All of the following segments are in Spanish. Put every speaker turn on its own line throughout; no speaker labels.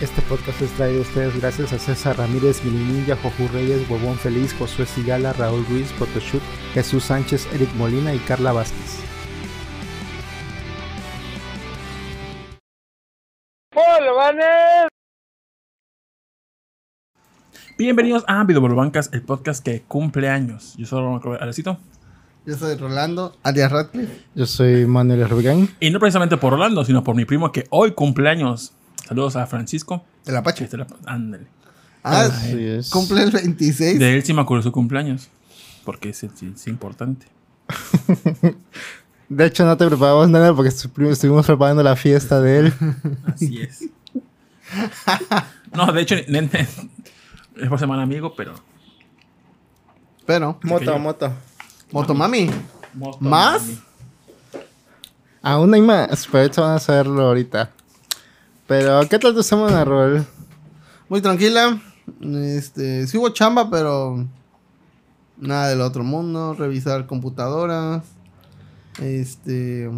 Este podcast es traído a ustedes gracias a César Ramírez, Milinilla, Jojú Reyes, Huevón Feliz, Josué Sigala, Raúl Ruiz, Potoshut, Jesús Sánchez, Eric Molina y Carla Vázquez.
¡Polvanes!
Bienvenidos a Videobancas, el podcast que cumple años. Yo soy Ronaldo Alecito.
Yo soy Rolando, alias Radcliffe.
Yo soy Manuel Rubigán.
Y no precisamente por Rolando, sino por mi primo que hoy cumple años. Saludos a Francisco.
El Apache.
Este la- ándale.
Ah,
Así es.
cumple el 26.
De él sí me acuerdo su cumpleaños. Porque es, es- es importante.
De hecho, no te preparamos nada porque estu- estuvimos preparando la fiesta de él.
Así es. no, de hecho, ni- ni- es por semana amigo, pero.
Pero,
Moto,
moto.
Motomami. ¿Más?
Aún hay más, pero esto van a saberlo ahorita. Pero, ¿qué tal tu semana, Rol?
Muy tranquila. Este, sí hubo chamba, pero nada del otro mundo. Revisar computadoras. Este.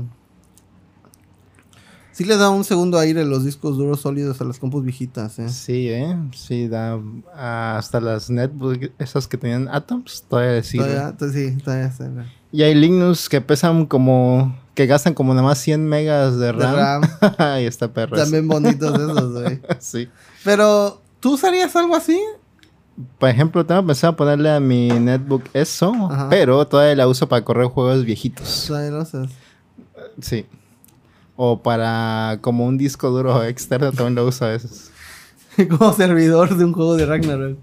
Sí le da un segundo aire los discos duros sólidos a las compus viejitas, eh.
Sí, ¿eh? Sí, da, ah, hasta las netbooks, esas que tenían Atoms, todavía sirven.
Todavía- to- sí, todavía se ve.
Y hay Linux que pesan como... Que gastan como nada más 100 megas de
De
RAM. Pues.
RAM.
Ahí está perro. eso.
También bonitos esos, güey.
Sí.
Pero, ¿tú usarías algo así?
Por ejemplo, tengo pensado ponerle a mi netbook eso,
Ajá.
pero todavía la uso para correr juegos viejitos.
Todavía lo usas.
Sí. O para como un disco duro externo también lo uso a veces.
como servidor de un juego de Ragnarok.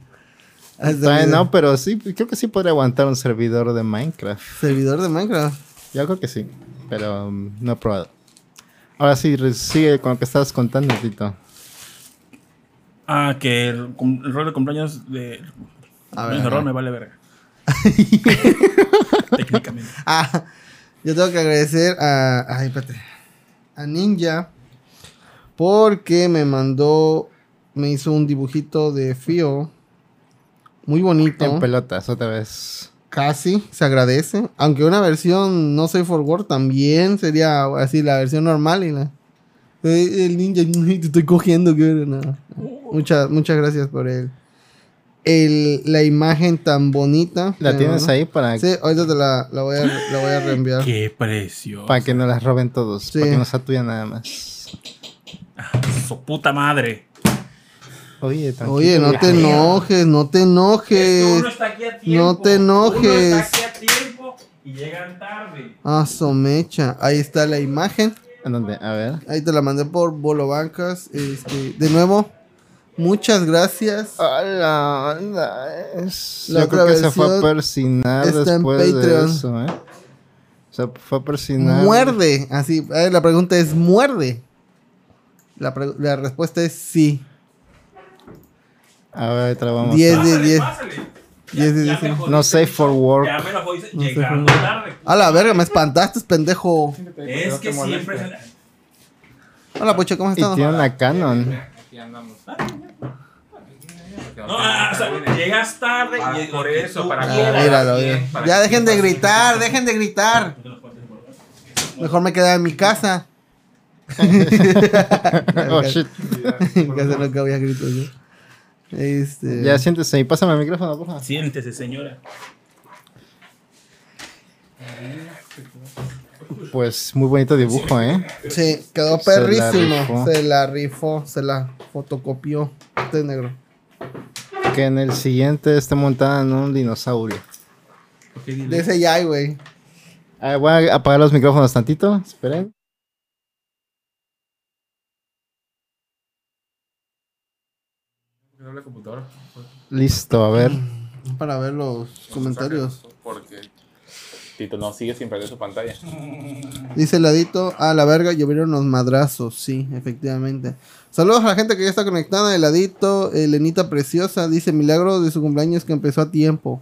Ah,
Todavía
servidor-
no, pero sí, creo que sí podría aguantar un servidor de Minecraft.
Servidor de Minecraft.
Yo creo que sí, pero um, no he probado. Ahora sí, re- sigue con lo que estabas contando, Tito.
Ah, que el, cum- el rol de cumpleaños de.
A
A
ver,
ver,
a ver.
me vale verga. Técnicamente.
Ah, yo tengo que agradecer a. Ay, espérate. A Ninja. Porque me mandó. Me hizo un dibujito de Fio. Muy bonito.
En pelotas, otra vez.
Casi se agradece. Aunque una versión no soy for Word también sería así la versión normal y la. Eh, El ninja, "Ay, te estoy cogiendo, que no. Muchas, muchas gracias por el, el- la imagen tan bonita.
¿La
Me
tienes
mandó.
ahí para,
Sí, ahorita te la, la voy, a, la voy a reenviar.
Qué precio.
para que no las roben todos?
Sí.
Para que no sea tuya nada más.
Su puta madre.
Oye, tranquilo.
Oye, no te
vieja.
enojes, no te enojes.
está aquí a
tiempo. te enojes. Uno está aquí
a tiempo y llegan tarde.
Ah, somecha. Ahí está la imagen.
¿En dónde? A ver.
Ahí te la mandé por Bolo Bancas. Este, de nuevo, muchas gracias.
Ah, Hola, hola. es-
La
Yo creo
otra
que se fue a
versión
persinar
está en
después de
Patreon.
eso, ¿eh? Se fue a persinar.
Muerde. Así, eh, la pregunta es: ¿muerde? La, pre- la respuesta es sí.
A ver, te la vamos a-
10 de 10. 10 de 10.
No safe for work.
me lo jodiste llegando tarde.
A la verga, me espantaste, pendejo.
Es que siempre se
Hola, Pocho, ¿cómo has
Y
estado?
tiene una Canon.
Aquí andamos.
No, ah, o sea, llegas tarde y
por eso, para
Ah,
que-
míralo,
bien,
mira.
para
Ya
que-
dejen de gritar, dejen de gritar. Mejor me quedaba en mi casa.
Oh, shit.
en casa no cabía gritos yo. Este,
Ya siéntese y pásame el micrófono, porfa.
Siéntese, señora.
Pues muy bonito dibujo, ¿eh?
sí, quedó
Se la
perrísimo.
rifó.
Se la rifó, se la fotocopió. Este es negro.
Que en el siguiente esté montada en un dinosaurio.
De ese ya hay, güey.
Ah, voy a apagar los micrófonos tantito. Esperen.
No la computadora.
Listo, a ver.
Para ver los comentarios.
Porque Tito no sigue sin perder su pantalla.
Dice el ladito, a la verga, llovieron los madrazos. Sí, efectivamente. Saludos a la gente que ya está conectada. El ladito, Elenita Preciosa, dice milagro de su cumpleaños que empezó a tiempo.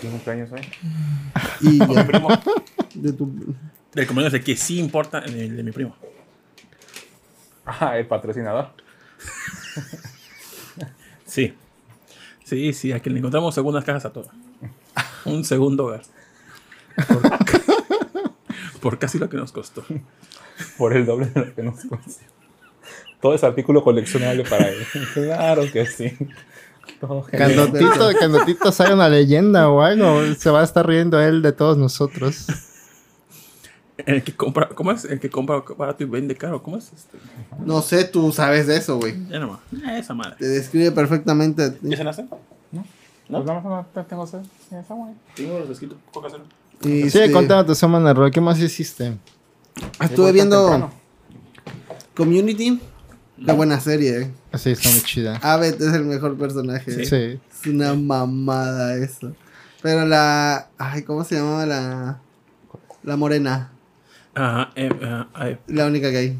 ¿Qué cumpleaños hoy?
Y ya.
Primo,
De tu...
del cumpleaños de que sí importa, el de mi primo.
Ah, el patrocinador.
Sí. Sí, sí, a quien le encontramos segundas cajas a todo. Un segundo hogar. Por, por casi lo que nos costó.
Por el doble de lo que nos cuesta. Todo es artículo coleccionable para él. claro que sí. Todo
Cuando Tito, cuando Tito sale una leyenda o algo, se va a estar riendo él de todos nosotros.
El que compra, ¿cómo es? El que compra barato y vende caro, ¿cómo es? Este?
No sé, tú sabes de eso, güey.
Ya nomás. Eh, Esa madre.
Te describe perfectamente. a ti.
¿Ya se nace?
Pues nada más no tengo sed. Ya está, güey.
Tengo los escritos, poco hacer.
Y
Sí,
este,
contame tu semana, Roy. ¿Qué más hiciste?
Estuve viendo Community. Una buena serie, eh.
Sí, está muy chida.
Abbott es el mejor personaje. eh.
Sí.
Es una mamada eso. Pero la. Ay, ¿cómo se llamaba la. La morena.
Ajá, eh, ah, ay,
La única que hay.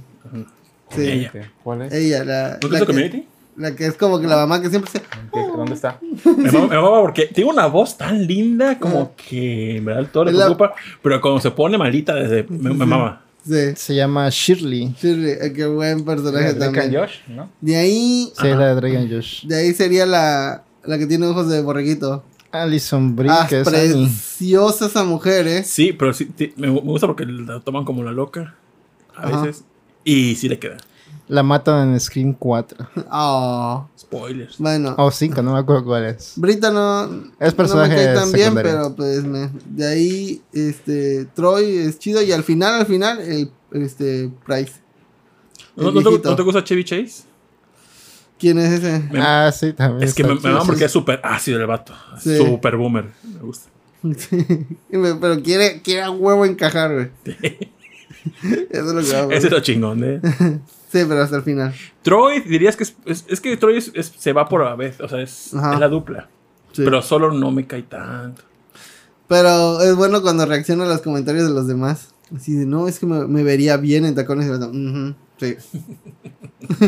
Sí.
Ella.
¿Cuál es?
Ella, la.
¿No te
la
hizo
que-
community? Ah.
La que es como que la mamá que siempre se.
¿En qué- ¿Dónde está?
Me mama, me mama porque tiene una voz tan linda como que en verdad todo le
Es la-
preocupa, pero cuando se pone malita desde me, me mama.
Sí.
Se llama Shirley.
Shirley, eh, qué buen personaje
Rick and
también.
Josh, ¿no?
De ahí.
Sí, la de Dragon Josh.
De ahí sería la. La que tiene ojos de borreguito.
Alison Brie,
Ah,
que es Annie.
preciosa esa mujer, eh.
Sí, pero sí, ti- me, me gusta porque la toman como la loca a
Ajá.
veces y sí le queda.
La matan en Scream 4.
Oh.
Spoilers.
Bueno.
O 5, no me acuerdo cuál es.
Brita no.
Es personaje
no me cae tan bien,
secundario.
pero pues me- de ahí este Troy es chido y al final al final el este Price.
¿No,
El
no te,
viejito.
no te gusta Chevy Chase?
¿Quién es ese?
Me-
ah, sí, también.
Es que me,
está
me
chida.
mama porque es súper ácido el vato.
Sí.
Súper boomer. Me gusta.
Y me- pero quiere quiere a huevo encajar, güey. Eso es lo que hago.
Ese es lo chingón, ¿eh?
Sí, pero hasta el final.
Troy, dirías que es, es- es que Troy es- es- se va por la vez. O sea, es,
Ajá.
es la dupla.
Sí.
Pero solo no me cae tanto.
Pero es bueno cuando reacciona a los comentarios de los demás. Así de, no, es que me, me vería bien en tacones. Y los demás, "Ujú, sí.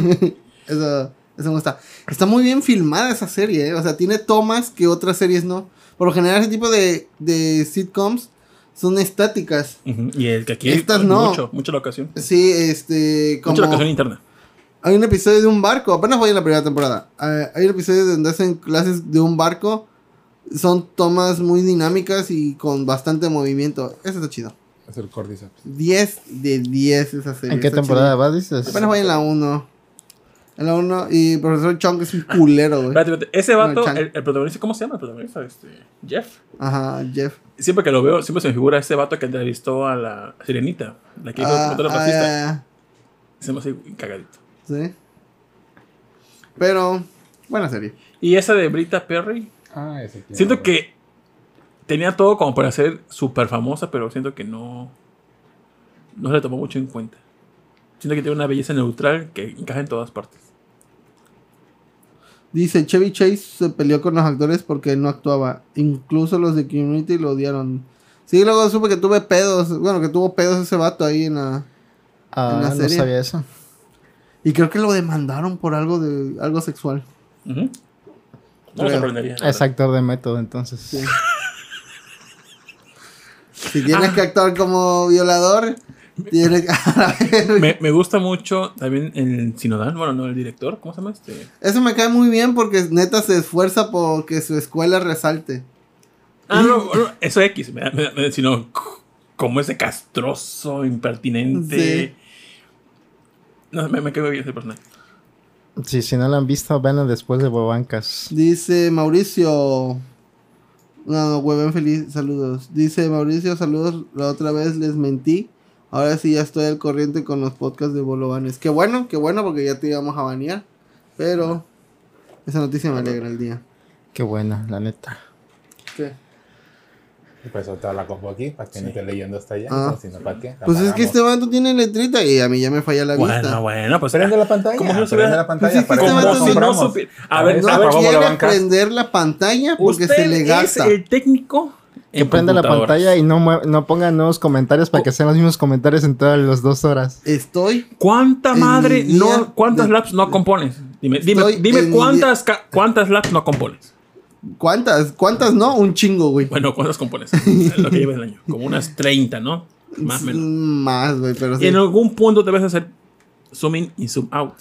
eso, eso me gusta. Está muy bien filmada esa serie, ¿eh? O sea, tiene tomas que otras series no. Por lo general, ese tipo de, de sitcoms son estáticas.
Ujú, Y el que aquí
Estas no.
mucho, mucho la ocasión.
Sí, este. Como...
Mucho la ocasión interna.
Hay un episodio de un barco, apenas voy en la primera temporada. Ah, hay un episodio donde hacen clases de un barco. Son tomas muy dinámicas y con bastante movimiento. Eso está chido.
Es el Cordyceps.
10 de 10 esa serie.
¿En qué
está
temporada
chida.
vas, dices?
Apenas voy en la 1. En la 1 y Profesor Chong es un culero, güey.
Espérate, espérate. Ese
No,
vato,
Chang.
el, el protagonista, ¿cómo se llama el protagonista? Este, Jeff.
Ajá, Jeff.
Siempre que lo veo, siempre se me figura ese vato que entrevistó a la sirenita, la que dijo
Ah,
contra la
ah,
fascista.
ah,
Se me hace cagadito.
sí. Pero, buena serie.
Y esa de Brita Perry,
Ah, ese. tiene
siento
razón.
que tenía todo como para ser súper famosa, pero siento que no. No se le tomó mucho en cuenta. Siento que tiene una belleza neutral que encaja en todas partes.
Dice, Chevy Chase se peleó con los actores porque no actuaba. Incluso los de Community lo odiaron. Sí, luego supe que tuve pedos. Bueno, que tuvo pedos ese vato ahí en la...
Ah,
en la
no
serie.
sabía eso.
Y creo que lo demandaron por algo de algo sexual.
Ujú. No
Creo.
me sorprendería. la
Es actor de método, entonces.
Si tienes
Ah.
que actuar como violador, tienes que... a la verga.
verdad. Me, me gusta mucho también el Sinodal, bueno, no el director, ¿cómo se llama este?
Eso me cae muy bien porque neta se esfuerza porque su escuela resalte.
Ah, no, no, eso X, me da- me da- me da- sino c- como ese castroso, impertinente.
Sí.
No, me, me quedo bien ese personaje.
Sí, si no la han visto, véanla después de Bobancas.
Dice Mauricio. No, no, hueven feliz, saludos. Dice Mauricio, saludos. La otra vez les mentí. Ahora sí ya estoy al corriente con los podcasts de Bolovanes. Qué bueno, qué bueno, porque ya te íbamos a banear. Pero esa noticia me alegra el día.
Qué buena, la neta.
Y Por eso te la cojo aquí, para que no esté leyendo hasta allá.
Ah.
o Si no, ¿para qué? La
Pues es que
apagamos.
este momento tiene letrita y a mí ya me falla la
Bueno,
vista.
bueno, pues.
Prende la pantalla.
Como si no
prende
supiera-
Pues
la pantalla.
es que
para
este
eso la
vato si no
compramos.
supiera- A
Para
ver,
eso
a ver,
No
pagamos la
quiere
banca.
prender la pantalla porque se le gasta.
es el técnico
Que
en Oh.
prenda la
computadoras.
pantalla y no, mue- no pongan nuevos comentarios para que sean los mismos comentarios en todas las dos horas.
Estoy
¿Cuánta
En
madre
mi día
no cuántas
de-
laps no compones? Dime, dime,
Estoy en
dime
mi
cuántas ca- cuántas laps no compones.
¿Cuántas? ¿Cuántas no? Un chingo, güey.
Bueno, cuántas compones? Es lo que llevas el año, como unas 30, ¿no? Más o menos.
Más, güey, pero
Y
sí.
en algún punto te vas a hacer zoom in y zoom out.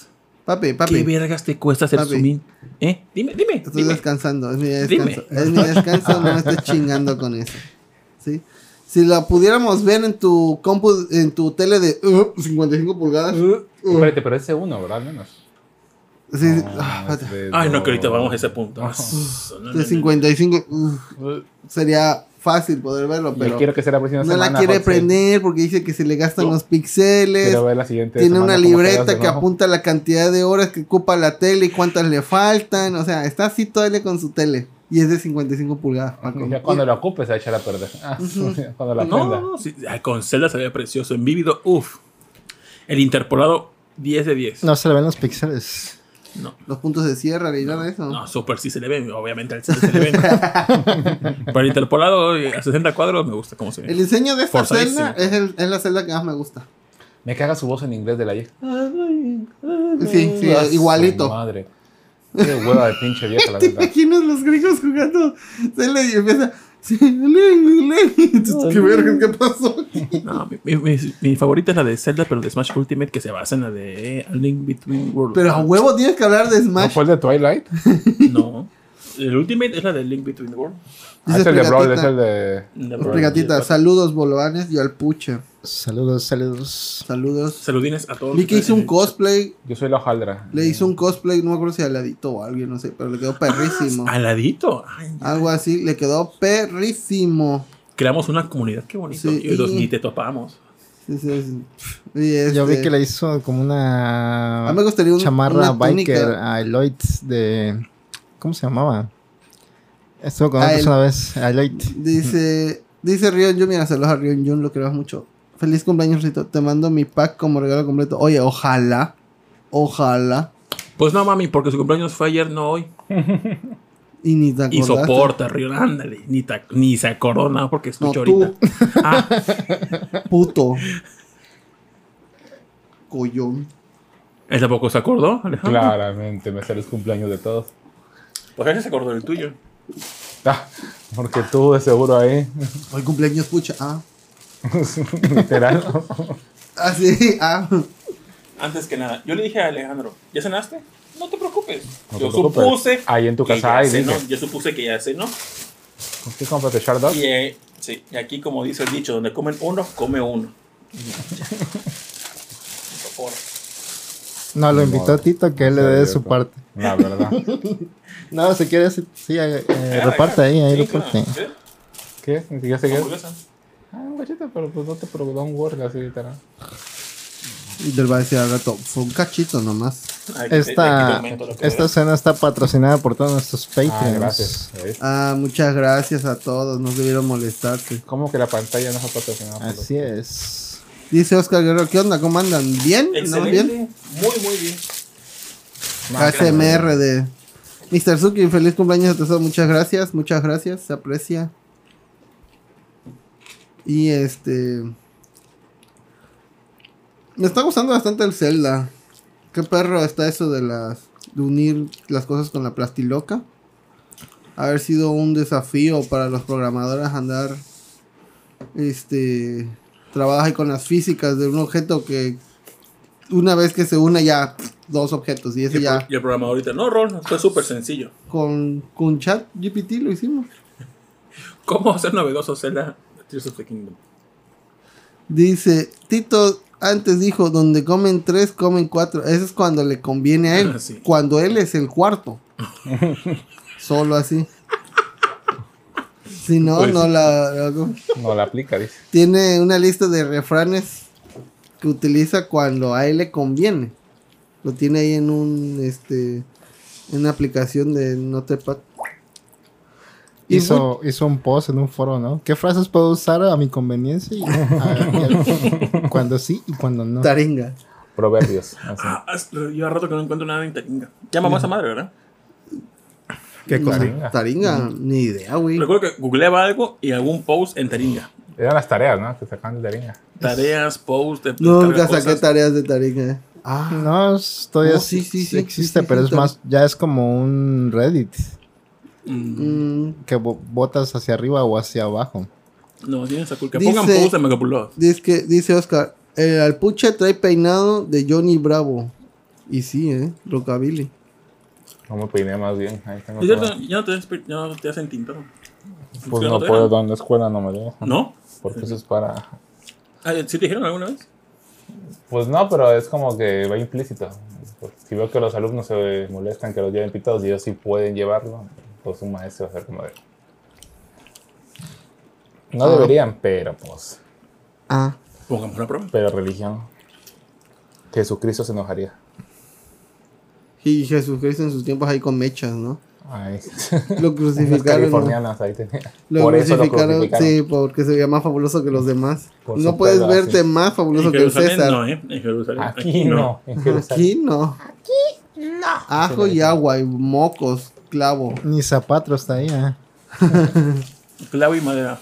Papi,
¿Qué
papi.
vergas te cuesta hacer
Papi.
zoom in? ¿Eh? Dime, dime.
Estoy
dime.
descansando, es mi día de descanso.
Dime.
Es mi descanso, no me estés chingando con eso. ¿Sí? Si la pudiéramos ver en tu compu, en tu tele de uh, 55 pulgadas,
Uh,
Espérate, pero ese uno, ¿verdad? Al menos. este,
Sí, sí.
No,
Ah,
es
espérate.
de
Ay, no, que ahorita
dos.
vamos a ese punto.
No.
No, no, no,
de
no.
55. uf, uh, sería fácil poder verlo,
Y
pero
quiero que sea la próxima
no
semana.
la quiere
José.
prender porque dice que se le gastan los pixeles.
Quiero ver la siguiente
Tiene una
semana cómo quedas de
libreta que
nuevo.
apunta la cantidad de horas que ocupa la tele y cuántas le faltan. O sea, está así todavía con su tele. Y es de 55 pulgadas, Paco.
Y Ya cuando la ocupe se va a echar a perder. Ah, Cuando la prenda.
No, sí, ay, con Zelda se veía precioso. En vívido, uff. El interpolado 10 de 10.
No se le ven los píxeles.
No,
Los puntos de cierre, ni nada de eso.
no, Super sí se le ven. Obviamente al Zelda se le ven. Pero el interpolado eh, a 60 cuadros me gusta cómo se
El
ve.
diseño de esta
Forzadísimo.
celda es, el- es la celda que más me gusta.
Me caga su voz en inglés de la vieja.
Sí, sí,
Ah, su
igualito.
Madre. Qué hueva de pinche vieja la
¿Te
verdad.
imaginas los gringos jugando celda y empieza... ¿Qué verga? ¿Qué pasó?
No, mi, mi- mi- mi favorita es la de Zelda, pero de Smash Ultimate, que se basa en la de eh, A Link Between Worlds.
Pero a huevo tienes que hablar de
¿No
Smash.
fue el de Twilight?
No. El Ultimate es la de Link Between Worlds.
Ah, es
Dice
el de Brawl, es
Fregatita.
el de.
La
Los Pregatitas, saludos Bolovanes, yo al Puche.
Saludos, saludos.
Saludos.
Saludines a todos.
Vi que hizo un cosplay,
Yo soy la hojaldra.
le hizo un cosplay, no me acuerdo si a Ladito o a alguien, no sé, pero le quedó perrísimo.
Aladito. Ay,
Algo así, le quedó perrísimo.
creamos una comunidad, qué bonito.
Sí.
Y los ni te topamos.
Sí, sí, sí. Y este,
Yo vi que le hizo como una
A mí me gustaría un-
chamarra
una túnica.
biker a Eloyd de. ¿Cómo se llamaba? Estuvo con
A
una
él.
persona una vez, a Eloyd.
Dice, dice Rion Jun, mira, saludos a Rion Jun, lo queremos mucho. Feliz cumpleaños, Rito. Te mando mi pack como regalo completo. Oye, ojalá, ojalá.
Pues no, mami, porque su cumpleaños fue ayer, no hoy.
Y ni te
Y
acordaste.
soporta, Río. Ándale, ni, ta- ni se acordó nada porque escucho
No, tú.
ahorita. Ah,
Puto. Collón.
¿él tampoco se acordó, Alejandro?
Claramente, me sale el cumpleaños de todos.
Pues él se acordó del tuyo.
Ah, porque tú de seguro ahí.
Hoy cumpleaños, pucha. Ah,
Literal.
ah sí, ah.
Antes que nada, yo le dije a Alejandro, ¿ya cenaste? No te preocupes.
No te
yo
preocupes.
supuse.
Ahí en tu
que
casa
ya
hay,
cenó.
dije.
Yo supuse que ya cenó.
¿Con qué compraste Shardos?
Y eh, sí, y aquí, como dice el dicho, donde comen uno, come uno. Soporta.
No, lo invitó a Tito que él le dé
Cierto.
su parte.
La verdad.
No, si quieres, sí, eh, eh,
Ah,
reparte ahí, ahí
sí, claro.
reparte.
Sí,
¿Qué? ¿Ni siquiera se quedó?
hamburguesa.
Ah, un cachito, pero pues no te probó un Word así, literal.
Y les va a decir al rato, fue un cachito nomás.
Ay, que- aquí te
Esta,
aumento lo que
esta
veas.
cena está patrocinada por todos nuestros
Ah,
Patreons.
gracias. ¿Ves?
Ah, muchas gracias a todos, no debieron molestarte.
¿Cómo que la pantalla no fue patrocinada? por
Así es.
Dice Oscar Guerrero, ¿qué onda? ¿Cómo andan? ¿Bien? ¿Andamos
Excelente.
bien?
Muy, muy bien.
ASMR de Mr. Suki, feliz cumpleaños a todos, muchas gracias, muchas gracias, se aprecia. Y este... Me está gustando bastante el Zelda. Qué perro está eso de las... de unir las cosas con la plastiloca. Haber sido un desafío para los programadores andar... Este... Trabaja ahí con las físicas de un objeto que... Una vez que se une ya dos objetos y ese
Y,
ya
el programa ahorita, no, Ron, fue súper sencillo.
con, con chat GPT lo hicimos.
¿Cómo hacer novedoso Zelda Tears of the Kingdom?
Dice, Tito antes dijo, donde comen tres, comen cuatro. Eso es cuando le conviene a él.
Ah, sí.
Cuando él es el cuarto. Solo así. Si no,
Pues
no
sí.
la, la-
No la aplica, dice.
Tiene una lista de refranes que utiliza cuando a él le conviene. Lo tiene ahí en un este en una aplicación de Notepad. Y muy-
Hizo, hizo un post en un foro, ¿no? ¿Qué frases puedo usar a mi conveniencia? Y, a- cuando sí y cuando no.
taringa.
Proverbios. así.
Ah, as- yo a rato que no encuentro nada en Taringa. Llama más a madre, ¿verdad?
¿Qué cosa?
Taringa.
Taringa, ni idea, güey.
Recuerdo que googleaba algo y algún post en Taringa.
Eran las tareas, ¿no? Que sacaban de taringa.
Tareas, post, de
Nunca
carga
saqué
cosas.
tareas de Taringa. Ah,
No, es- todavía
No,
es-
sí, sí, sí,
existe,
sí, sí,
pero
sí,
es
tal-
más, ya es como un Reddit
Mm,
mm,
que bo- botas hacia arriba o hacia abajo.
No, tienes a culpa.
Dice-
Pongan post en Megapulot.
dice, que- dice Oscar, el alpuche trae peinado de Johnny Bravo. Y sí, ¿eh? Rockabilly.
No me peiné más bien. Ahí tengo
Es
todo.
cierto, ya no te, has pe- ya no te hacen tintado.
Pues
¿Ya
no
te
puedo,
dejan?
en la escuela no me dejo.
¿No?
Porque eso es para.
Ah, ¿Sí te dijeron alguna vez?
Pues no, pero es como que va implícito. Pues, si veo que los alumnos se molestan que los lleven pitados y ellos sí pueden llevarlo, pues un maestro va a ser como de. No
Ah.
deberían, pero pues.
Ah,
Pongamos una prueba.
Pero religión. Jesucristo se enojaría.
y Jesucristo en sus tiempos ahí con mechas, ¿no?
Ay,
Lo
unas
crucificaron. ¿no?
californianas ahí tenía.
Lo
Por eso lo
crucificaron,
crucificaron.
sí, porque se veía más fabuloso que los demás.
Por
no
su
puedes
pelo,
verte
así.
más fabuloso
En
que el
Jerusalén
César.
no, ¿eh? En Jerusalén.
Aquí no. en Jerusalén.
Aquí no. Aquí no. Ajo y agua y mocos, clavo.
Ni Zapatro está ahí, ¿eh?
Clavo y madera.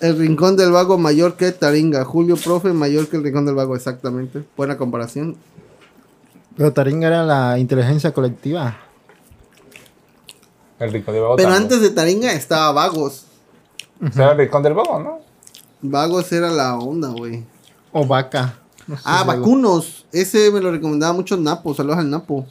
El rincón del vago mayor que Taringa. Julio Profe mayor que el rincón del vago, exactamente. Buena comparación.
Pero Taringa era la inteligencia colectiva.
El rincón del vago.
Pero
también.
antes de Taringa estaba vagos.
O sea, el rincón del vago, ¿no?
Vagos era la onda, güey.
O vaca. No sé
Ah,
si-
vacunos. Ese me lo recomendaba mucho Napo. Saludos al Napo.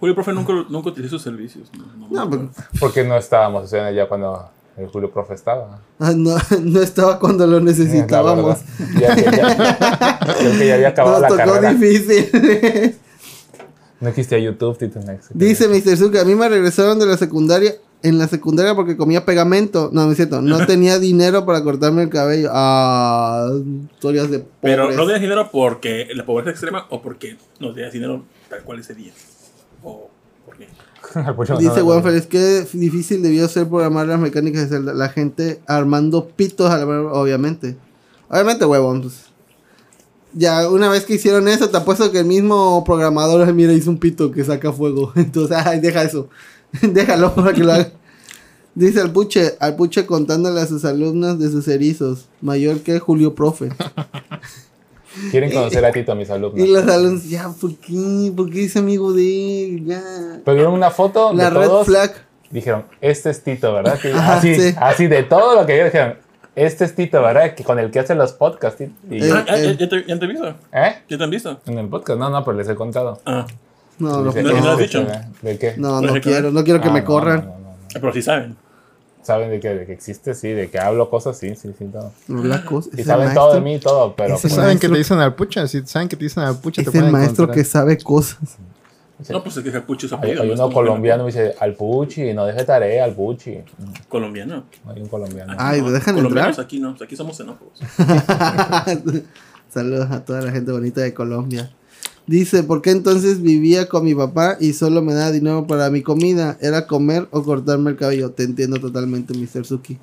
Julio, profe, nunca, nunca utilicé sus servicios. No, no,
No, pues, pero-
Porque no estábamos o sea, ya cuando el Julio Profe estaba.
Ah, no, no estaba cuando
Eh,
lo necesitábamos.
Ya, que ya- creo que ya había acabado
Nos
la
tocó
carrera.
difícil.
No existía YouTube, Tito Next.
Dice Mr. Zucker, a mí me regresaron de la secundaria, en la secundaria porque comía pegamento. No, no es cierto, no tenía dinero para cortarme el cabello. Ah, historias de pobres.
Pero no tenías dinero porque la pobreza extrema o porque no tenías dinero tal cual ese día. O porque.
Dice Juan Félix, qué difícil debió ser programar las mecánicas de Zelda. La gente armando pitos, a la mano, obviamente. Obviamente, huevón. pues. Ya, una vez que hicieron eso, te apuesto que el mismo programador, "Ay, mira, hizo un pito que saca fuego. Entonces, ay, deja eso. Déjalo para que lo haga. Dice al puche, al puche contándole a sus alumnos de sus erizos, mayor que Julio Profe.
Quieren conocer a Tito, a mis
Y
alumnos.
los alumnos, ya, ¿por qué? ¿Por qué es amigo de él? Ya.
Pero una foto
La
de
red
todos.
flag.
Dijeron, este es Tito, ¿verdad? Que-
Ajá,
así,
Ah, sí.
así de todo lo que vieron, dijeron, este es Tito, ¿verdad? Que con el que hacen los podcasts. Tito. Y yo,
Eh.
Ah, ah, ya, ya te, ya te han visto.
¿Eh?
Ya te han visto.
En el podcast, no, no, pues les he contado.
Ah,
No, no,
Dice,
no, no lo has
"Este,
dicho".
¿De qué?
No,
Pues
no
se quedan.
quiero, no quiero que
Ah,
me
no,
corran.
no, no, no.
pero sí saben.
Saben de que, de que existe, sí, de que hablo cosas, sí, sí, sí, todo.
La cosa-
Y
ese
saben
maestro-
todo de mí y todo, pero
Si
pues,
saben que
maestro-
te dicen al pucha, si saben que te dicen al pucha, te
Ese
pueden
maestro
encontrar.
que sabe cosas.
No, pues es que Capucho es
hay,
apellido.
hay
¿no?
uno colombiano que me dice, al Puchi, no deje tarea, al Puchi.
Colombiano.
Hay un colombiano.
Ay, ¿lo dejan
Colombianos
entrar?
aquí no. Aquí somos xenófobos.
Saludos a toda la gente bonita de Colombia. Dice, ¿por qué entonces vivía con mi papá y solo me daba dinero para mi comida? Era comer o cortarme el cabello. Te entiendo totalmente, Mr. Suki.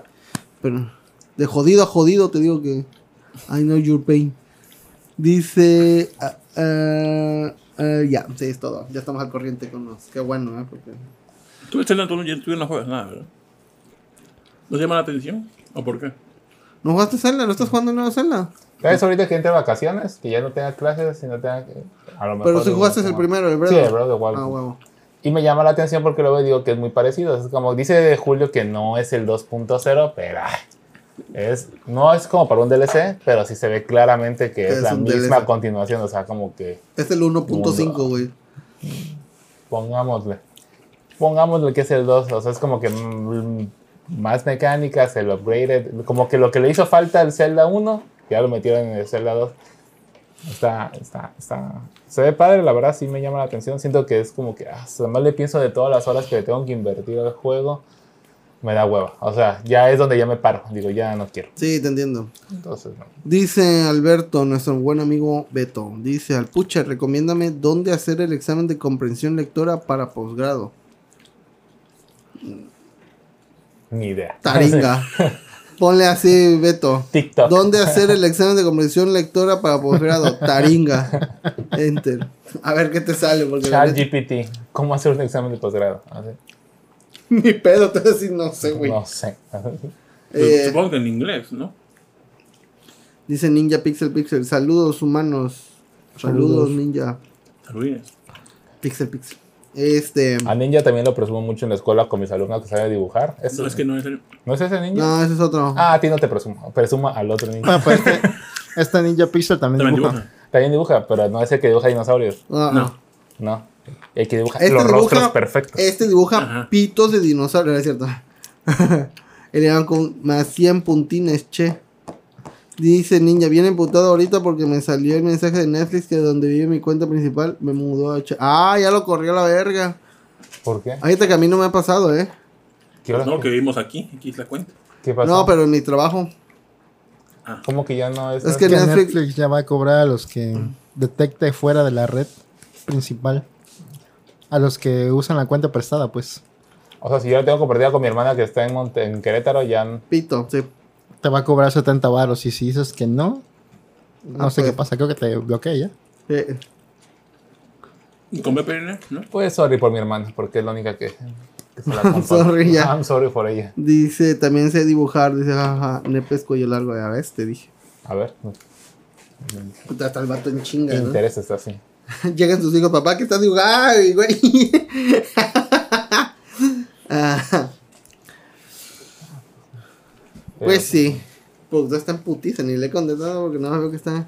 Pero de jodido a jodido te digo que I know your pain. Dice, ah, ah, ah, ya, sí, es todo. Ya estamos al corriente con los. Qué bueno, ¿eh? Porque
Tú, Estela, tú, no- tú no juegas nada, ¿verdad? ¿No te llama la atención? ¿O por qué?
Eh. ¿No jugaste Zelda? ¿No estás jugando nueva Zelda?
¿Sabes ahorita que entre vacaciones? Que ya no tenga clases y no tenga... que- A lo mejor
Pero si
digo,
jugaste el
como-
primero, el Breath
Sí,
of-
el Breath of the Wild.
Ah, huevo.
Y me llama la atención porque luego digo que es muy parecido. Es como dice Julio que no es el 2.0, pero ay, es, no es como para un DLC, pero sí se ve claramente que
Que
es,
es
la
un
misma
DLC.
continuación. O sea, como que
Es el 1.5, güey.
pongámosle, pongámosle que es el 2. O sea, es como que mm, más mecánicas, el upgraded, como que lo que le hizo falta al Zelda 1, ya lo metieron en el Zelda 2. Está, está, está. Se ve padre, la verdad, sí me llama la atención. Siento que es como que, ah, además le pienso de todas las horas que le tengo que invertir al juego, me da hueva. O sea, ya es donde ya me paro. Digo, ya no quiero.
Sí, te entiendo.
Entonces, no.
Dice Alberto, nuestro buen amigo Beto. Dice al pucha, recomiéndame dónde hacer el examen de comprensión lectora para posgrado.
ni idea.
Taringa. Ponle así, Beto.
TikTok.
¿Dónde hacer el examen de comprensión lectora para posgrado? Taringa. Enter. A ver qué te sale, porque la neta-
ChatGPT. ¿Cómo hacer un examen de posgrado? Así,
ni pedo, te voy a decir, no sé, güey.
No sé.
Eh,
Pues, Supongo que en inglés, ¿no?
dice Ninja Pixel Pixel. Saludos, humanos.
Saludos.
Saludos, Ninja
Saludos.
Pixel Pixel. Este.
A Ninja también lo presumo mucho en la escuela con mis alumnos que saben dibujar. ¿Es,
No, es que no es el...
¿no es ese ninja?
No, ese es otro.
Ah, a ti no te presumo. Presumo al otro ninja.
Ah, pues, este, este Ninja Pixel también,
También
dibuja.
dibuja.
También dibuja, pero no es el que dibuja dinosaurios.
Ah,
No.
No. El que dibuja
Este
los
dibuja-
rostros perfectos.
Este dibuja
Ajá.
pitos de dinosaurio, no es cierto. Elevan con más 100 puntines, che. Dice Ninja, bien emputado ahorita porque me salió el mensaje de Netflix que donde vive mi cuenta principal me mudó a Ch- Ah, ya lo corrió a la verga.
¿Por qué?
Ahorita que a mí no me ha pasado, ¿eh?
¿Qué, hora-
No, que
qué-
vimos aquí. Aquí es la cuenta. Ah.
qué pasó?
No, pero en mi trabajo.
¿Cómo que ya no es?
Es que
Que
Netflix-
Netflix, ya va a cobrar a los que detecte fuera de la red principal. A los que usan la cuenta prestada, pues.
O sea, si yo la tengo compartida con mi hermana que está en, Monte- en Querétaro, ya n-
Pito, sí.
Te va a cobrar 70 baros. Y si dices que no, no
Ah,
sé
pues.
qué pasa. Creo que te bloquea ya.
Eh,
Y con VPN, ¿no?
Pues sorry por mi hermana, porque es la única que, que se la comparto.
Sorry, ya.
I'm sorry por ella.
dice, también sé dibujar. Dice, jaja, nepes cuello largo. Ya ves, te dije.
A ver,
Puta, hasta el vato en chinga,
¿qué
¿no?
interés está así?
Llegan sus hijos, papá, que estás dibujando, Ay, güey. Ah,
Pero-
pues sí. Pues no están putizas, ni le he contestado porque no veo que está.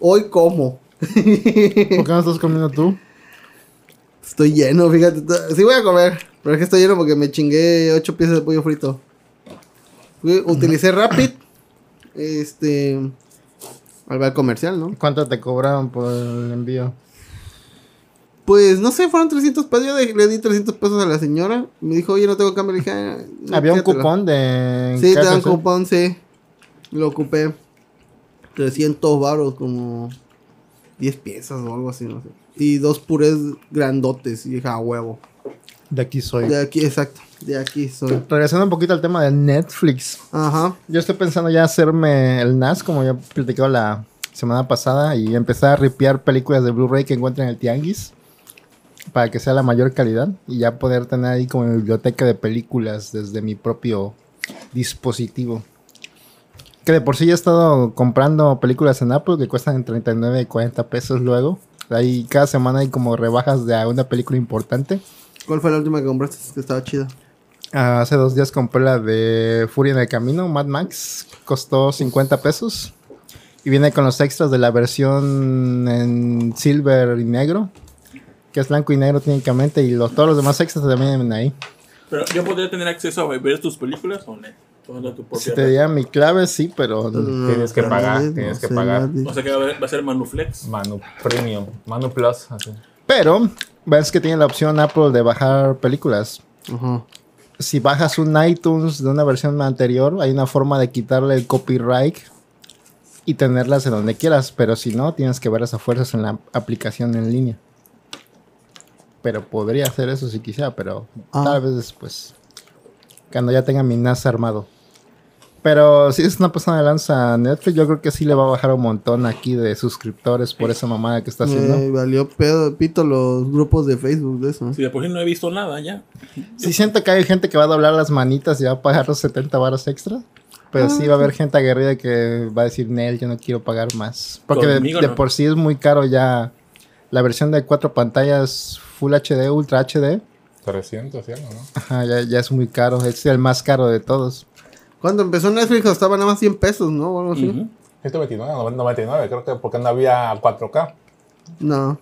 Hoy como.
¿Por qué no estás comiendo tú?
Estoy lleno, fíjate. to- Sí voy a comer, pero es que estoy lleno porque me chingué ocho piezas de pollo frito. Fui- Utilicé Rapid. Este. Al bar comercial, ¿no?
¿Cuánto te cobraron por el envío?
Pues no sé, fueron 300 pesos. Yo de- le di 300 pesos a la señora. Me dijo, oye, no tengo cambio. Le dije, "Ah,
Había un
quédatelo".
cupón de.
Sí, te dan
KFC.
cupón, sí. Lo ocupé. 300 baros, como 10 piezas o algo así, no sé. Y dos purés grandotes. Y dije, a huevo.
De aquí soy.
De aquí, exacto. De aquí soy.
Regresando un poquito al tema de Netflix.
Ajá.
Yo estoy pensando ya hacerme el NAS, como ya platicado la semana pasada, y empezar a ripear películas de Blu-ray que encuentren en el Tianguis para que sea la mayor calidad y ya poder tener ahí como mi biblioteca de películas desde mi propio dispositivo. Que de por sí ya he estado comprando películas en Apple que cuestan 39 y 40 pesos luego. Ahí cada semana hay como rebajas de a una película importante.
¿Cuál fue la última que compraste? Que estaba chida.
Ah, Hace dos días compré la de Furia en el Camino, Mad Max. Costó 50 pesos. Y viene con los extras de la versión en silver y negro. Que es blanco y negro técnicamente. Y los, todos los demás extras también vienen ahí.
Pero yo podría tener acceso a ver tus películas o no. Tomando tu propia
Si te diera mi clave, sí, pero...
Tienes que pagar,
Ah, no
tienes que
sé,
pagar.
nadie.
O sea que va a ver- va a ser Manuflex.
Manu Premium, Manu Plus, así.
Pero, ves que tiene la opción Apple de bajar películas.
Ajá.
si bajas un iTunes de una versión anterior, hay una forma de quitarle el copyright y tenerlas en donde quieras, pero si no, tienes que verlas a fuerzas en la aplicación en línea. Pero podría hacer eso si quisiera, pero
Ah.
tal vez después. Cuando ya tenga mi NAS armado. Pero si es una persona de lanza Netflix, yo creo que sí le va a bajar un montón aquí de suscriptores por esa mamada que está haciendo.
Ah, Me valió pedo, pito los grupos de Facebook de eso.
Si de por sí no he visto nada ya.
Sí siento que hay gente que va a doblar las manitas y va a pagar los 70 varos extra. Pero sí va a
Ah.
haber gente aguerrida que va a decir, Nel, yo no quiero pagar más. Porque de,
Conmigo
de
no.
por sí es muy caro ya la versión de cuatro pantallas Full HD, Ultra HD.
300, ¿sí? ¿no?
Ajá, ya, ya es muy caro, es el más caro de todos.
Cuando empezó Netflix costaba nada más 100 pesos, ¿no? O
¿Oh,
algo así.
Ujú.
129, 99, creo que porque no había 4K.
No.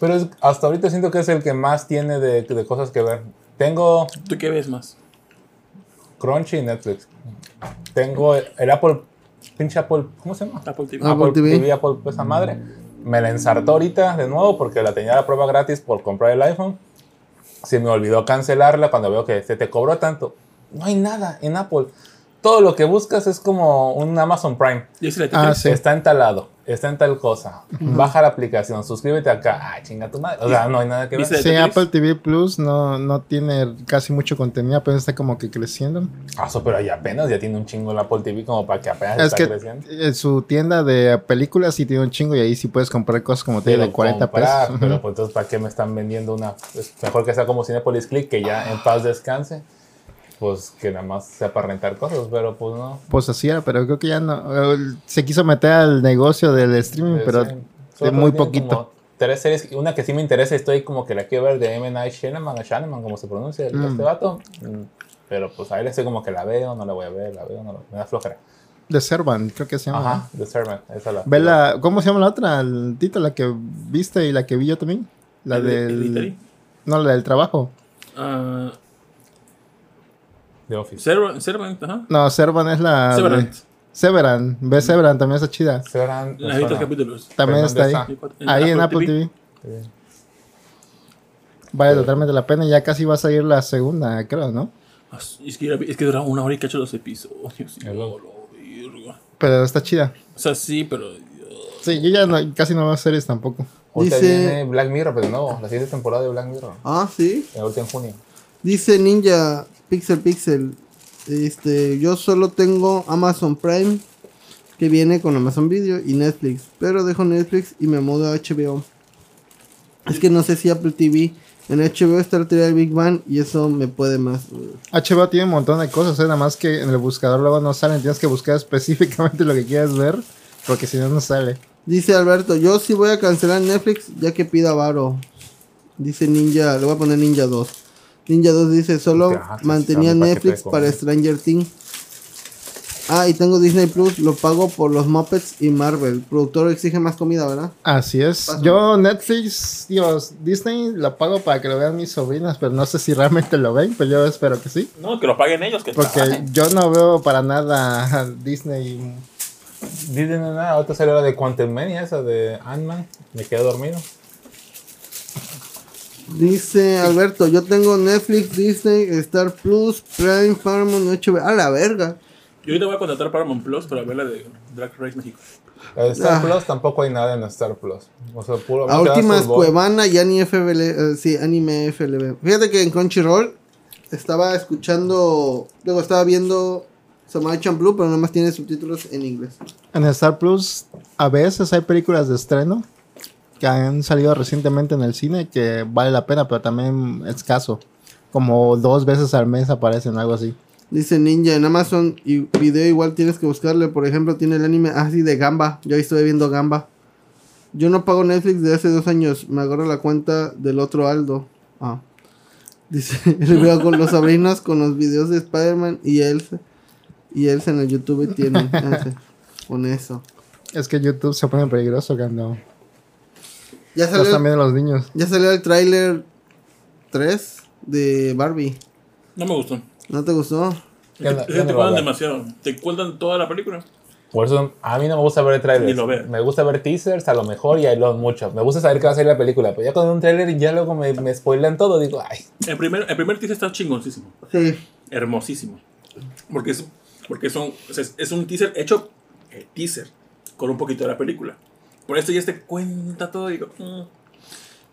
Pero es- hasta ahorita siento que es el que más tiene de, de cosas que ver. Tengo
¿Tú qué ves más?
Crunchy y Netflix. Tengo el, el Apple, pinche Apple, ¿cómo se llama?
Apple TV.
Ah. Apple TV.
Apple, pues, esa madre. Me la ensartó ahorita de nuevo porque la tenía la prueba gratis por comprar el iPhone. Se me olvidó cancelarla cuando veo que se te cobró tanto. No hay nada en Apple. Todo lo que buscas es como un Amazon Prime.
Yo sí la
Ah,
tengo.
sí.
Está en tal lado, está en tal cosa. Baja la aplicación, suscríbete acá. Ah, chinga tu madre. O sea, no hay nada que ver.
Dice-
Sí,
Netflix?
Apple TV Plus no, no tiene casi mucho contenido, apenas está como que creciendo.
Ah, so, pero ahí apenas ya tiene un chingo la Apple TV como para que apenas
Es
Ah, está
que
creciendo.
en su tienda de películas sí tiene un chingo y ahí sí puedes comprar cosas como te digo, de
Pero
40
comprar,
pesos.
Pero
Ujú.
pues entonces, ¿para qué me están vendiendo una? Pues, mejor que sea como Cinepolis Click, que ya en paz descanse. Pues que nada más sea para rentar cosas, pero pues no.
Pues así era, pero creo que ya no. el- Se quiso meter al negocio del streaming,
Eh,
Mm, pero
sí.
de
Solo
muy
tiene
poquito.
como Tres series, una que sí me interesa, estoy como que la quiero ver de M. Night Shyamalan, o Shyamalan, como se pronuncia el-
Mm.
este vato. Mm, Pero pues ahí le estoy como que la veo, no la voy a ver, la veo, no la me da flojera.
De Servan, creo que se llama.
Ajá,
¿no?
The Servant, esa la.
Ve la- ¿Cómo se llama la otra? El Tito, la que viste y la que vi yo también. La del.
Hereditary.
No, la del trabajo.
Ah,
The Office.
Servant, Servant, ajá.
No, Servan es la. de-
Severance.
Severan, ve Severan, también está chida.
Serán.
Las vistas capítulos.
También
¿Pero
está
dónde
ahí. Ahí en Ah, Apple TV. Vale totalmente la pena. Ya casi va a salir la segunda, creo, ¿no?
Ah, Es que, era- es que duraba una hora y cacho los episodios. y
Es
luego la verga.
Pero está chida.
O sea, sí, pero.
Sí, yo ya no- casi no veo series tampoco.
Ahorita
Dice-
viene Black Mirror, pero no, la siguiente temporada de Black Mirror.
Ah, sí.
La última en junio.
Dice Ninja Pixel Pixel. Este, yo solo tengo Amazon Prime que viene con Amazon Video y Netflix, pero dejo Netflix y me mudo a HBO. Es que no sé si Apple TV en HBO está la teoría del Big Bang y eso me puede más.
HBO tiene un montón de cosas, ¿eh? nada más que en el buscador luego no salen. Tienes que buscar específicamente lo que quieres ver, porque si no, no sale.
Dice Alberto, yo sí voy a cancelar Netflix ya que pida varo. Dice Ninja, le voy a poner Ninja 2. Ninja 2 dice, solo
Ajá,
mantenía
dame paquete
Netflix
de
para
comida.
Stranger Things. Ah, y tengo Disney Plus, lo pago por los Muppets y Marvel. productor exige más comida, ¿verdad?
Así es.
Pásame.
Yo Netflix, Dios, Disney la pago para que lo vean mis sobrinas, pero no sé si realmente lo ven, pero yo espero que sí.
No, que lo paguen ellos. Que
Porque
trabajen.
yo no veo para nada Disney.
Disney no nada, ahorita salió la de Quantum Mania, esa de Ant-Man. Me quedé dormido.
Dice Alberto, yo tengo Netflix, Disney, Star Plus, Prime, Paramount, HBO. A la verga.
Yo ahorita voy a contratar Paramount Plus para ver la de Drag Race México.
La de Star
Ah.
Plus tampoco hay nada en Star Plus. O sea, puro.
A últimas
fútbol.
Cuevana y Ani FBL, eh, sí, anime FLB. Fíjate que en Crunchyroll estaba escuchando, luego estaba viendo Samurai Champloo, pero nada más tiene subtítulos en inglés.
En Star Plus, a veces hay películas de estreno que han salido recientemente en el cine que vale la pena, pero también escaso. Como dos veces al mes aparecen, algo así.
Dice Ninja en Amazon y video igual tienes que buscarle, por ejemplo, tiene el anime así de Gamba. Yo ahí estuve viendo Gamba. Yo no pago Netflix de hace dos años, me agarro la cuenta del otro Aldo. Ah. Dice, le veo con los sobrinos con los videos de Spider-Man y Elsa. Y Elsa en el YouTube tiene. Ah, sí. Con eso.
Es que YouTube se pone peligroso cuando
Ya
lo están
salió,
viendo los niños.
ya salió el tráiler 3 de Barbie.
No me gustó.
¿No te gustó?
Ya no-
Es que
ya no
te
lo
cuentan
veo.
demasiado. Te cuentan toda la película.
Por eso a mí no me gusta ver
Ni lo ve.
trailers. Me gusta ver teasers a lo mejor y hay los muchos. Me gusta saber qué va a ser la película. Pero ya con un trailer ya luego me, me spoilan todo. Digo, ay,
El primer, el primer teaser está chingoncísimo.
Sí.
hermosísimo. Porque es, porque son, o sea, es, es un teaser hecho, eh, teaser, con un poquito de la película. Por eso ya te cuenta todo. Digo, mm.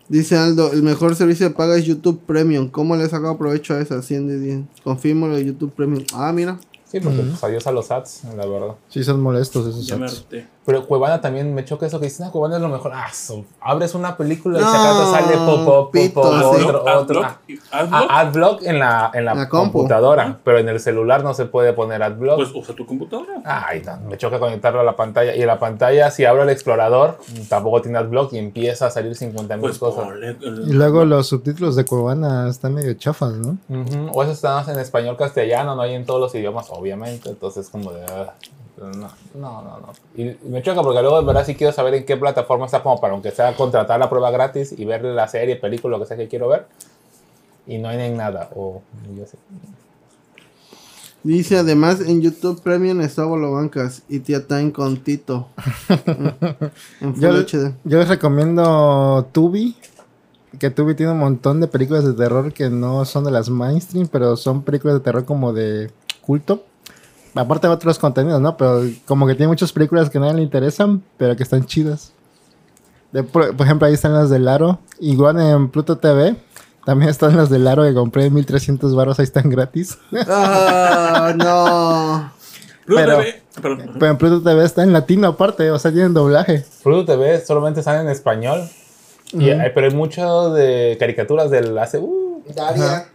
Dice Aldo, el mejor servicio de paga es YouTube Premium. ¿Cómo le he sacado provecho a esa? 100 de 10. Confirmo lo de YouTube Premium. Ah, mira.
sí, porque pues, adiós a los ads, la verdad.
Sí, son molestos esos
ya me
sets.
harté.
Pero Cuevana también me choca eso que dicen, ah, Cuevana es lo mejor. Ah, so- abres una película y
No,
si acaso sale pop, pop, pop,
pito, sí.
Adblock,
otro, Ah, otro.
Adblock,
Ah,
Adblock,
ah, Adblock en la, en la,
La compu.
computadora, pero en el celular no se puede poner Adblock.
pues usa tu computadora.
Ay, no, me choca conectarlo a la pantalla. Y en la pantalla, si abro el explorador, tampoco tiene Adblock y empieza a salir 50 mil
Pues
cosas.
ponle
Y
el-
luego los subtítulos de Cuevana están medio chafas, ¿no?
Ujú, O eso está en español castellano, no hay en todos los idiomas, obviamente. Entonces, como de. ah, No, no, no, no. Y me choca porque luego, en verdad, sí quiero saber en qué plataforma está, como para aunque sea contratar la prueba gratis y ver la serie, película, lo que sea que quiero ver. Y no hay en nada. O, yo sé.
Dice, además, en YouTube Premium está Bolobancas y Tía Time con Tito. Mm. en Full
Yo,
HD.
yo les recomiendo Tubi, que Tubi tiene un montón de películas de terror que no son de las mainstream, pero son películas de terror como de culto. Aparte de otros contenidos, ¿no? Pero como que tiene muchas películas que a nadie le interesan, pero que están chidas. De por, por ejemplo, ahí están las de Laro. Igual en Pluto TV también están las de Laro que compré en 1300 baros, ahí están gratis.
Ah, no.
Ruta
pero-
B, perdón.
Pero en Pluto TV está en latino aparte, o sea, tienen doblaje.
Pluto TV solamente sale en español. y, eh, pero hay mucho de caricaturas del hace. uh,
Daria.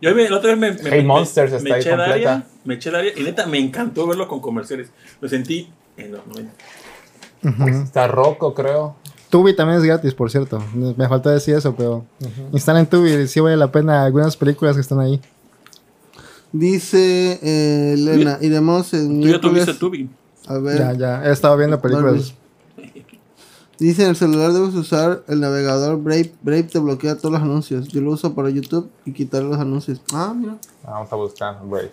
Yo me- la otra vez me, me,
Hey
me-
Monsters
me
está ahí
eché el
completa.
área, me eché el área y neta me encantó verlo con comerciales. Lo sentí en los 90.
Está Rocco, creo.
Tubi también es gratis, por cierto. Me faltó decir eso, pero instalen Tubi, sí vale la pena algunas películas que están ahí.
Dice eh, Elena, iremos en
Tú ya
miércoles
tuviste Tubi.
A ver.
Ya, ya, he estado viendo películas.
Barbie. Dice, en el celular debes usar el navegador Brave. Brave te bloquea todos los anuncios. Yo lo uso para YouTube y quitar los anuncios. Ah, mira.
Vamos a buscar. Brave.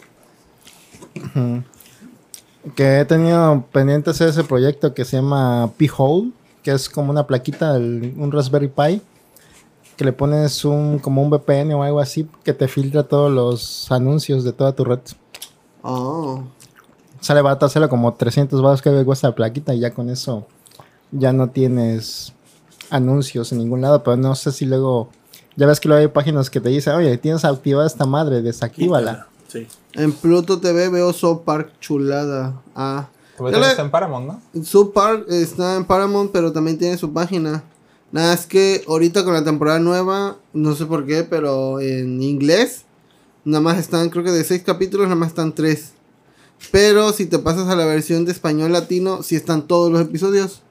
que he tenido pendientes es ese proyecto que se llama P-Hole, que es como una plaquita, del- un Raspberry Pi, que le pones un como un VPN o algo así que te filtra todos los anuncios de toda tu red.
Oh.
Sale barato hacerlo como 300 baros que cuesta la plaquita y ya con eso ya no tienes anuncios en ningún lado, pero no sé si luego... Ya ves que luego hay páginas que te dicen, oye, tienes activada esta madre, desactívala.
Sí.
En Pluto TV veo South Park chulada. Ah.
Pero
Ya
también
le-
está en Paramount, ¿no?
South Park está en Paramount, pero también tiene su página. Nada, es que ahorita con la temporada nueva, no sé por qué, pero en inglés, nada más están, creo que de seis capítulos, nada más están tres. Pero si te pasas a la versión de español latino, sí están todos los episodios.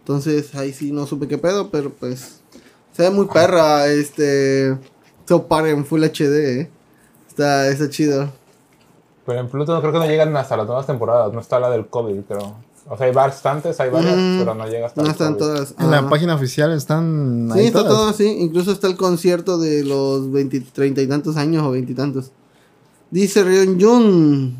Entonces, ahí sí no supe qué pedo, pero pues. Se ve muy perra, este. South Park en Full HD, eh. Está, está chido.
Pero en Pluto creo que no llegan hasta las nuevas temporadas. No está la del COVID, creo. O sea, hay bastantes, hay varias,
Mm.
pero no llega hasta
No
el
están
COVID.
todas.
En la
ah.
página oficial están...
Sí,
ahí
está
todas.
todo así. Incluso está el concierto de los 20, treinta y tantos años o veintitantos. Dice Rion Jun.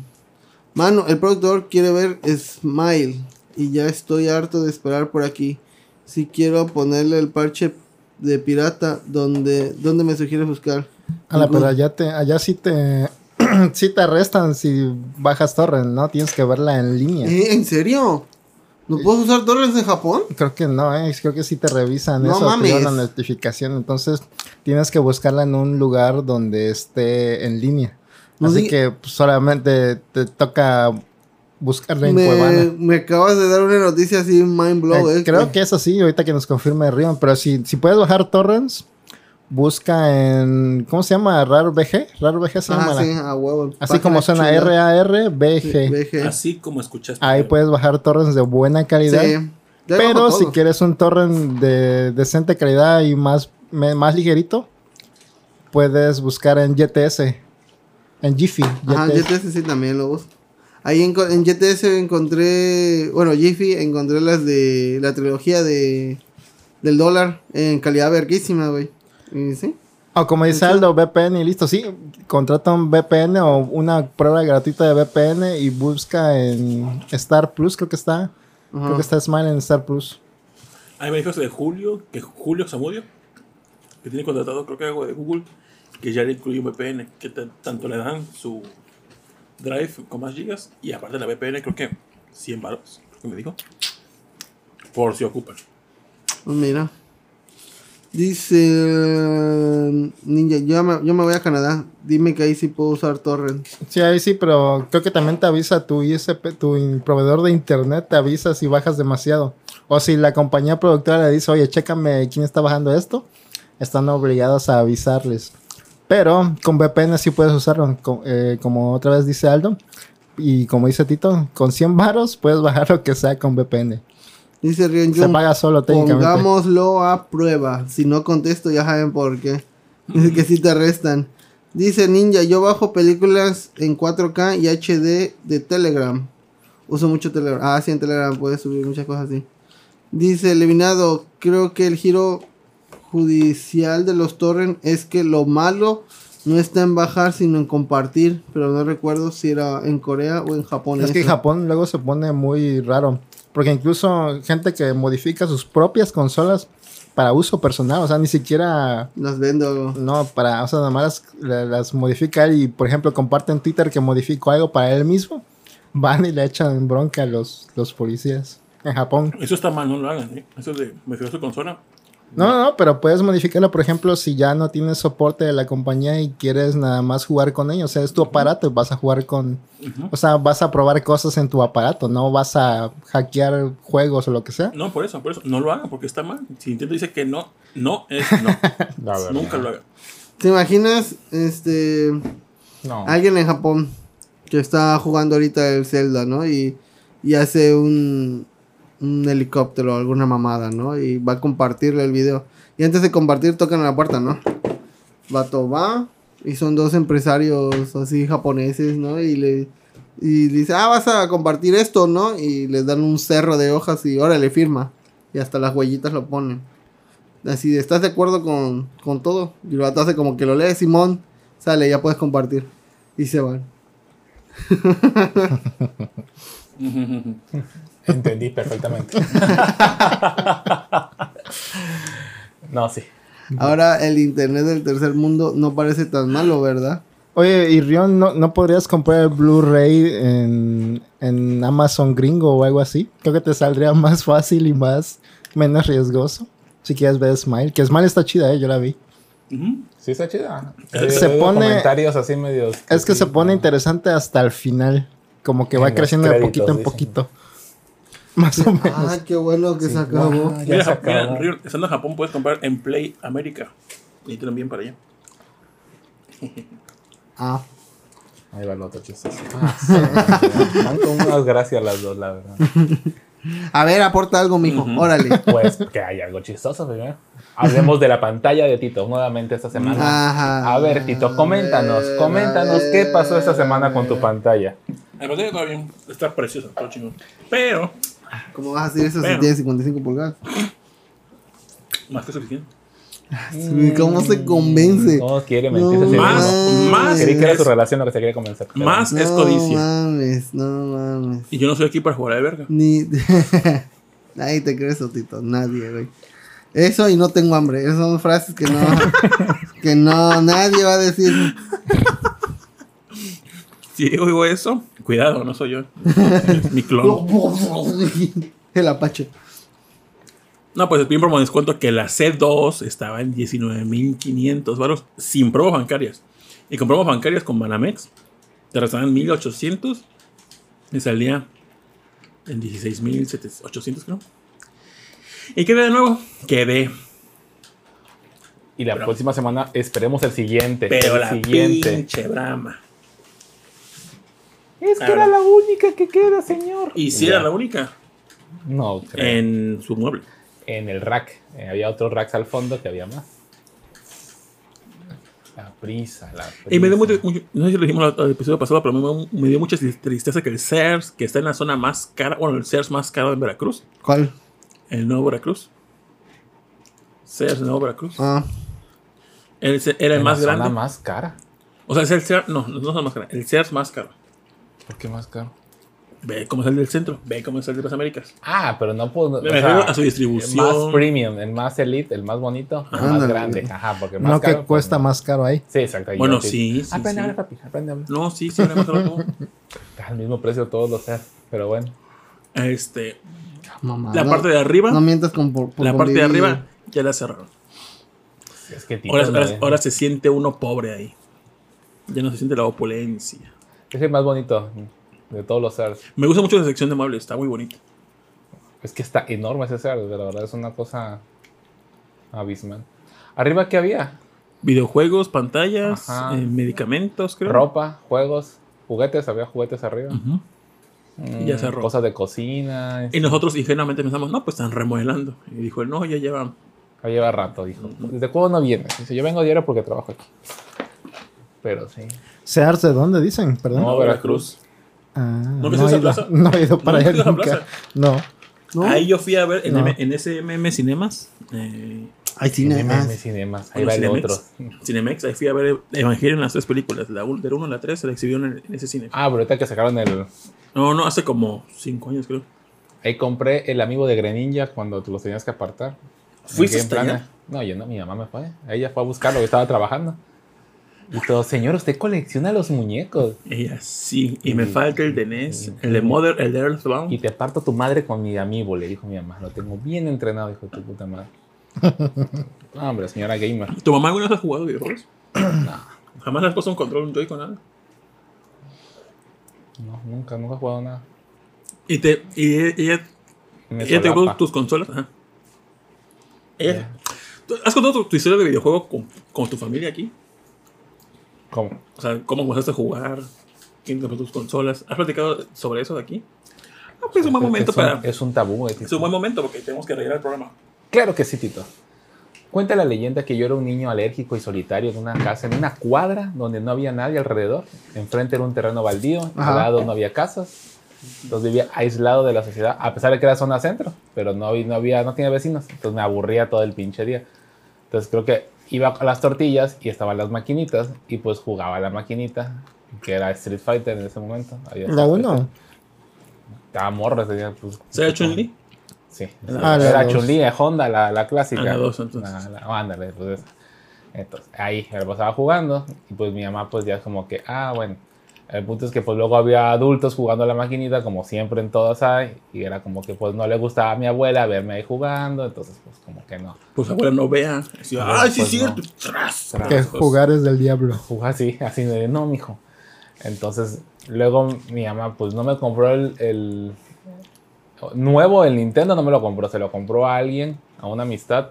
Mano, el productor quiere ver Smile. Y ya estoy harto de esperar por aquí. Si quiero ponerle el parche de pirata donde, donde me sugieres buscar.
A Ah, la, pero
Ningún-
allá, te, allá sí te sí te arrestan si bajas torrent, ¿no? Tienes que verla en línea.
¿Eh? ¿En serio? ¿No puedo usar torres de Japón?
Creo que no, ¿eh? creo que sí te revisan
No
eso, te
mames.
dan la notificación. Entonces tienes que buscarla en un lugar donde esté en línea.
No
Así
di-
que pues, solamente te toca buscarla en
Me,
Cuevana.
me acabas de dar una noticia así mind blow.
Eh,
eh,
creo que es así, ahorita que nos confirme Rion. Pero si, si puedes bajar torrents, busca en. ¿Cómo se llama? ¿Raro BG? ¿Raro BG se llama?
Ah,
la-
sí, a huevo.
Así como suena
Página chula.
R-A-R-B-G.
VG.
Así como escuchaste.
Ahí puedes bajar torrents de buena calidad.
Sí. Ya
Pero
bajo
si
todo.
quieres un torrent de decente calidad y más, me- más ligerito, puedes buscar en GTS. En Jiffy.
Ajá,
GTS.
GTS sí también lo uso. Ahí en, en GTS encontré. Bueno, Jiffy encontré las de. La trilogía de. Del dólar. En calidad verguísima, güey. Y sí.
O como dice Aldo, VPN y listo. Sí, contrata un VPN o una prueba gratuita de VPN y busca en Star Plus, creo que está. Creo
Ajá.
que está Smile en Star Plus.
Hay manifiesto de Julio, que Julio Zamudio, que tiene contratado, creo que algo de Google, que ya le incluye un VPN, que ta- tanto le dan su drive con más gigas y aparte la VPN, creo que 100 baros, creo que me dijo, por si ocupan.
Pues mira. Dice. eh, Ninja, yo me, yo me voy a Canadá. Dime que ahí sí puedo usar torrent.
Sí, ahí sí, pero creo que también te avisa tu ISP, tu in- proveedor de internet, te avisa si bajas demasiado. O si la compañía productora le dice, oye, chécame quién está bajando esto, están obligados a avisarles. Pero con VPN sí puedes usarlo, co- eh, como otra vez dice Aldo. Y como dice Tito, con 100 varos puedes bajar lo que sea con VPN.
Dice Rion
Se
Jun,
paga solo técnicamente.
Pongámoslo a prueba. Si no contesto, ya saben por qué. Dice que si te arrestan. Dice Ninja, yo bajo películas en 4K y HD de Telegram. Uso mucho Telegram. Ah, sí, en Telegram puedes subir muchas cosas así. Dice Eliminado, creo que el giro judicial de los torrent es que lo malo no está en bajar, sino en compartir. Pero no recuerdo si era en Corea o en Japón.
Es que
eso.
Japón luego se pone muy raro. Porque incluso gente que modifica sus propias consolas para uso personal, o sea, ni siquiera
Las vendo.
No, para, o sea, nada más las, las modifica él y, por ejemplo, comparte en Twitter que modificó algo para él mismo. Van y le echan bronca a los, los policías en Japón.
Eso está mal, no lo hagan, ¿eh? Eso de mezclar su consola.
No, no, no, pero puedes modificarlo, por ejemplo, si ya no tienes soporte de la compañía y quieres nada más jugar con ellos. O sea, es tu aparato, y vas a jugar con.
Ujú.
O sea, vas a probar cosas en tu aparato, no vas a hackear juegos o lo que sea.
No, por eso, por eso. No lo hagan porque está mal. Si Nintendo dice que no, no es
La
no.
verdad.
Nunca lo hagan.
¿Te imaginas? Este.
No.
Alguien en Japón que está jugando ahorita el Zelda, ¿no? Y, y hace un, un helicóptero o alguna mamada, ¿no? Y va a compartirle el video. Y antes de compartir, tocan a la puerta, ¿no? Vato va y son dos empresarios así japoneses, ¿no? Y le y dice, ah, vas a compartir esto, ¿no? Y les dan un cerro de hojas y órale, firma. Y hasta las huellitas lo ponen. Así, de, ¿estás de acuerdo con, con todo? Y lo hace como que lo lee Simón, sale, ya puedes compartir. Y se van.
Entendí perfectamente. no, sí.
Ahora el internet del tercer mundo no parece tan malo, ¿verdad?
Oye, y Rion, ¿no, no podrías comprar el Blu-ray en, en Amazon Gringo o algo así? Creo que te saldría más fácil y más menos riesgoso. Si quieres ver Smile, que Smile está chida, eh, yo la vi.
Ujú.
Sí está chida.
Se
Sí, veo
pone-
comentarios así medios.
Es que
sí,
se pone
¿no?
interesante hasta el final. Como que
En
va
Eh, los
creciendo de
créditos,
poquito en
dicen.
poquito. Más o menos.
Ah, qué bueno que se acabó.
Ah, ya
Mira,
se
Jap- mira,
acabó.
Río, estando en Japón puedes comprar en Play América. Y tienen bien para allá.
Ah,
Ahí va el otro chiste. Ah, sí, ya. Tanto unas gracias las dos, la verdad.
a ver, aporta algo, mijo. Órale.
Pues que hay algo chistoso primero. Hablemos de la pantalla de Tito nuevamente esta semana.
Ajá.
A ver, Tito, coméntanos, coméntanos qué pasó esta semana con tu pantalla.
La pantalla está bien, está preciosa, todo chingón. Pero,
¿Cómo vas a decir eso si
Bueno.
tiene 55 pulgadas?
más que suficiente.
¿Cómo se convence?
Oh,
No quiere mentir.
No
ese
Más,
señor.
más,
Creí que era
es-
su relación lo que se quería comenzar. pero-
Más es
No
codicia.
mames, no mames.
Y yo no soy aquí para jugar de verga.
Ni. Nadie te cree eso, Tito. Nadie, güey. Eso y no tengo hambre. Esas son frases que no. que no, nadie va a decir.
Si yo digo eso, cuidado, no soy yo. Es mi clon.
El apache.
No, pues el primer promo de descuento que la C2 estaba en 19.500 varos sin pruebas bancarias. Y con pruebas bancarias con Banamex te restaban 1.800 y salía en 16.800 creo. Y quedé de nuevo, quedé.
Y la
Pero-
próxima semana esperemos el siguiente.
Pero
el
la
siguiente.
pinche brama.
Es
que era la
única que queda, señor.
Y eh, si era la única
No, creo. En,
en su mueble.
el rack. Eh, había otros racks al fondo que había más. La prisa, la prisa.
Y me dio mucho, mucho- no sé si lo dijimos en el episodio pasado, pero me, me dio mucha tristeza que el CERS, que está en la zona más cara, bueno, el CERS más caro en Veracruz,
¿Cuál?
el Nuevo Veracruz. CERS Nuevo Veracruz.
Ah,
Era el- era el
En la
más
zona
grande.
más cara.
O sea, es el CERS, no, no es el más grande, el CERS más caro.
¿Por qué más caro?
Ve cómo es el del centro, ve cómo es el de las Américas.
Ah, pero no puedo.
Me
o
refiero
sea,
a su distribución.
El más premium, el más elite, el más bonito, el más
Ándale.
grande. Ajá, porque el más
No que
caro, pues,
cuesta
no.
más caro ahí.
Sí, exacto. ahí
Bueno,
yo
sí, sí,
Aprende a
sí.
hablar, papi. Aprende a hablar.
No, sí, sí, era más caro todo.
Al mismo precio todos los seas. Pero bueno.
Este,
mamá.
la
no-
parte de arriba,
No mientas con por,
Pues
por
la parte de
convivir.
arriba ya la cerraron.
Es que Tito
Ahora,
no
ahora-
es-
ahora se siente uno pobre ahí. Ya no se siente la opulencia.
es el más bonito de todos los seres.
Me gusta mucho la sección de muebles, está muy bonita.
Es que está enorme ese ser, de la verdad es una cosa abismal. Arriba qué había?
Videojuegos, pantallas,
Ajá.
eh, medicamentos, creo.
Ropa, juegos, juguetes, había juguetes arriba.
Ujú.
Mm,
ya cerró.
Cosas de cocina.
Y nosotros ingenuamente pensamos, no, pues están remodelando. Y dijo él, no, ya llevan.
Ya lleva rato, dijo. ¿Desde cuándo no vienes? Dice, yo vengo diario porque trabajo aquí. Pero sí.
¿Sears de dónde dicen? Perdón.
No, Veracruz.
Ah,
¿No viste
no, he
esa
ido,
plaza?
no he ido para
¿No
allá
viste esa
nunca.
plaza?
No.
¿No?
Ahí yo fui a ver en,
No.
M- en SMM Cinemas, eh,
Ay, cine.
MM
ah,
Cinemas. Ahí
bueno,
va el
Cinemex.
otro.
Cinemex, ahí fui a ver Evangelio en las tres películas, la 1, la 3, se la exhibieron en, en ese cine.
Ah, pero ahorita que sacaron el.
No, no, hace como cinco años creo.
Ahí compré el amigo de Greninja cuando te los tenías que apartar.
¿Fuiste
En Game
hasta
Planet.
allá?
No, yo no, mi mamá me fue. Ella fue a buscarlo, yo estaba trabajando. Y todo, señor, usted colecciona los muñecos.
Ella sí, y me
Mm.
falta el de NES,
Mm.
el de Mother, el de Earthbound.
Y te aparto tu madre con mi amigo, le dijo mi mamá. Lo tengo bien entrenado, hijo de tu puta madre. No, hombre, señora gamer.
¿Tu mamá alguna vez ha jugado videojuegos? no. Jamás le has puesto un control, un joy con nada.
No, nunca, nunca he jugado nada.
Y, te, y e- ella,
Me
ella te
solapa.
compró tus consolas. Ajá. Ella, ¿Tú ¿Has contado tu, tu historia de videojuego con, con tu familia aquí?
¿Cómo?
O sea, ¿cómo empezaste a jugar? ¿Quién te compró tus consolas? ¿Has platicado sobre eso de aquí? Ah, pues es un buen momento
es un,
para...
Es un tabú. eh,
Es un
Tito.
buen momento porque tenemos que arreglar el programa.
Claro que sí, Tito. Cuenta la leyenda que yo era un niño alérgico y solitario en una casa, en una cuadra donde no había nadie alrededor. Enfrente era un terreno baldío, al
Ajá.
lado no había casas. Entonces vivía aislado de la sociedad, a pesar de que era zona centro, pero no, había- no había, no tenía vecinos. Entonces me aburría todo el pinche día. Entonces creo que iba a las tortillas y estaban las maquinitas y pues jugaba a la maquinita. que era Street Fighter en ese momento. Había
La
Street
1.
Fighter. Estaba morra, tenía pues.
¿Será Chun-Li?
Sí.
Ah, la
era
dos.
Chun-Li de Honda, la, la clásica.
Ah, la dos, entonces.
La- la- ándale, pues esa. Entonces, ahí me la pasaba jugando. Y pues mi mamá, pues ya como que, ah, bueno. El punto es que pues luego había adultos jugando a la maquinita, como siempre en todas hay. Y era como que pues no le gustaba a mi abuela verme ahí jugando. Entonces, pues como que no.
Pues abuela no vea. Así, ah, sí, es
Pues no.
cierto. Tras,
Tras. pues.
Que
tras.
jugar es del diablo.
jugar así, así de no, mijo. Entonces, luego mi mamá, pues no me compró el, el- nuevo, el Nintendo no me lo compró, se lo compró a alguien, a una amistad,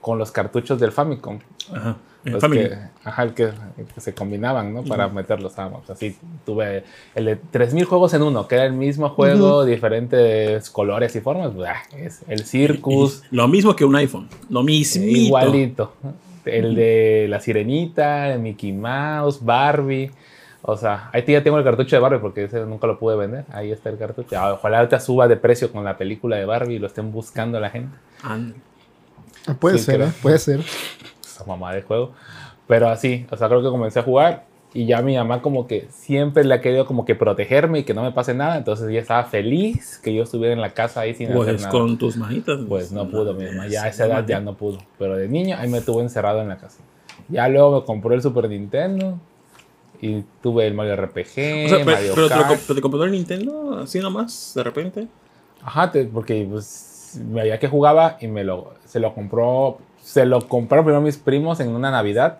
con los cartuchos del Famicom.
Ajá. Eh,
Los
Family.
Pues que- ajá, el que, el que se combinaban, ¿no? Para meterlos a Así tuve el de 3000 juegos en uno, que era el mismo juego, diferentes colores y formas. Bah, es el Circus.
Lo mismo que un iPhone. Lo mismo.
Igualito. El de la sirenita, el Mickey Mouse, Barbie. O sea, ahí ya tengo el cartucho de Barbie porque ese nunca lo pude vender. Ahí está el cartucho. Ah, Ojalá ahorita suba de precio con la película de Barbie y lo estén buscando la gente.
Ah,
Puede
Sí,
ser,
creo.
¿eh? puede ser.
Esa mamá de juego. Pero así, o sea, creo que comencé a jugar y ya mi mamá como que siempre le ha querido como que protegerme y que no me pase nada. Entonces ella estaba feliz que yo estuviera en la casa ahí sin hacer
Pues
nada.
con tus manitas.
Pues no pudo, mi mamá. Ya a
Sí,
esa edad
mamá.
ya no pudo. Pero de niño ahí me tuvo encerrado en la casa. Ya luego me compró el Super Nintendo. Y tuve el Mario RPG,
O sea, pero,
Eh, Mario
pero te, lo,
Kart.
comp- te compró el Nintendo así nomás, de repente.
Ajá, te- porque pues, me veía que jugaba y me lo, se lo compró. Se lo compraron primero mis primos en una Navidad.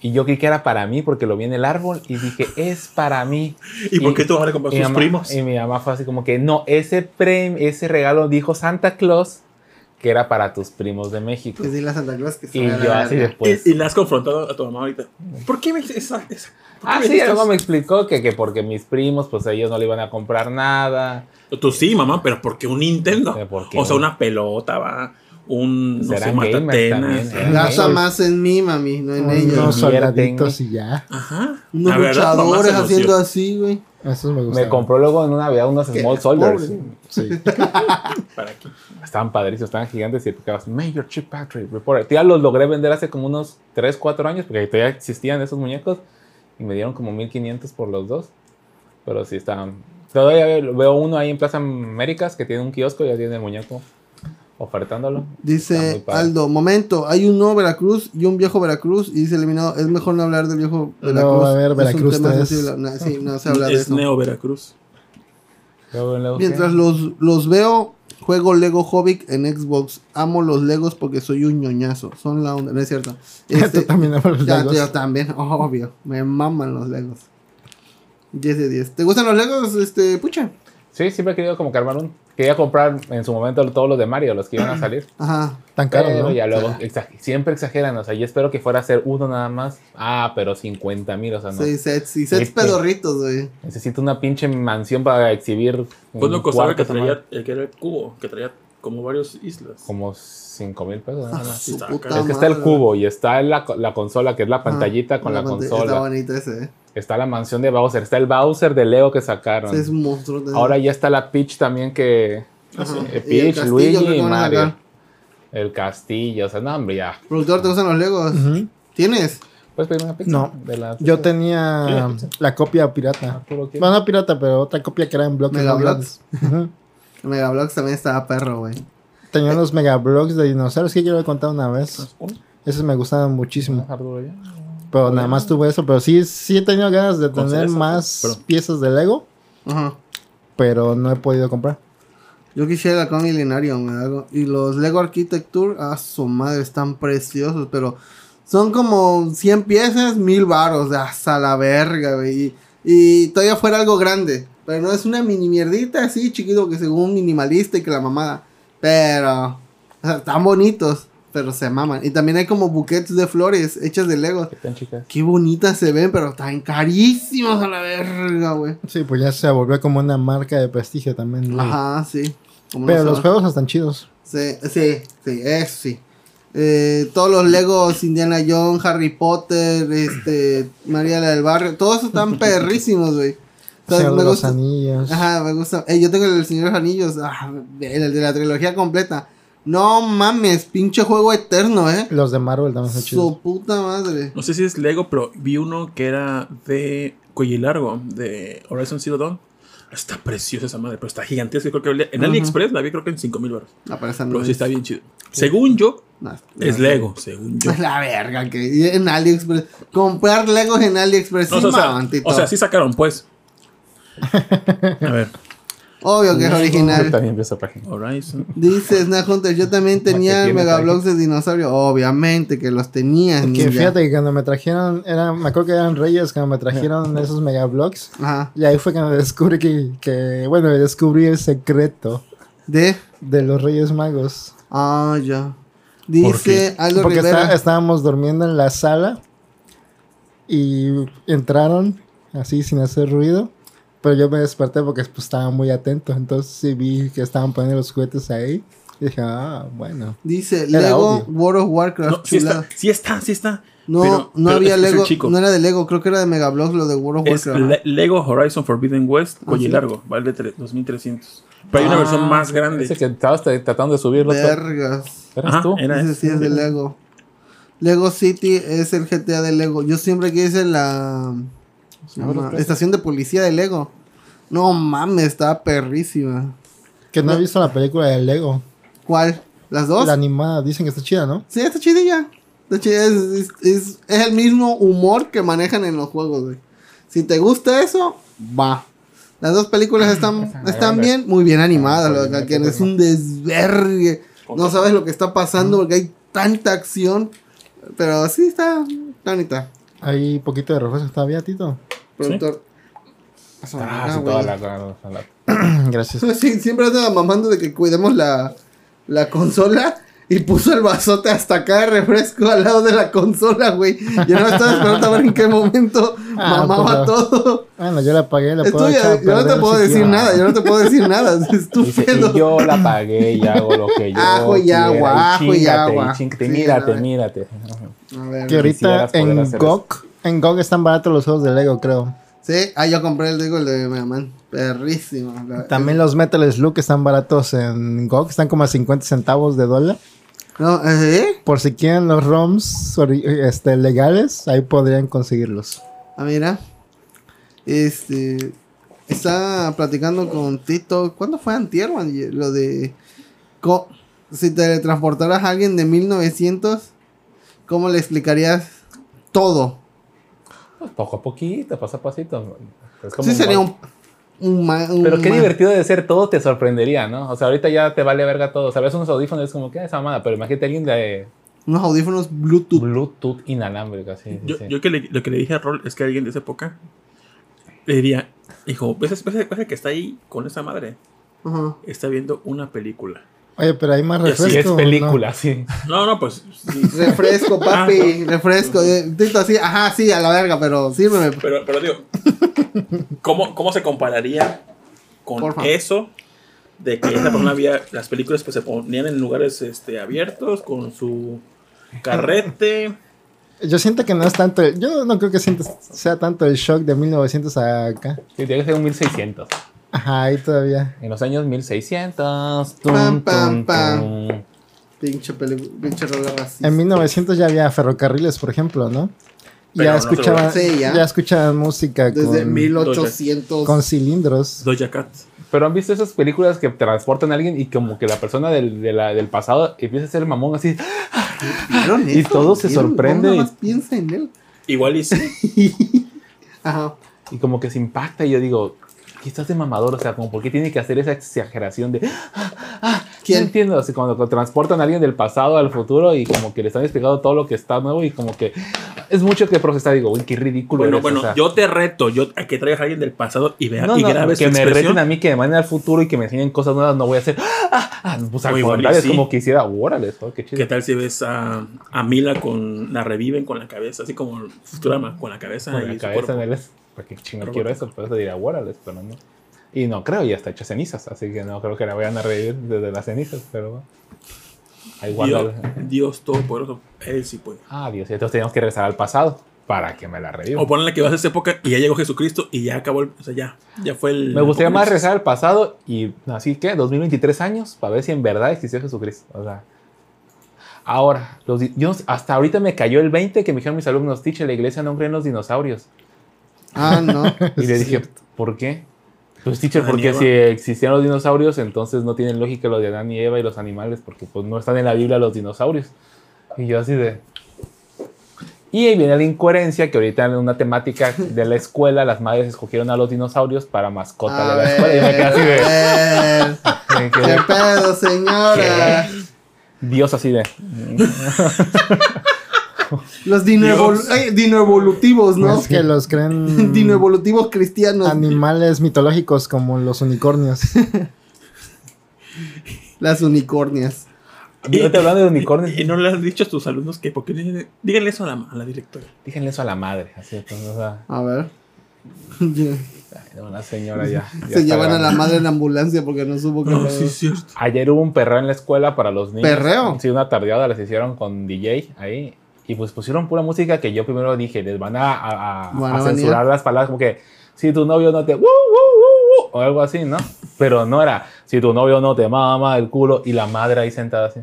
Y yo creí que era para mí porque lo vi en el árbol y dije, es para mí.
¿Y, por qué tu mamá le compró a
mi
sus
mamá-
primos?
Y mi mamá fue así como que, no, ese, prem- ese regalo dijo Santa Claus que era para tus primos de México.
Pues dile a Santa Claus que se
Y
vaya a la
yo así pues,
verga.
después.
y, y la has confrontado a tu mamá ahorita. ¿Por qué me esa, esa- por qué
Ah,
me
sí,
hiciste
luego
eso?
me explicó que, que porque mis primos, pues ellos no le iban a comprar nada.
Tú sí, mamá, pero ¿por qué un Nintendo?
Pero ¿por qué?
O sea, una pelota, va. Un. No sé,
Serán gamers
matatenas.
también, ¿eh?
Gasta más en mí, mami, no en ella.
Unos
Invierten.
soldaditos y ya.
Ajá.
Unos
La verdad, mamá
luchadores
se lució.
haciendo así, güey.
Esos me gustan.
Me compró luego en una vida unos Small Soldiers.
Sí.
Este,
¿Para qué?
Estaban padrísimos, estaban gigantes y picabas Major Chip Patrick Reporter. Ya los logré vender hace como unos 3, 4 años porque todavía existían esos muñecos y me dieron como 1500 por los dos. Pero sí estaban. Todavía veo veo uno ahí en Plaza Américas que tiene un kiosco y ya tiene el muñeco ofertándolo. Está muy
Dice
padre.
Aldo, momento, hay un nuevo Veracruz y un viejo Veracruz. Y dice eliminado, es mejor no hablar del viejo
No,
Veracruz.
a ver,
Es un
Veracruz
tema
tres.
sensible. No, sí, no se habla de
Es
eso.
Neo Veracruz.
Luego, luego, ¿qué?
Mientras los, los veo, juego Lego Hobbit en Xbox. Amo los Legos porque soy un ñoñazo. Son la onda, no es cierto.
Tú
Este,
también amas los
ya,
Legos.
yo también, obvio. Me maman los Legos. 10 de 10. ¿Te gustan los Legos, este, pucha?
Sí, siempre he querido como que armar un. Quería comprar en su momento todos los de Mario, los que iban a salir.
Ajá.
Tan caros,
Pero
¿no?
ya luego, exa- siempre exageran, o sea, yo espero que fuera a ser uno nada más. Ah, pero 50 mil, o sea, no.
Sí, sets, y sets
Este.
pedorritos, güey.
Necesito una pinche mansión para exhibir. un
¿Cuánto Pues costaba el que
cuarto,
traía
¿no?
el que era el cubo? Que traía como varias islas. Ah,
Como 5 mil pesos nada más.
Su
está
puta
caro.
Es que está el
Ah, madre.
cubo y está la, co- la consola, que es la
Ajá,
pantallita con la,
pantalla-
consola.
Está bonito ese, eh.
Está la mansión de Bowser, está el Bowser de Leo que sacaron.
Ese es un monstruo. de-
Ahora ya está la Peach también que...
Ajá.
eh,
Ah, Y el
Peach,
castillo, creo
Luigi
que
y
van a
Mario.
sacar.
El castillo, o sea, no, hombre, ya.
Productor, ¿te gustan los Legos?
Ujú.
¿Tienes?
¿Puedes pedirme una pizza? Ah,
No.
De la-
Yo tenía la copia pirata.
¿Tú lo quieres?
Bueno, no pirata, pero otra copia que era en bloques.
Mega
muy grandes. Ujú.
Megablox también estaba perro, güey.
Tenía unos megablocks de dinosaurios que yo lo he contado una vez.
¿Uno?
Esos me gustaban muchísimo.
Arturo, ya.
Pero nada más tuve eso. Pero sí, sí he tenido ganas de
Con
tener
cereza,
más
pero-
piezas de Lego,
Ajá.
pero no he podido comprar.
Yo quisiera la con Millenarium, güey, algo. Y los Lego Architecture, a su madre, están preciosos, pero son como 100 piezas, 1000 varos, hasta la verga, güey. Y, y todavía fuera algo grande, pero no es una mini mierdita así, chiquito, que según minimalista y que la mamada. Pero, o sea, están bonitos, pero se maman. Y también hay como buquets de flores hechas de Lego.
¿Qué tal, chicas?
Qué bonitas se ven, pero están carísimos a la verga, güey.
Sí, pues ya se volvió como una marca de prestigio también. ¿no?
Ajá, sí. Como
Pero
no
los
se-
juegos están chidos.
Sí, sí, sí, eso sí. Eh, todos los Legos, Indiana Jones, Harry Potter, este, María la del Barrio, todos están perrísimos, güey. Entonces,
Señor
me
de los
gusta.
Anillos.
Ajá, me gusta. Eh, yo tengo el Señor de los Anillos, ah, el, el de la trilogía completa. No mames, pinche juego eterno, eh.
Los de Marvel también son chidos.
Su puta madre.
No sé si es Lego, pero vi uno que era de cuello largo, de Horizon Zero Dawn. Está preciosa esa madre, pero está gigantesca. Creo que valía- en AliExpress la vi creo que en 5000 baros.
No, pero esa no
Pero
es.
sí está bien chido. Según yo,
no,
es Lego, según yo.
no. La verga, que y en AliExpress. Comprar Legos en AliExpress.
No,
sí,
o, sea,
mamón, Tito.
o sea, sí sacaron, pues. A ver,
Obvio que es
Yo
original.
también vi esa página.
Horizon.
Dice Snack Hunter, yo también
que
tenía
tiene
megablogs de dinosaurio. Obviamente que los tenía.
Que
ninja.
fíjate que cuando me trajeron, era, me acuerdo que eran Reyes cuando me trajeron esos megablogs.
Ajá.
Y ahí fue cuando descubrí que, que, bueno, descubrí el secreto
De.
de los Reyes Magos.
Ah, ya. Dice Aldo
Porque
Rivera.
está- estábamos durmiendo en la sala y entraron así sin hacer ruido. Pero yo me desperté porque pues, estaba muy atento. Entonces sí vi que estaban poniendo los juguetes ahí. Y dije, ah, bueno.
Dice
Era
Lego
obvio.
World of Warcraft.
No, sí
chulada.
está, sí está, sí está.
No,
Pero-
no
pero
había
es- es el
Lego.
chico.
No era de Lego, creo que era de Megablogs lo de World of
Es
Warcraft.
Le- Lego Horizon Forbidden
Ah,
West, cuello largo, vale tre- 2300. Pero hay una versión más grande.
Ese que estabas tra- tratando de subirlo. ¿Eres
Vergas.
Ajá,
tú?
era
Ese
ese.
sí es de Lego. Lego City es el GTA de Lego. Yo siempre quise la la estación de policía de Lego. No mames, estaba perrísima.
Que no he visto la película de Lego.
¿Cuál? ¿Las dos?
La animada, dicen que está chida, ¿no?
Sí, está chidilla. Está chida. Es, es- es- es el mismo humor que manejan en los juegos, güey. Si te gusta eso, va. Las dos películas
Ah,
están, están bien, muy bien animadas. Lo de Kaken. es un desvergue. No sabes lo que está pasando porque hay tanta acción. Pero sí está está bonita.
Hay poquito de refuerzo todavía, Tito.
Productor.
Ah,
Ah,
sí,
güey.
toda la, la- la- la-
Gracias.
Sí, siempre anda mamando de que cuidemos la, la consola. Y puso el vasote hasta acá de refresco al lado de la consola, güey. Yo no estaba esperando a ver en qué momento
Ah, pero-
mamaba todo.
Bueno, yo la pagué, la
Es
puedo
tuya,
echar a
yo no te
perder
puedo
si
decir
quiero.
nada, yo no te puedo decir nada. Es tu
Dice,
pedo.
y yo la pagué y hago lo que yo.
Ajo y
quiera,
agua, ajo y
chíngate,
agua.
chíngate,
Sí,
mírate,
la-
mírate.
A ver.
Que ahorita
Quisieras poder
en
hacer
GOG, en GOG están baratos los juegos de Lego, creo.
Sí, ah, yo compré el digo el de Mega Man. Perrísimo. la-
También los Metal Slug están baratos en GOG, están como a 50 centavos de dólar.
No, ¿eh?
Por si quieren los ROMs ori- este, legales, ahí podrían conseguirlos.
Ah, mira. Este. Estaba platicando con Tito. ¿Cuándo fue antier o antier? Lo de. co- si teletransportaras a alguien de 1900, ¿cómo le explicarías todo?
Pues poco a poquito, paso a pasito. Es como
Sí,
un-
sería un. un ma- un
Pero qué
ma-
divertido de ser, todo te sorprendería, ¿no? O sea, ahorita ya te vale verga todo. O sea, ves unos audífonos y es como, ¿qué es esa mamada? Pero imagínate a alguien de
Unos audífonos Bluetooth.
Bluetooth inalámbrico, así.
Yo,
sí.
yo que le- lo que le dije a Rol es que alguien de esa época le diría, hijo, ¿ves, ese- ves, ese- ves el que está ahí con esa madre?
Ajá.
Está viendo una película.
Oye, pero hay más
Y así
refresco.
Sí, es
¿no?
película, sí.
No, no, pues sí.
Refresco,
Ah,
papi. refresco. eh, Tito, así. Ajá, sí, a la verga, pero sírveme.
Pero, pero digo, ¿cómo, ¿cómo se compararía con
Porfa.
eso de que esta persona había las películas que se ponían en lugares este, abiertos con su carrete?
Yo siento que no es tanto. el- yo no creo que sienta- sea tanto el shock de 1900 a acá.
Sí, tiene que ser un 1600.
Ajá, ahí todavía.
En los años 1600.
Pam,
Tum,
pam,
tum,
pam.
tum.
Pinche, peli- pinche rola racista.
En 1900 ya había ferrocarriles, por ejemplo, ¿no?
Pero
ya,
no
escuchaban,
se veía. Sí, ya.
ya. escuchaban música
Desde
con,
1800.
con cilindros.
Doja Cat.
Pero han visto esas películas que transportan a alguien y como que la persona del, de la- del pasado empieza a ser mamón así.
¿Vieron
Y
eso?
todo se
¿Vieron?
sorprende.
¿Cómo nada más piensa en él.
Igual y sí.
Ajá.
Y como que se impacta y yo digo, ¿qué estás de mamador? O sea, como por qué tiene que hacer esa exageración de... "Ah, ah,
¿Quién?
No entiendo, así cuando cuando transportan a alguien del pasado al futuro y como que le están explicando todo lo que está nuevo y como que es mucho que procesar. Digo, uy, qué ridículo.
Bueno,
eres", o
bueno,
sea,
yo te reto yo, a que traigas a alguien del pasado y vea
no,
y
no,
grabes su
que me reten a
expresión.
mí, que me manden al futuro y que me enseñen cosas nuevas, no voy a hacer... "Ah, ah", pues al
Oye, igual y
contrario, es
sí.
como que hiciera, órale, todo, qué
¿Qué
chido.
tal si ves a, a Mila con la reviven con la cabeza, así como Futurama, con la cabeza
Con
y
la
su
cabeza en
cuerpo?
el... Porque chingo
Pero
quiero eso, por eso diría, órale, pero no. Y no creo, ya está hecho cenizas, así que no creo que la vayan a revivir desde las cenizas, pero bueno. Ahí guarda
Dios, Dios Todopoderoso, él sí puede.
Ah, Dios, y entonces teníamos que regresar al pasado. para que me la reviva.
O ponle que vas a esa época y ya llegó Jesucristo y ya acabó el. O sea, ya. Ya fue el.
Me gustaría más
apocalipsis.
regresar al pasado y así que 2023 años para ver si en verdad existió Jesucristo. O sea, ahora, los, di- yo no sé, hasta ahorita me cayó el 20 que me dijeron mis alumnos, teacher, la iglesia no cree en los dinosaurios.
Ah, no.
Y le dije, ¿por qué? Pues teacher,
Ah,
Adán y
porque
Eva.
si existían los dinosaurios, entonces no tienen lógica lo de Adán y Eva y los animales, porque pues no están en la Biblia los dinosaurios. Y yo así de... Y ahí viene la incoherencia que ahorita en una temática de la escuela las madres escogieron a los dinosaurios para mascota de
A
la escuela. Y me quedé así de...
ver.
me quedé,
¿Qué pedo, señora?
Dios así de...
Los dinoevol-
Dios.
ay, dinoevolutivos,
No
¿no?
es que los creen
Dinoevolutivos cristianos.
animales mitológicos como los unicornios.
Las unicornias.
Yo te hablando de unicornios.
Y no le has dicho a tus alumnos que. Porque díganle, díganle eso a la, a la directora.
Díganle eso a la madre. Así de, pues, o sea,
A ver.
ay, no, la señora ya... ya
Se
está
llevan a
grande.
la madre en la ambulancia porque no supo que
No,
lo-
sí, es cierto.
Ayer hubo un perreo en la escuela para los niños.
¿Perreo?
Sí, una tardeada las hicieron con DJ ahí. Y pues pusieron pura música que yo primero dije, les van a, a- a-
Van a
a
banear.
censurar las palabras como que, si tu novio no te... "Woo, woo, woo, woo", o algo así, ¿no? Pero no era, si tu novio no te mama el culo y la madre ahí sentada así.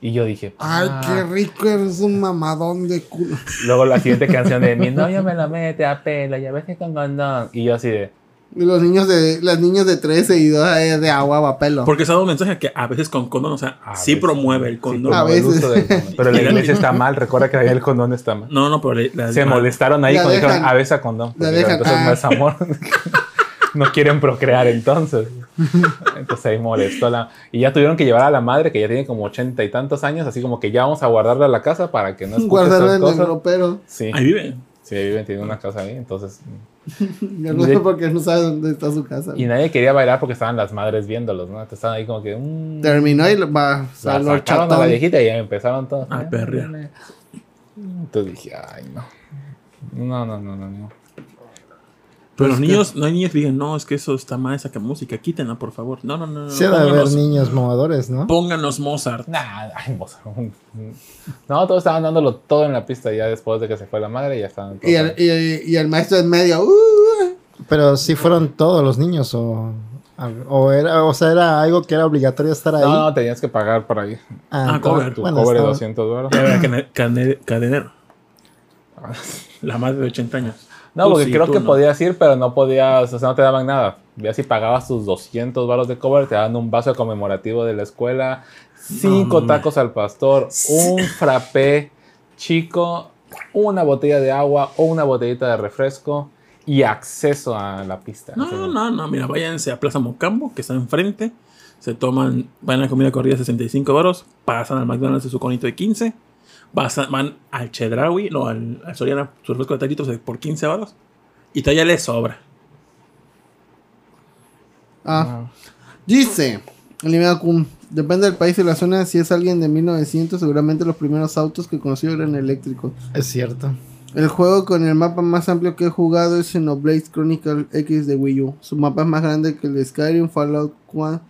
Y yo dije,
Ay,
"Ah".
qué rico, eres un mamadón de culo.
luego la siguiente canción de mi novio me lo mete a pelo, ya ves que con condón. Y yo así de,
Y Los niños de, las niñas de 13 y 2 de agua a pelo.
Porque se ha dado un mensaje que a veces con condón, o sea,
A
sí
veces.
promueve el condón.
A
"Como el
veces.
uso del condón". Pero la iglesia está mal, recuerda que el condón está mal.
No, no, pero le- la-
Se
la-
molestaron ahí
La
cuando dijeron
dejan.
a veces a condón.
La
Porque
dejan.
Entonces
Ah.
no es amor. no quieren procrear entonces. Entonces ahí molestó la... Y ya tuvieron que llevar a la madre, que ya tiene como ochenta y tantos años, así como que ya vamos a guardarla a la casa para que no escuche
Guardarlo
estas
en el
cosas.
ropero.
Sí,
Ahí vive.
sí, ahí viven, tienen una casa ahí, entonces...
Yo no sé porque no sabe dónde está su casa.
Y nadie quería bailar porque estaban las madres viéndolos, ¿no? Entonces estaban ahí como que... mm,
Terminó y lo- va,
la
salió el
sacaron a la
chatón.
viejita y ya empezaron todos.
A perrear.
Entonces dije, ay, no. No, no, no, no, no.
Pero los niños, no hay niños que digan, no, es que eso está mal, esa música, quítenla, por favor. No, no, no. no
Sí, ha de haber
pónganos-
niños mamadores, ¿no?
Pónganos Mozart.
Nah, ay, Mozart. No, todos estaban dándolo todo en la pista ya después de que se fue la madre, ya estaban todos.
Y el, y- y el maestro en medio. "Uh".
Pero sí fueron todos los niños o, o era, o sea, era algo que era obligatorio estar ahí.
no, no, tenías que pagar para ir.
Ah, cover,
Ah, Tu
bueno,
cobre
estaba-
200
Ya
dólares.
verá, cane- cane- cadenero. La madre de 80 años.
No,
Tú
porque
sí,
creo
tú
que
no.
podías ir, pero no podías, o sea, no te daban nada. Ya si pagabas tus 200 baros de cover, te daban un vaso conmemorativo de la escuela, cinco
hombre.
tacos al pastor, un frappé chico, una botella de agua o una botellita de refresco y acceso a la pista.
No,
Entonces,
no, no, mira, váyanse a Plaza Mocambo, que está enfrente. Se toman, van a comida corrida 65 baros, pasan al McDonald's de su conito de 15, pasan- van al Chedraui, no, al, al Soriana, su refresco de taritos por 15 baros, y todavía les sobra.
Ah. Dice, Olivia Kun, depende del país y la zona, si es alguien de 1900, seguramente los primeros autos que conocí eran eléctricos.
Es cierto.
El juego con el mapa más amplio que he jugado es Xenoblade Chronicle X de Wii U. Su mapa es más grande que el de Skyrim, Fallout 4,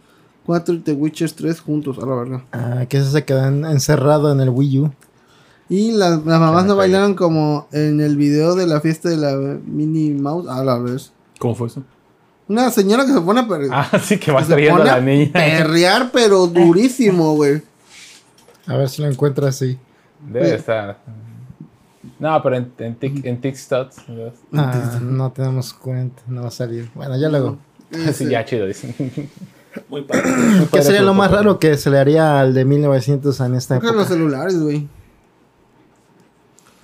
4 y The Witcher 3 juntos, a la verga.
Ah, que eso se quedó en- encerrado en el Wii U.
Y la- las mamás
me
no
pegue.
bailaron como en el video de la fiesta de la Mini Mouse, a la vez.
¿Cómo fue eso?
Una señora que se pone a perder.
Ah, sí que vas
se
trayendo a
pone
la
a
niña.
perrear, pero durísimo, güey.
A ver si lo encuentro así.
Debe
Oye.
estar. No, pero en, en, tic, en TikToks.
Ah, no tenemos cuenta, no va a salir. Bueno, ya luego.
Sí,
Este,
ya chido, dicen.
Muy padre.
¿Qué sería lo más raro que se le haría al de 1900 en esta
Creo que los
época?
celulares, güey.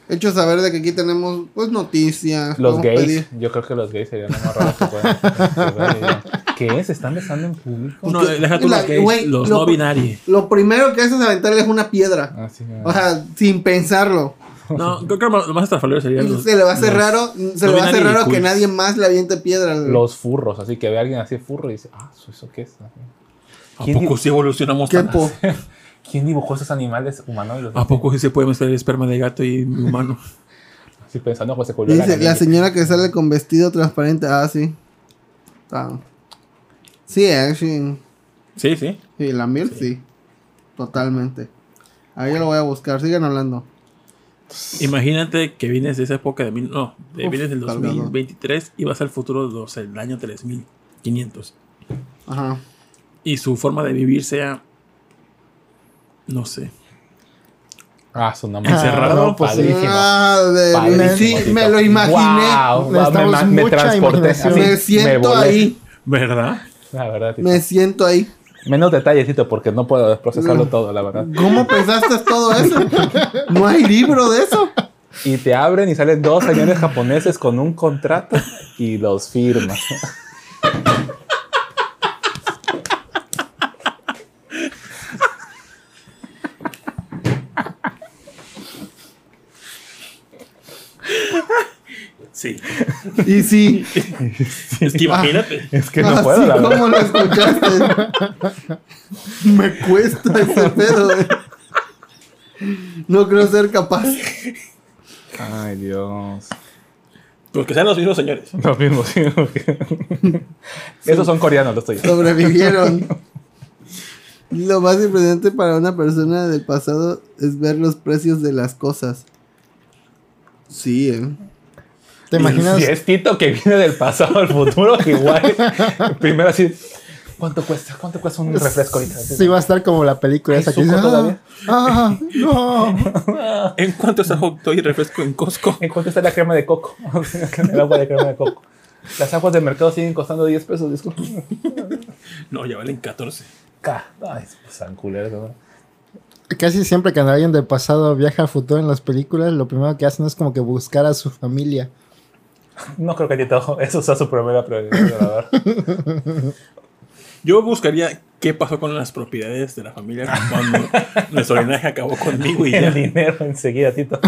Hecho saber de que aquí tenemos, pues, noticias.
Los
podemos
gays.
pedir.
Yo creo que los gays serían lo más raro que puedan. ¿Qué? ¿Se están besando en público?
No,
Porque-
deja tú
la-
los gays,
güey,
los
lo-
no binarios.
Lo primero que haces es aventarles una piedra.
Ah, sí,
O sea, sin pensarlo.
No, creo que lo más- lo más estrafalario sería los,
Se le va a hacer
los-
raro, se
no
le va a hacer
binary
raro que
queens.
nadie más le aviente piedra. güey.
Los furros, así que ve a alguien así furro y dice, ah, ¿eso qué es?
¿A
¿Quién
poco
dijo-
sí evolucionamos
¿Qué
tan
po?
¿Quién dibujó esos animales humanoides?
¿A poco sí se puede mezclar el esperma de gato y humano?
Así pensando, pues, José Julio.
Dice,
Laranilla.
la señora que sale con vestido transparente. Ah, sí. Ah. Sí, eh, sí.
Sí, sí.
Sí, la mil, sí. Totalmente. Ahí lo voy a buscar. Sigan hablando.
Imagínate que vienes de esa época de mil, no, de-
Uf,
vienes del
cargado.
2023 y vas al futuro del el año 3500
Ajá.
y su forma de vivir sea no sé.
Ah, su nombre.
Encerrado,
Ah,
pues sí.
padrísimo.
Ah, de-
Padrísimo,
sí,
TikTok.
me lo imaginé.
Guau, me-
Necesitamos
me, me
mucha
transporté.
imaginación.
así,
Me siento
volé.
ahí.
¿Verdad?
La verdad, Tito.
Me siento ahí.
Menos detallecito porque no puedo procesarlo todo, la verdad.
¿Cómo pensaste todo eso? No hay libro de eso.
Y te abren y salen dos señores japoneses con un contrato y los firman.
Sí.
Y sí.
Es que imagínate.
Es que
Ah,
no puedo,
así
la verdad.
como Ah, lo escuchaste. Me cuesta ese pedo. eh. No creo ser capaz.
Ay, Dios.
Pues que sean los mismos señores.
Lo mismo, sí. Esos son coreanos, los tuyos.
Sobrevivieron. Lo más impresionante para una persona del pasado es ver los precios de las cosas. Sí, eh.
¿Te imaginas?
Si es Tito que viene del pasado al futuro, que igual. Primero así. ¿Cuánto cuesta? ¿Cuánto cuesta un refresco ahorita?
Sí, va a estar como la película
Hay
esa que dice,
suco
ah,
todavía.
ah, no.
¿En cuánto está hot dog y refresco en Costco?
¿En cuánto está la crema de coco? El agua de crema de coco. Las aguas del mercado siguen costando 10 pesos, disculpa.
No, ya valen 14.
Ca- Ay, pues tan culero, ¿no?
Casi siempre cuando alguien del pasado viaja al futuro en las películas, lo primero que hacen es como que buscar a su familia.
No creo que Tito, eso sea su primera prioridad, la verdad.
Yo buscaría qué pasó con las propiedades de la familia cuando nuestro linaje acabó conmigo y
El
ya.
dinero enseguida, Tito.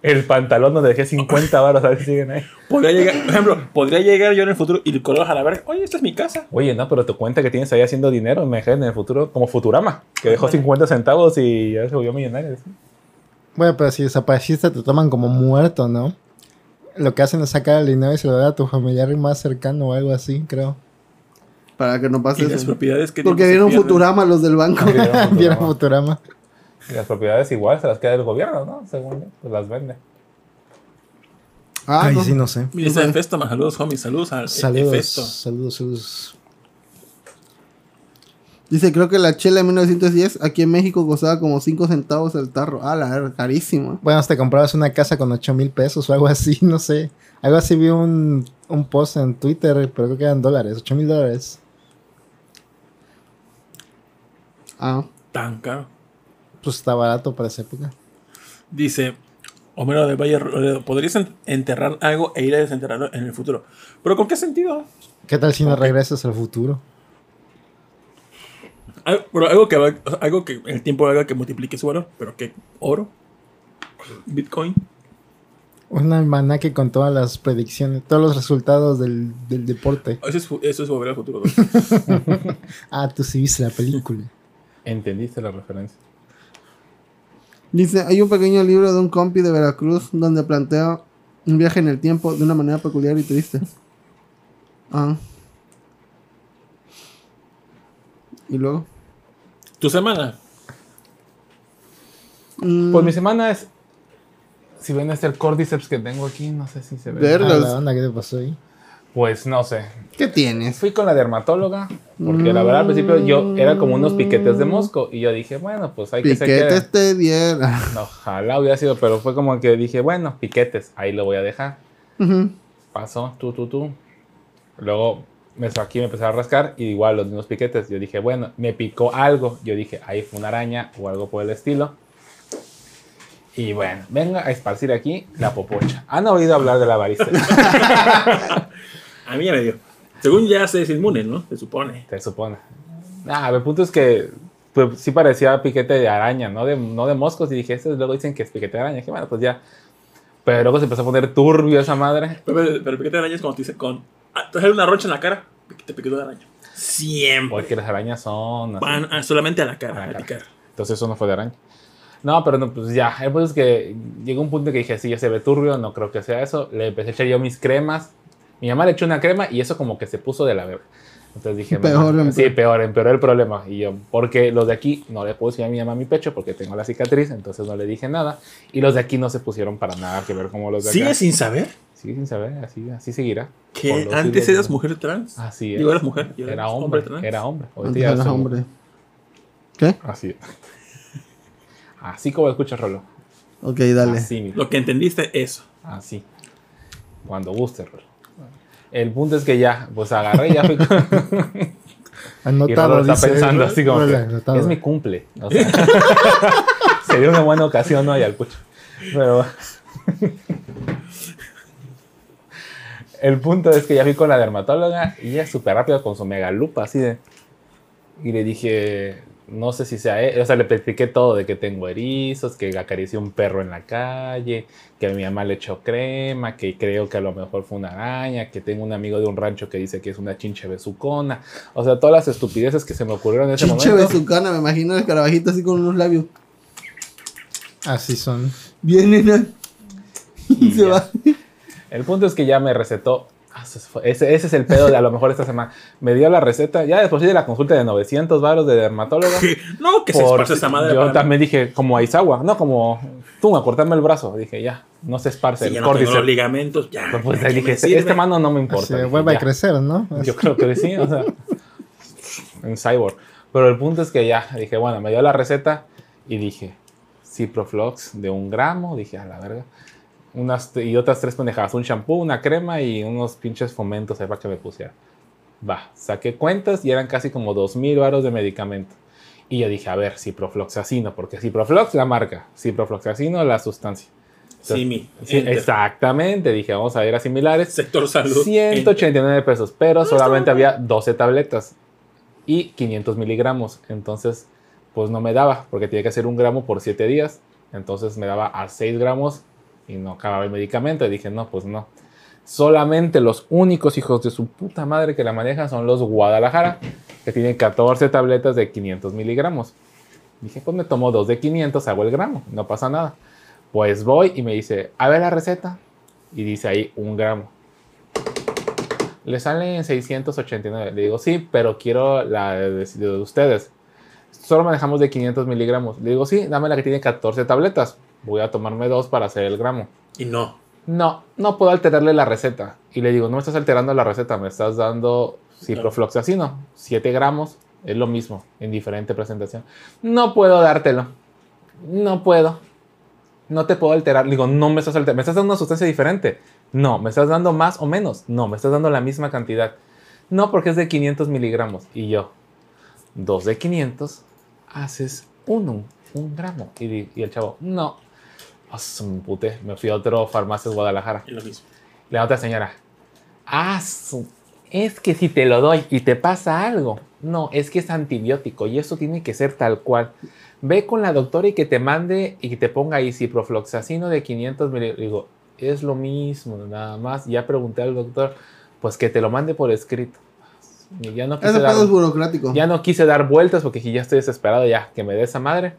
El pantalón donde dejé 50 baros, a ver si siguen ahí.
Podría llegar, por ejemplo, podría llegar yo en el futuro y colgarlos a la verga. Oye, esta es mi casa.
Oye, no, pero tu cuenta que tienes ahí haciendo dinero, me en el futuro, como Futurama, que dejó 50 centavos y ya se volvió millonario.
Bueno, pero si desapareciste te toman como muerto, ¿no? Lo que hacen es sacar el dinero y se lo dan a tu familiar más cercano o algo así, creo.
Para que no
Y
pase
las
eso.
propiedades que
Porque
se
vieron
pierden.
Futurama los del banco.
Vieron Futurama.
Y las propiedades igual se las queda el gobierno, ¿no? Según yo, pues las vende.
Ah, no.
no sé.
Mira, está Efesto, más saludos, homies. Saludos a
Saludos,
Efesto.
saludos, saludos.
Dice, creo que la chela en 1910 aquí en México costaba como 5 centavos el tarro. Ah, la era carísimo. eh.
Bueno, hasta comprabas una casa con 8 mil pesos o algo así, no sé. Algo así vi un, un post en Twitter, pero creo que eran dólares, 8 mil dólares.
Ah,
Tan caro.
Pues está barato para esa época.
Dice Homero del Valle Robledo, ¿podrías en- enterrar algo e ir a desenterrarlo en el futuro? ¿Pero con qué sentido?
¿Qué tal si no regresas al futuro?
Al- pero algo que, va- o sea, algo que el tiempo haga que multiplique su valor. ¿Pero qué? ¿Oro? ¿Bitcoin?
Un almanaque con todas las predicciones, todos los resultados del, del deporte.
Eso es, fu- eso es volver al futuro. ¿no?
Ah, tú sí viste la película.
¿Entendiste la referencia?
Dice, hay un pequeño libro de un compi de Veracruz donde plantea un viaje en el tiempo de una manera peculiar y triste. Ah. Y luego.
¿Tu semana?
Mm,
Pues mi semana es. Si ven este el cordyceps que tengo aquí, no sé si se ve.
Ah,
Vergas.
la onda, ¿qué te pasó ahí?
Pues no sé.
¿Qué tienes?
Fui con la dermatóloga, porque la verdad al principio yo era como unos piquetes de mosco. Y yo dije, bueno, pues hay que ser que.
Piquetes te diera.
No, ojalá hubiera sido, pero fue como que dije, bueno, piquetes, ahí lo voy a dejar.
Ujú.
Pasó, tú, tú, tú. Luego me aquí me empezaba a rascar y igual los mismos piquetes. Yo dije, bueno, me picó algo. Yo dije, ahí fue una araña o algo por el estilo. Y bueno, venga a esparcir aquí la popocha. ¿Han oído hablar de la varicela?
A mí ya me dio. Según ya se es inmune, ¿no? Se supone.
Se supone. Nah, el punto es que pues, sí parecía piquete de araña, no de, no de moscos. Y dije, estos luego dicen que es piquete de araña. Dije, bueno, pues ya. Pero luego se empezó a poner turbio esa madre.
Pero, pero, pero el piquete de araña es cuando te dice con... ah, Te sale una rocha en la cara, te piquete de araña. Siempre.
Porque las arañas son... así.
Van a- solamente a la cara,
A la
a
cara.
picar.
Entonces eso no fue de araña. No, pero no, pues ya. El punto es que llegó un punto que dije, sí, ya se ve turbio, no creo que sea eso. Le empecé a echar yo mis cremas. Mi mamá le echó una crema y eso como que se puso de la verga. Entonces dije,
Peor,
"Mira,
empeoró".
sí, peor, empeoró el problema. Y yo, porque los de aquí no le puedo decir a mi mamá mi pecho porque tengo la cicatriz, entonces no le dije nada. Y los de aquí no se pusieron para nada que ver como los de Pues acá.
¿Sigue sin saber
Sí, sin saber, así, así seguirá. Por
que
los
antes
siglos
eras
de-
mujer trans?
Así es.
Digo, eras mujer. y
Era
eras
hombre,
trans.
era hombre. Ahorita
Antes
ya
era
soy-
hombre. ¿Qué?
Así es. Así como escuchas, Rolo.
Ok, dale.
Así, mira.
Lo que entendiste, eso.
Así. Cuando guste, Rolo. El punto es que ya, pues agarré y ya fui. con- Y
Anotado,
Rolo está
dice,
pensando así como
Rolo,
que,
anotado.
es mi cumple. O sea, sería una buena ocasión hoy al pucho. Pero el punto es que ya fui con la dermatóloga y ella súper rápido con su mega lupa así de y le dije no sé si sea él. o sea le platiqué todo de que tengo erizos que acaricié un perro en la calle que a mi mamá le echó crema que creo que a lo mejor fue una araña que tengo un amigo de un rancho que dice que es una chinche besucona o sea todas las estupideces que se me ocurrieron en ese
Chinche
momento
besucana, me imagino el carabajito así con unos labios.
Así son.
Viene, ¿no?
Y
se
ya.
va.
El punto es que ya me recetó. Ah, eso fue- Ese, ese es el pedo de a lo mejor esta semana. Me dio la receta, ya después de la consulta de 900 varos de dermatólogo.
Que- No, que se
por-
esparce esa madre.
yo
para-
también dije, como a Aizawa, no, como tú, a cortarme el brazo. Dije, ya, no se esparce
Sí,
el
ya no tengo
córdice.
los ligamentos. Ya.
Pues, pues,
¿qué
dije,
me
este,
sirve?
este mano no me importa.
Así
Dije,
vuelve
ya.
a crecer, ¿no?
Yo creo que sí, o sea, en Cyborg. Pero el punto es que ya, dije, bueno, me dio la receta y dije, Ciproflox de un gramo, dije, a la verga. Unas, t- y otras tres pendejadas, un shampoo, una crema y unos pinches fomentos ahí para que me pusiera. Va, saqué cuentas y eran casi como 2.000 varos de medicamento. Y yo dije, a ver, ciprofloxacino, porque ciproflox la marca, ciprofloxacino la sustancia.
Sí, mi.
Sí,
Enter.
exactamente, dije, vamos a ver a similares.
Sector salud.
189 pesos, pero solamente había 12 tabletas y 500 miligramos. Entonces, pues no me daba, porque tenía que hacer un gramo por 7 días. Entonces me daba a 6 gramos y no acababa el medicamento. Y dije, no, pues no. Solamente los únicos hijos de su puta madre que la manejan son los Guadalajara, que tienen 14 tabletas de 500 miligramos. Dije, pues me tomo dos de 500, hago el gramo, no pasa nada. Pues voy y me dice, a ver la receta. Y dice ahí un gramo. Le sale en 689. Le digo, sí, pero quiero la de, de- de ustedes. Solo manejamos de 500 miligramos. Le digo, sí, dame la que tiene 14 tabletas. Voy a tomarme dos para hacer el gramo.
Y no.
No, no puedo alterarle la receta. Y le digo, no me estás alterando la receta, me estás dando ciprofloxacino, 7 gramos, es lo mismo, en diferente presentación. No puedo dártelo. No puedo. No te puedo alterar. Le digo, no me estás alterando. Me estás dando una sustancia diferente. No, me estás dando más o menos. No, me estás dando la misma cantidad. No, porque es de 500 miligramos. Y yo, dos de 500, haces uno, un gramo. Y, di- y el chavo, no. Ah, su pute, me fui a otro farmacia de Guadalajara.
Y lo mismo.
La otra señora, ah, su- es que si te lo doy y te pasa algo, no, es que es antibiótico y eso tiene que ser tal cual. Ve con la doctora y que te mande y que te ponga ahí ciprofloxacino de 500 miligramos. Digo, es lo mismo, nada más. Ya pregunté al doctor, pues que te lo mande por escrito. Y ya no quise
Ese
dar-
pedo es burocrático.
ya no quise dar vueltas porque dije, ya estoy desesperado, ya, que me dé esa madre.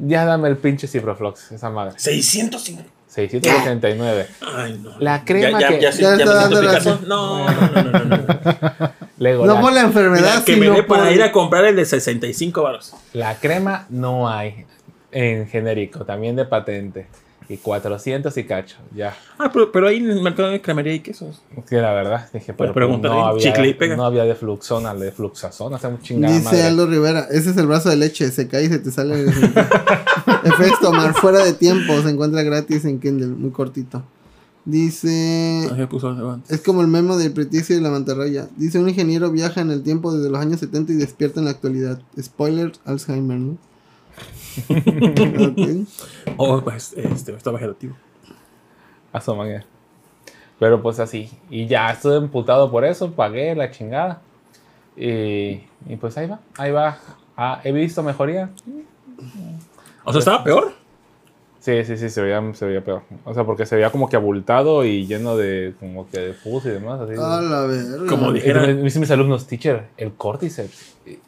Ya dame el pinche ciproflox, esa madre.
650.
689.
Ay, no.
La crema
ya, ya,
que-
ya, sí,
Ya
ya,
está
me siento
dando la-
picazón. No, no, no, no, no, no.
Luego,
No
la,
por la enfermedad,
Mira, que me
sino
dé para
por-
ir a comprar el de 65 varos.
la crema no hay en genérico, también de patente. Y 400 y cacho, ya.
Ah, pero, pero ahí en el mercado de cremería y quesos.
Sí, la verdad, dije, pero
Pues pregúntale,
no había,
chicle y pega.
no había de fluxona, de fluxazón, hace un chingada
Dice
madre.
Aldo Rivera, ese es el brazo de leche, se cae y se te sale. el- Efecto tomar fuera de tiempo, se encuentra gratis en Kindle, muy cortito. Dice,
Ahí me Ah, puso Cervantes.
es como el memo del preticio y la mantarraya. Dice, un ingeniero viaja en el tiempo desde los años 70 y despierta en la actualidad. Spoiler, Alzheimer, ¿no? Ok.
Oh, pues este, está vegetativo.
A su manera. eh. Pero pues así. Y ya estuve emputado por eso, pagué la chingada. Y, y pues ahí va, ahí va. Ah, he visto mejoría.
O sea, estaba peor.
Sí, sí, sí, se veía, se veía peor. O sea, porque se veía como que abultado y lleno de como que de pus y demás. Así.
Ah,
A la verga.
Como
Y
dijera.
me- me dicen mis alumnos, teacher, el cordyceps. Y-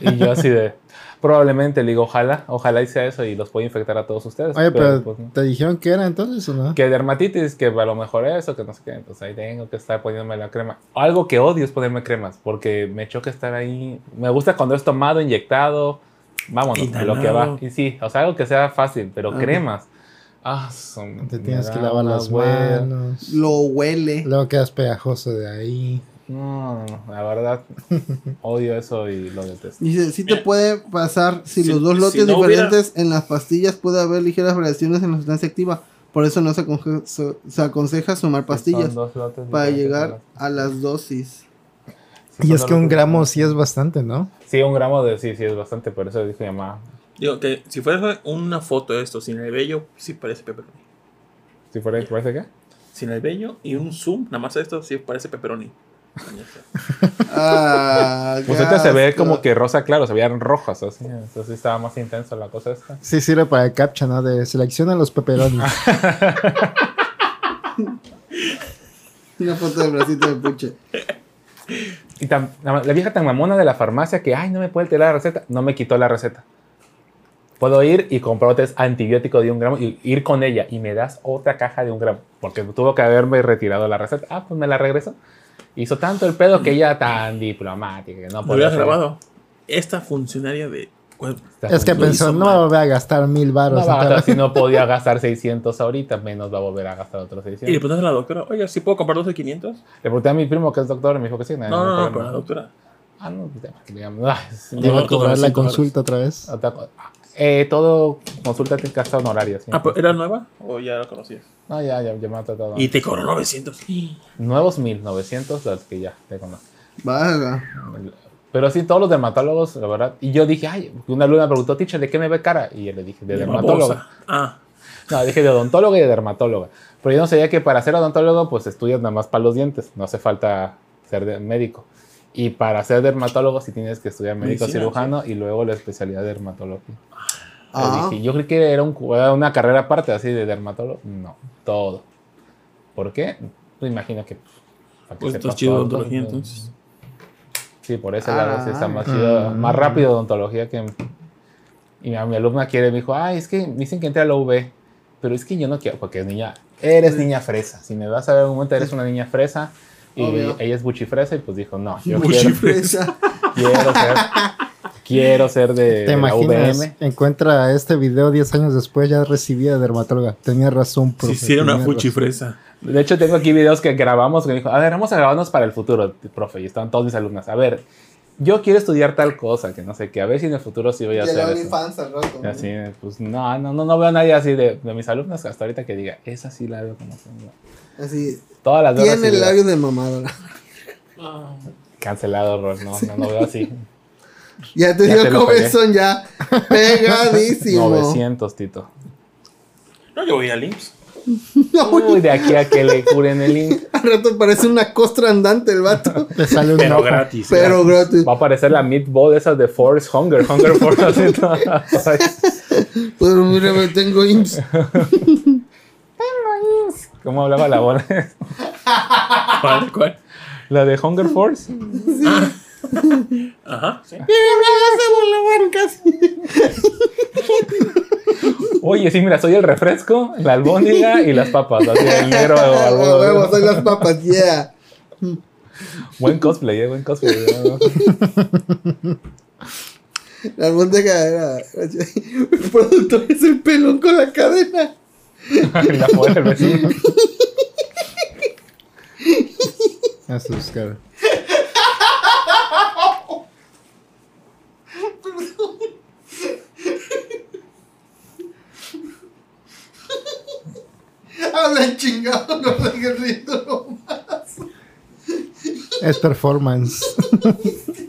Y yo así de. Probablemente, le digo, ojalá, ojalá y sea eso y los pueda infectar a todos ustedes.
Oye, pero,
pues, no.
¿te dijeron que era entonces o no?
que dermatitis, que a lo mejor eso, que no sé qué. Entonces ahí tengo que estar poniéndome la crema. Algo que odio es ponerme cremas, porque me choca estar ahí. Me gusta cuando es tomado, inyectado. Vámonos,
Inhalado.
a lo que va. Y sí, o sea, algo que sea fácil, pero cremas. Ah, su-
Te
me
tienes
da
que lavar
una
las
hueva.
manos.
Lo huele.
Luego quedas pegajoso de ahí.
No, no, no, la verdad, odio eso y lo detesto.
Dice, sí te
Mira.
puede pasar si,
Si-
los dos
si
lotes
no
diferentes en las pastillas puede haber ligeras variaciones en la sustancia activa. Por eso no se, aconje- so- se aconseja sumar pastillas
Son dos lotes
para
diferentes,
llegar
¿verdad?
a las dosis.
Sí,
Y
son
es
dos
que un
lotes
gramo
diferentes.
sí es bastante, ¿no?
Sí, un gramo de sí, sí es bastante, por eso dije mi mamá.
Digo que si fuera una foto de esto sin el vello, sí parece pepperoni.
Si fuera, ¿te parece qué?
Sin el vello y un zoom, nada más a esto sí parece pepperoni.
Ah,
Pues ahorita se ve
gasto.
como que rosa claro, se veían rojas, así. Entonces sí estaba más intenso la cosa esta.
Sí sirve para el captcha, ¿no? De selecciona los peperones.
Una foto del bracito de puche.
Y tan- la la vieja tan mamona de la farmacia que, ay, no me puede alterar la receta, no me quitó la receta. Puedo ir y comprar otro antibiótico de un gramo y ir con ella y me das otra caja de un gramo, porque tuvo que haberme retirado la receta. Ah, pues me la regresó. Hizo tanto el pedo que ella tan diplomática que no
Lo
podía
hubieras
hacer-
grabado. Esta funcionaria de. pues, ¿cuál?
Esta
es que
función-
pensó,
hizo
no va a
mal.
volver a gastar mil
No
baros.
va a gastar, si no podía gastar 600 ahorita, menos va a volver a gastar otros
Y le
600.
preguntaste a la doctora, oye, ¿sí puedo comprar dos de 500?
Le pregunté a mi primo que es doctor y me dijo que sí.
No,
nada, hay
Ah, no, no,
problema.
pero la doctora.
Ah, no, pues, ya, que le llaman. Ah, es-
No,
Iba a
otro
cobrar la
900 baros.
consulta otra vez.
otra co- eh, todo consulta tiene gasto honorario. sí.
Ah, pero ¿era nueva o ya la conocías?
No, ya, ya, ya me ha tratado.
Y te cobró 900.
Nuevos 1900, los que ya te conozco.
Vaga.
Pero sí, todos los dermatólogos, la verdad. Y yo dije, ay, una alumna preguntó, teacher, ¿de qué me ve cara? Y yo le dije, de dermatólogo.
Babosa. Ah,
No, dije de odontólogo y de dermatóloga. Pero yo no sabía que para ser odontólogo, pues estudias nada más para los dientes. No hace falta ser de- médico. Y para ser dermatólogo, sí tienes que estudiar médico
Medicina,
cirujano y luego la especialidad de dermatología.
Ah.
Yo dije, yo creí que era, un cu- era una carrera aparte así de dermatólogo. No, todo. ¿Por qué? Me imagino que. pues, para que
pues esto
sepas
es chido de
todo,
odontología entonces.
Sí, por eso
Ah. Mm.
está más, chido, más rápido odontología que... Y a mi alumna quiere, me dijo, ay, es que dicen que entré a la UV, pero es que yo no quiero, porque es niña, eres niña fresa. Si me vas a ver un momento, eres una niña fresa. Y
Obvio.
ella es buchifresa y pues dijo, no, yo quiero,
Buchifresa.
quiero ser, quiero ser de,
¿Te
de eh, la
imaginas?
UVM.
Encuentra este video 10 años después ya recibida de dermatóloga. Tenía razón,
Si
profe.
hiciera una
tenía razón.
fuchifresa.
De hecho, tengo aquí videos que grabamos que me dijo, a ver, vamos a grabarnos para el futuro, profe. Y estaban todos mis alumnas, a ver, yo quiero estudiar tal cosa, que no sé qué, a ver si en el futuro sí voy a hacer
Llegó el
eso".
infante al rato.
Y
¿no?
así, pues no, no, no, no veo a nadie así de, de mis alumnos hasta ahorita que diga, esa sí la veo como tengo.
Así.
Todas las drogas
Tiene
sí
el
la-
labio de mamadora.
Cancelado, Rol, no, no, no veo así.
Ya te
Ya te
dio
lo pegué.
comezón ya. Pegadísimo.
900, Tito.
No, yo voy a IMSS.
Uy, de aquí a que le curen el link.
Al rato parece una costra andante el vato.
Te sale un
Pero
ojo.
gratis.
Pero gratis.
Va a aparecer la meatball esa de Force Hunger, Hunger Force. así, ¿no? Ay,
Pero Pues mira, me tengo IMSS.
¿Cómo hablaba la bola?
¿Cuál? ¿Cuál?
La de Hunger Force.
Ajá. sí.
Oye, sí, mira, soy el refresco, la albóndiga y las papas. Así, el negro
Ah,
barbudo.
huevo, soy las papas, yeah.
Buen cosplay, eh, buen cosplay. ¿no?
La albóndiga era. El productor es el pelón con la cadena.
La pues, bola del vecino.
A sus caras.
Habla chingado, no sé qué rindo.
Es performance.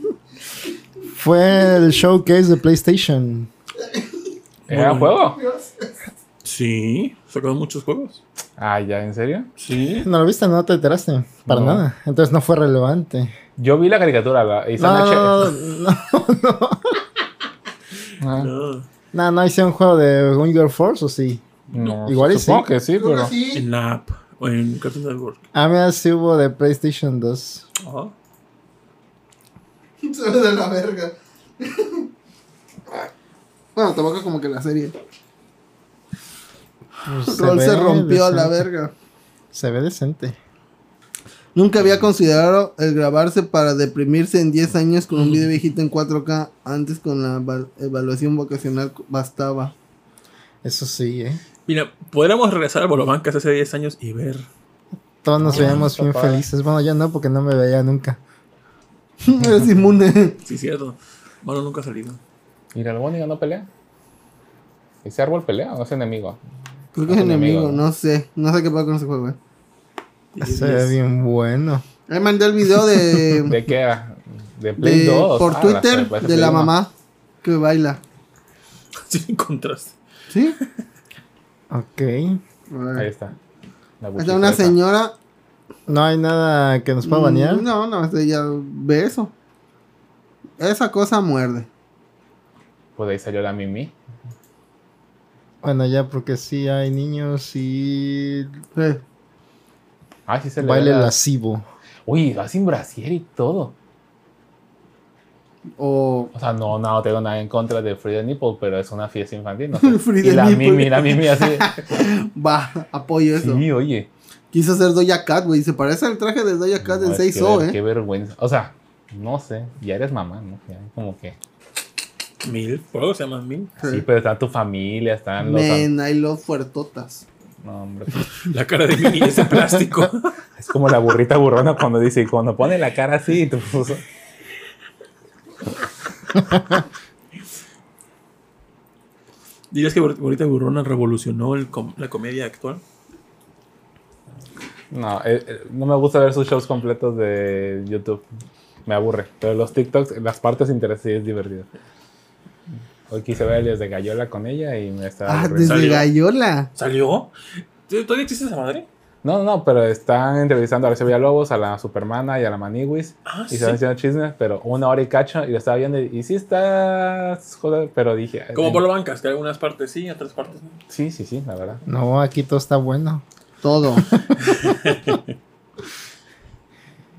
Fue el showcase de PlayStation.
¿Era un juego?
Sí, sacaron muchos juegos.
Ah, ya, ¿en serio?
Sí.
No lo viste, no te enteraste. Para
No.
nada. Entonces no fue relevante.
Yo vi la caricatura. La, y
No,
Sana
no,
Che-
no,
Ah,
No,
no, no hicieron juego de Hunger Force o sí.
no,
Igual y
supongo
sí.
que sí, pero.
en la app o en Cartoon Network.
A mí sí hubo de PlayStation 2.
Ajá.
Se ve de la verga. Bueno, tampoco como que la serie.
Pues
Roll se
ve
rompió a la
decente.
verga.
Se ve decente.
Nunca había considerado el grabarse para deprimirse en 10 años con un video viejito en 4K. Antes con la eva- evaluación vocacional bastaba.
Eso sí, eh.
Mira, podríamos regresar al Bolobancas hace 10 años y ver.
Todos nos veíamos
está
bien
padre.
felices. Bueno, yo no, porque no me veía nunca.
Eres inmune.
Sí, cierto. Mano nunca ha salido.
¿Y la albóndiga no pelea? ¿Ese árbol pelea o es enemigo?
Creo que
Ah,
es enemigo, no sé. No sé qué pasa con ese juego. eh.
Se ve bien bueno.
Ahí mandé el video de.
¿De qué era? ¿De Play
de
2?
por
Ah,
Twitter
la-
de la mamá que baila.
Sí, lo encontraste.
¿Sí?
Ok.
Ahí está.
Está una
La buchicueta.
señora.
No hay nada que nos pueda banear.
Mm, No, no, este ya ve eso. Esa cosa muerde.
Pues ahí salió la Mimi.
Bueno, ya, porque sí hay niños y.
Sí.
Ah, sí se le
Baile
ve la-
lascivo.
Uy, va sin brasier y todo.
O.
O sea, no, no tengo nada en contra de Frida Nipple, pero es una fiesta infantil. No sé.
Free
y
the
la
nipple.
Mimi, la Mimi así.
Va, apoyo eso.
sí, oye.
Quiso hacer Doja Cat, güey. Se parece al traje de Doja Cat
No,
en
es que
6O,
ver-
eh.
Qué vergüenza. O sea, no sé. Ya eres mamá, ¿no? Ya como que.
Mil. Por algo se llama Mil.
Sí, pero está tu familia, están los. am-
Men, I love fuertotas.
No, hombre. pues,
La cara de Mini es de plástico.
Es como la burrita burrona cuando dice, cuando pone la cara así, tú- pues,
¿Dirías que Bonita Burrona revolucionó el com- la comedia actual?
No, eh, eh, no me gusta ver sus shows completos de YouTube. Me aburre. Pero los TikToks, las partes interesantes sí es divertido. Hoy quise ver el desde Gallola con ella y me estaba
Ah,
aburriendo.
desde
salió.
Gallola.
¿Salió? ¿Todavía existe esa madre?
No, no, pero están entrevistando a Arcelia Lobos, a la Supermana y a la Maniwis.
Ah,
y se
sí.
van haciendo chismes, pero una hora y cacho. Y lo estaba viendo y, y sí está. joder, Pero dije.
Como
eh,
por bancas, que algunas partes sí, otras partes no.
Sí, sí, sí, la verdad.
No, aquí todo está bueno.
Todo.
Yo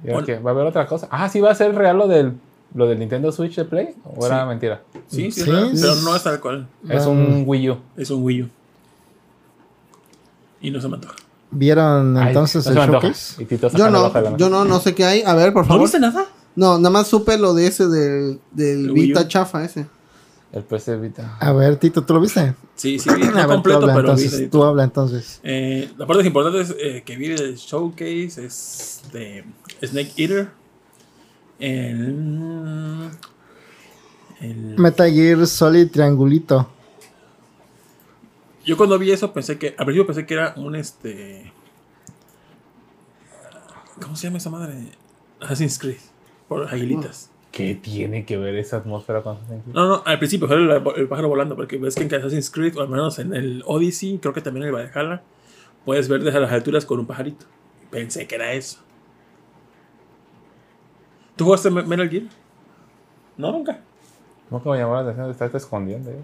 Bueno.
creo que va a haber otra cosa. Ah, sí, va a ser real lo del, lo del Nintendo Switch de Play. ¿O era
Sí.
mentira?
Sí, sí,
Sí,
raro,
sí.
pero no es tal cual.
Ah.
Es un Wii U.
Es un Wii U. Y no se me antoja.
¿Vieron
Ay,
entonces
no
el
se me antoja.
showcase?
Y Tito
Yo
sacando la hoja de la
no,
mesa.
yo no, no sé qué hay. A ver, por favor.
nada?
No, nada más supe lo de ese del, del
El Wii U.
Vita chafa ese.
El PC Vita.
A ver, Tito, ¿tú lo viste?
Sí, sí, vi,
A
no
ver, tú
completo,
habla
pero vi.
entonces.
dedito.
Tú habla entonces.
Eh, la parte importante es, eh, que vi del showcase es de Snake Eater. El. el-
Metal Gear Solid Triangulito.
yo cuando vi eso pensé que. Al principio pensé que era un este. ¿Cómo se llama esa madre? Assassin's Creed. Por aguilitas.
¿Qué tiene que ver esa atmósfera con Assassin's Creed?
No, no, al principio fue el, el pájaro volando, porque ves que en Assassin's Creed, o al menos en el Odyssey, creo que también en el Valhalla, puedes ver desde las alturas con un pajarito. Pensé que era eso. ¿Tú jugaste Me- Metal Gear? No, nunca.
No que me llamó la atención de estarte escondiendo. eh.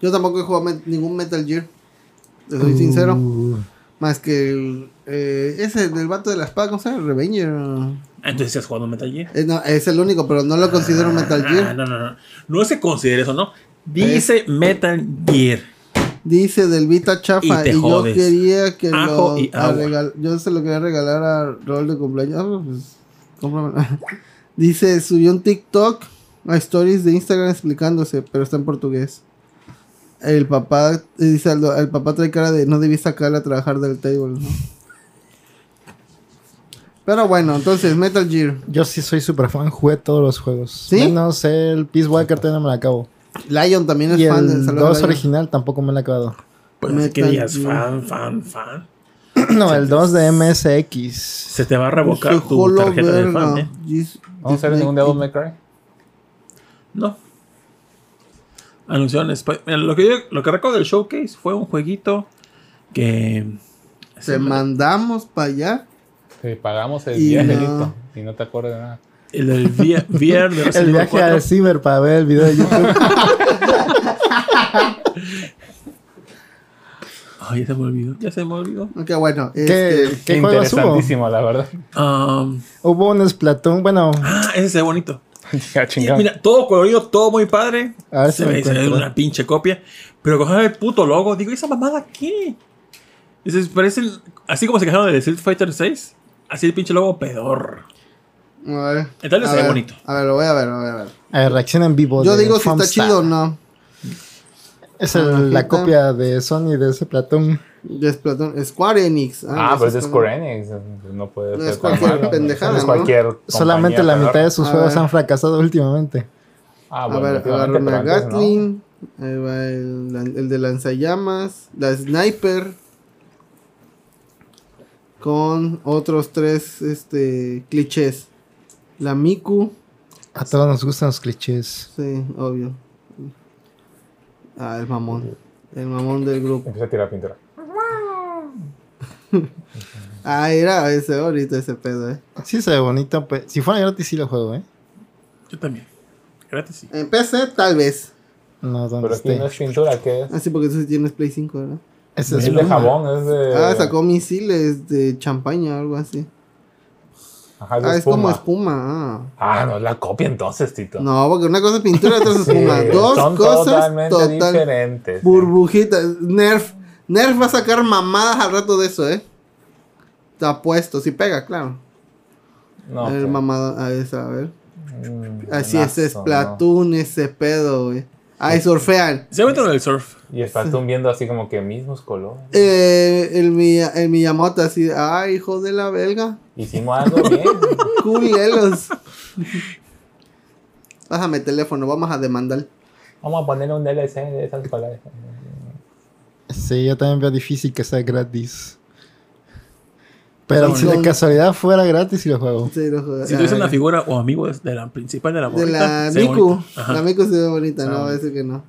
Yo tampoco he jugado met- ningún Metal Gear. Te soy sincero.
Uh,
Más que el, eh, ese del vato de la espada, ¿cómo se llama? Revenger.
Ah, Entonces sí has jugado Metal Gear.
Eh, no, es el único, pero no lo considero Metal
Ah,
Gear.
no, no, no. No se considera eso, ¿no? Dice Metal Gear.
Dice del Vita Chafa.
Y
Y,
te
yo
jodes.
quería que
Ajo
lo
y
a
agua.
regal- Yo se lo quería regalar a Rol de cumpleaños. Ah, pues, cómpramelo. Dice, subió un TikTok a stories de Instagram explicándose, pero está en portugués. El papá, eh, dice Aldo, el papá trae cara de no debí sacarla a trabajar del table, ¿no? Pero bueno, entonces, Metal Gear.
Yo sí soy super fan, jugué todos los juegos.
¿Sí?
Menos el Peace Walker, todavía no me la acabo.
Lion también es
Y
fan del
el
saludo a
2
Lion.
original tampoco me la he acabado.
Pues es que
Metal
digas
Gear.
fan, fan, fan.
No, el 2 de MSX.
Se te va a revocar
Su
tu
jolo
tarjeta de fan,
verga.
¿eh?
Dis-
¿Vamos a hacer ningún
Disney-
Devil May Cry?
No. Anunciaron Spider- Mira, lo que yo- lo que recuerdo del showcase fue un jueguito que
Te mandamos para allá.
Sí, pagamos el
Y
viaje,
no.
listo. Y no te acuerdas de nada.
el del via- VR
Pues
de Resident
El
Evil
viaje
4.
al Ciber para ver el video de YouTube.
Ay, ya se me olvidó. Ya se me olvidó.
Ok, bueno.
¿Qué,
este,
¿qué juegos hubo?
Interesantísimo, la verdad.
Um,
Hubo un Splatoon, bueno,
ah, ese es bonito.
Ya, chingado.
Mira, todo colorido, todo muy padre.
A ver
se
si lo
me dice
encuentro.
una pinche copia. Pero coger el puto logo, digo, ¿esa mamada qué? Dices, parece el- así como se quejaron del Street Fighter 6, así el pinche logo pedor.
A ver.
El tal
A
se ve
ver,
bonito.
A ver, lo voy a ver, lo voy a ver.
A ver, eh, reacción en vivo.
Yo
de
digo si está
Famstar.
chido o no.
Es el- la copia de Sony de ese Platón.
De Splatoon. Square Enix.
Ah,
no,
pues es
es
Square Enix. No puede
No
ser
es
tan
cualquier
malo, ¿no?
pendejada,
Es
¿no?
cualquier
Solamente la
compañía
mitad de
peor.
sus
A
juegos
ver.
han fracasado últimamente.
Ah,
A
bueno,
ver, agarro
últimamente, pero
una
antes no.
Gatling. Ahí va el, el de lanzallamas. La Sniper. Con otros tres este, clichés. La Miku.
A todos nos gustan los clichés.
Sí, obvio. Ah, el mamón. El mamón del grupo.
Empieza a tirar pintura.
Ah, era ese ahorita ese pedo, eh.
Sí se ve bonito. pe- Si fuera gratis sí lo juego, ¿eh?
Yo también. Gratis, sí.
En PC, tal vez.
No, donde
Pero aquí
esté.
no es pintura, ¿qué es?
Así porque tú Ah, sí tienes Play 5, ¿verdad?
Ese
Es
es
de
Bloomer.
jabón, es de.
Ah, sacó misiles de champaña o algo así.
Ajá, es de
Ah, es como
espuma.
espuma. Ah.
Ah, no es la copia entonces, Tito.
No, porque una cosa es pintura, otra es espuma.
Sí,
Dos
son
cosas
totalmente
total.
diferentes.
Burbujitas. Nerf. Nerf va a sacar mamadas al rato de eso, eh. Está puesto, si pega, claro.
No,
A ver,
pues,
mamada, a esa, a ver.
mm,
Así
nazo,
es, Splatoon, ese pedo, güey. Ahí surfean.
Se ve todo el surf.
¿no? Y Splatoon viendo así como que mismos colores.
Eh, el, Miya- el Miyamoto así, ay, hijo de la belga.
Hicimos algo bien.
Culelos. Bájame el teléfono, vamos a demandar.
Vamos a ponerle un DLC de esas colores.
Sí, yo también veo difícil que sea gratis. Pero
Pues
Está
si de
bonito.
casualidad fuera gratis, sí lo juego.
Sí, lo joder.
Si tuviese
Ah,
una
de
figura o amigo de, de la principal de la morrita,
la
se ve
Miku.
bonito. Ajá. Ah.
La Miku se ve bonita, no, voy a decir que no.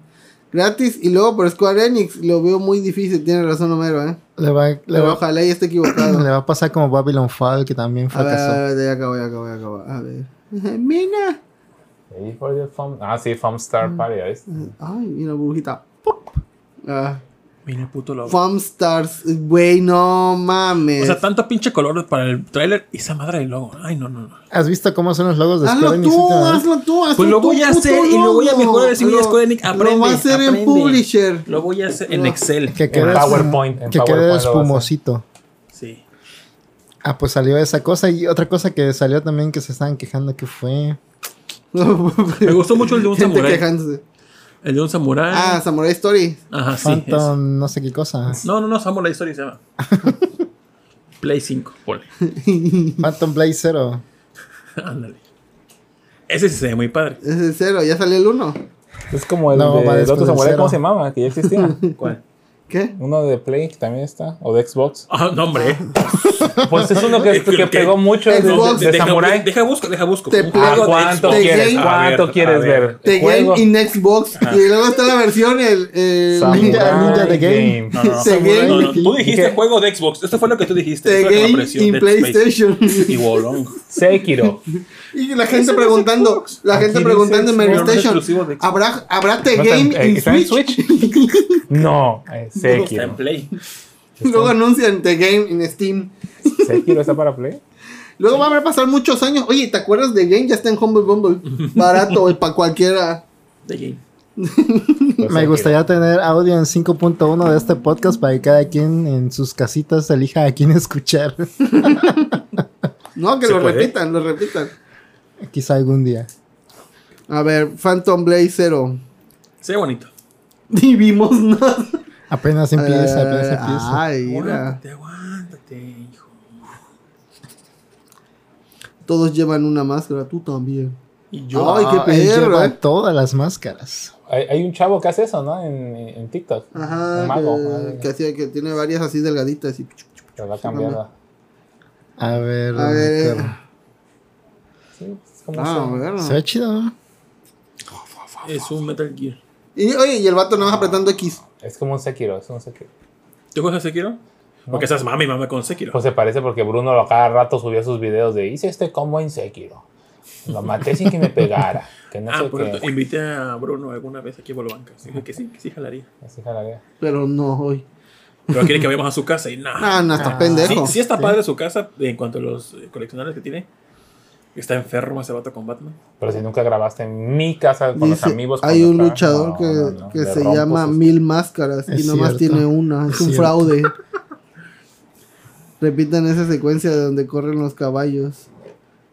Gratis y luego por Square Enix lo veo muy difícil, tiene razón Homero, eh.
Le va, le
Pero
va-
ojalá y esté
le
equivocado.
va a pasar como Babylon Fall, que también
A ver,
fracasó.
a ver, ya acabo, ya acabo, ya acabo. A ver. Mira.
Ready for the foam- Ah, sí, Foam Star Party. ahí está.
Ay, mira, burbujita. Pop. Ah.
Mira el puto logo.
Farm Stars, güey, no mames.
O sea, tanto pinche color para el tráiler y esa madre del logo. Ay, no, no, no.
¿Has visto cómo son los logos de Square
hazlo
Enix
tú,
últimamente?
hazlo tú, hazlo
Pues lo
tú,
voy a
puto
hacer y lo voy a
logo.
mejorar. Decir, mira,
Lo-
Square Enix, aprende.
Lo voy a hacer
aprende.
en Publisher.
Lo voy a hacer en Excel.
Que
En
quede,
PowerPoint. en
que
PowerPoint
quede
lo vas a-
espumosito.
Sí.
Ah, pues salió esa cosa. Y otra cosa que salió también que se estaban quejando que fue.
Me gustó mucho el de un
Gente
samurái.
quejándose.
El de un samurái.
Ah, Samurai Story.
Ajá, sí.
Phantom, no sé qué cosa.
ese. No, no, no, Samurai Story se llama. Play 5, ponle.
Phantom Blade Zero.
Ándale. Ese sí se ve muy padre.
Es el cero, ya salió el uno.
Es como el
No,
de
va
el
después
otro
del
Samurai,
cero.
¿cómo se llamaba? Que ya existía.
¿Cuál?
¿Qué?
Uno de Play que también está. O de Xbox.
Ah, no, hombre.
Pues es uno que, que
¿Qué?
pegó mucho de,
Xbox.
de, de
deja,
Samurai.
Deja busco, deja busco.
Te
Un
Ah,
juego de
¿Cuánto
Xbox.
The
quieres?
Game-
¿Cuánto
A ver, a
quieres
ver.
ver?
The
Juego.
Game in Xbox. Y luego está la versión, el. el-
Ninja- Ninja The
The
Game.
Game.
no.
The Game,
No, no, tú dijiste
¿Qué?
juego de Xbox. Esto fue lo que tú dijiste.
The
Esto es lo que me
Game
pareció
in
Dead Space.
PlayStation.
Y Wolong.
Sekiro.
Y la gente preguntando, la
Aquí
gente
dice
preguntando en
Xbox.
Mario
Pero no es
Station,
exclusivo de Xbox.
¿habrá, habrá The
¿No está en-
Game in
está en
Switch?
No, eh,
Está en
Sekiro.
Play.
Luego anuncian The Game in Steam.
¿Sekiro está para Play?
Luego van a pasar muchos años. Oye, ¿te acuerdas de Game? Ya está en Humble Bumble. Barato, y para cualquiera.
The Game.
Pues
Me
Sekiro.
gustaría tener audio en 5.1 de este podcast para que cada quien en sus casitas elija a quién escuchar.
No, que
¿Se
lo
puede?
repitan, lo repitan.
Quizá algún día.
A ver, Phantom Blade Zero.
Se ve bonito.
Ni vimos nada.
Apenas empieza, apenas
Eh,
empieza.
Ay, mira.
Aguántate, aguántate, hijo.
Todos llevan una máscara, tú también.
Y yo.
Ay, qué
Ay,
perro,
ah, lleva
eh.
todas las máscaras.
Hay, hay un chavo que hace eso, ¿no? En, en TikTok.
Ajá,
Un mago.
que, que hacía- que tiene varias así delgaditas. Y...
Pero va cambiando.
A ver.
A ver.
perro.
Sí, es como
Ah,
eso.
bueno.
Se ve chido, ¿no?
Es un Metal Gear.
Y oye, y el vato nada más apretando X.
Es como un Sekiro, es un Sekiro.
¿Tú juegas a Sekiro? Porque estás mami, mami con Sekiro.
Pues se parece porque Bruno a cada rato subía sus videos de hice este combo en Sekiro. Lo maté sin que me pegara. Que no
ah,
sé
por cierto,
qué.
invité a Bruno alguna vez aquí a Bolobanca. Dijo que sí, que sí jalaría.
Así jalaría.
Pero no hoy.
Pero quiere que vayamos a su casa y nada.
Ah, no, estás
Ah.
pendejo.
sí, sí está padre su casa en cuanto a los eh, coleccionables que tiene. Está enfermo ese vato con Batman.
Pero si nunca grabaste en mi casa con los
Dice,
amigos.
hay
cuando
un
estaba-
luchador
no,
que,
no, no,
que
le
se
rompo
llama
sus-
Mil Máscaras y
Es
nomás
cierto.
tiene una. Es,
Es
un
cierto.
fraude. Repitan esa secuencia de donde corren los caballos.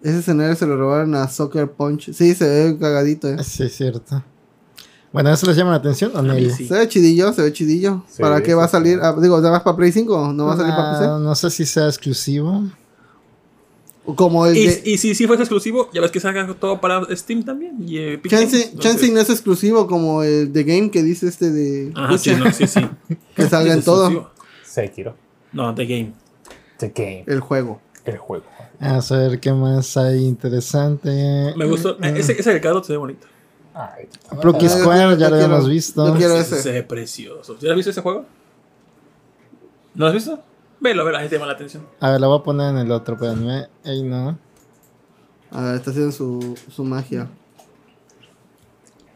Ese escenario se lo robaron a Soccer Punch. Sí, se ve cagadito. eh.
Sí, es cierto. Bueno, ¿eso les llama la atención o no?
A mí sí.
Se ve chidillo, se ve chidillo.
Sí,
¿Para qué
sí,
va a
sí.
salir? Ah, digo, ¿nada más para Play 5? ¿No va a salir para
Ah,
PC?
no sé si sea exclusivo.
O Como el de...
Y, y si, si fuese exclusivo, ya ves que salga todo para Steam también. Y eh, Epic
Chance,
Games,
chance y
entonces-
no es exclusivo como el de Game que dice este de...
Ajá, sí, no, sí, sí.
Que salga en
Es
todo
exclusivo.
Sekiro.
No, The Game.
The game.
el juego.
El juego.
A ver qué más hay interesante.
Me gustó.
Mm.
eh, Ese, ese delgado se ve bonito.
Ay,
Plucky
Ah, yo quiero-
Square, ya
yo
lo
quiero-
habíamos visto.
yo quiero- Pero
Se-
ese.
Se ve precioso. ¿Ya has visto ese juego? ¿No lo has visto? Velo, velo, ahí te llama la atención.
A ver, la voy a poner en el otro, pero no. Ey, no.
A ver, Ah, está haciendo su, su magia.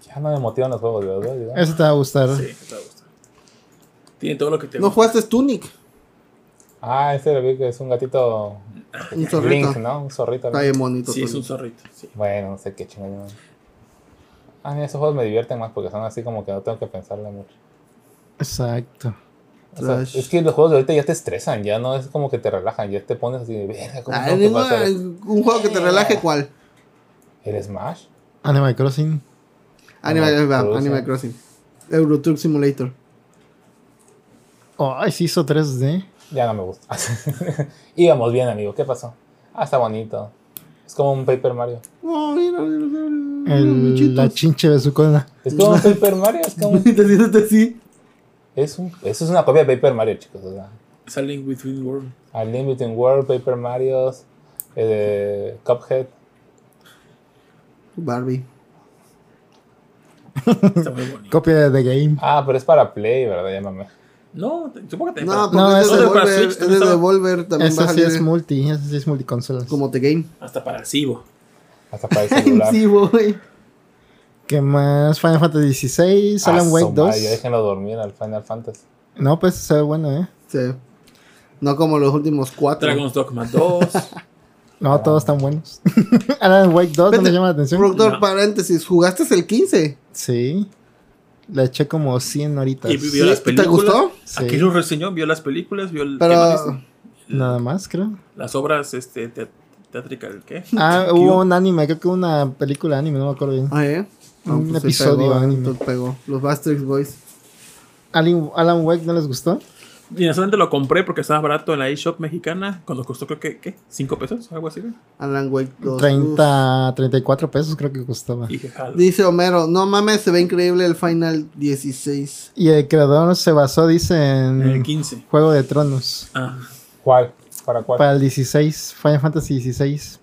ya no me motivan los juegos, ¿verdad? Ya.
Eso te va a gustar.
Sí, te va a gustar. Tiene todo lo que te
Ah. ¿No
gusta.
jugaste Tunic?
Ah, este lo vi que es un gatito.
Un
Link,
zorrito.
¿no? Un zorrito. ¿no?
Está bien bonito.
Sí, es un
Tunic.
zorrito. sí.
Bueno, no sé qué chingón. A mí esos juegos me divierten más porque son así como que no tengo que pensarle mucho.
Exacto.
O sea,
Trash.
es que los juegos de ahorita ya te estresan, ya no es como que te relajan, ya te pones así de verga, ¿cómo
Ah,
tengo que
ningún-
pasar esto?"
un juego que
Eh.
te relaje, ¿cuál?
¿El Smash?
Animal Crossing.
Animal,
Animal
va,
Crossing.
Animal Crossing. Euro Truck Simulator.
Oh, ay, se hizo 3D.
Ya no me gusta. Íbamos bien, amigo, ¿qué pasó? Ah, está bonito. Es como un Paper Mario.
Oh, mira, mira, mira, mira,
El-
bichitos.
la chinche de su cola.
Es como un Paper Mario, es como...
Y te sientes así.
Es un- Eso es una copia de Paper Mario, chicos. O sea,
Salen Between World.
Unlimited World, Paper Marios, eh, Cuphead.
Barbie.
Está muy bonito.
Copia de The Game.
Ah, pero es para Play, ¿verdad? Llámame.
No, te- supongo que te
No,
no,
porque
No,
es de
ese-
para
Devolver.
Switch
Es
también
de
estaba.
Devolver. También va
Ese
a
sí es
salir
multi, ese sí es multiconsolas.
como The Game.
hasta para el Cibo.
Hasta para el celular.
Sí, güey.
¿Qué más? Final Fantasy XVI,
Ah,
Alan
su
Wake
madre, Ya
2.
déjenlo dormir al Final Fantasy.
No, pues se ve bueno, ¿eh?
Sí. No como los últimos cuatro.
Dragon's Dogma 2.
No, todos están buenos. Alan Wake 2, ¿no
Vete.
les llama la atención?
Proctor,
No.
paréntesis, ¿jugaste el 15?
Sí. Le eché como 100 horitas.
y vio las
¿Te
películas.
gustó?
Sí.
Aquí lo reseñó, vio las películas, vio el- ¿qué más
Pero
viste?
Nada más, creo.
las obras este, te- teátricas, ¿el qué?
Ah,
¿Qué
hubo un anime, creo que una película de anime, no me acuerdo bien.
Ah, ¿eh? Ah,
Un
pues sí
episodio
pegó,
anime.
entonces pegó. Los Bastrix Boys.
Alan, Alan Wake no les gustó.
Y honestamente lo compré porque estaba barato en la eShop mexicana. Cuando costó, creo que, ¿qué? ¿5 pesos? Algo así, güey.
Alan Wake 2.
30, 34 pesos creo que costaba.
Y dije, jalo.
Uf. Dice Homero, no mames, se ve increíble el Final 16.
Y el creador se basó, dice, en
El 15.
Juego de Tronos.
Eh, Ah,
¿Cuál? ¿Para cuál?
Para el 16, Final Fantasy 16.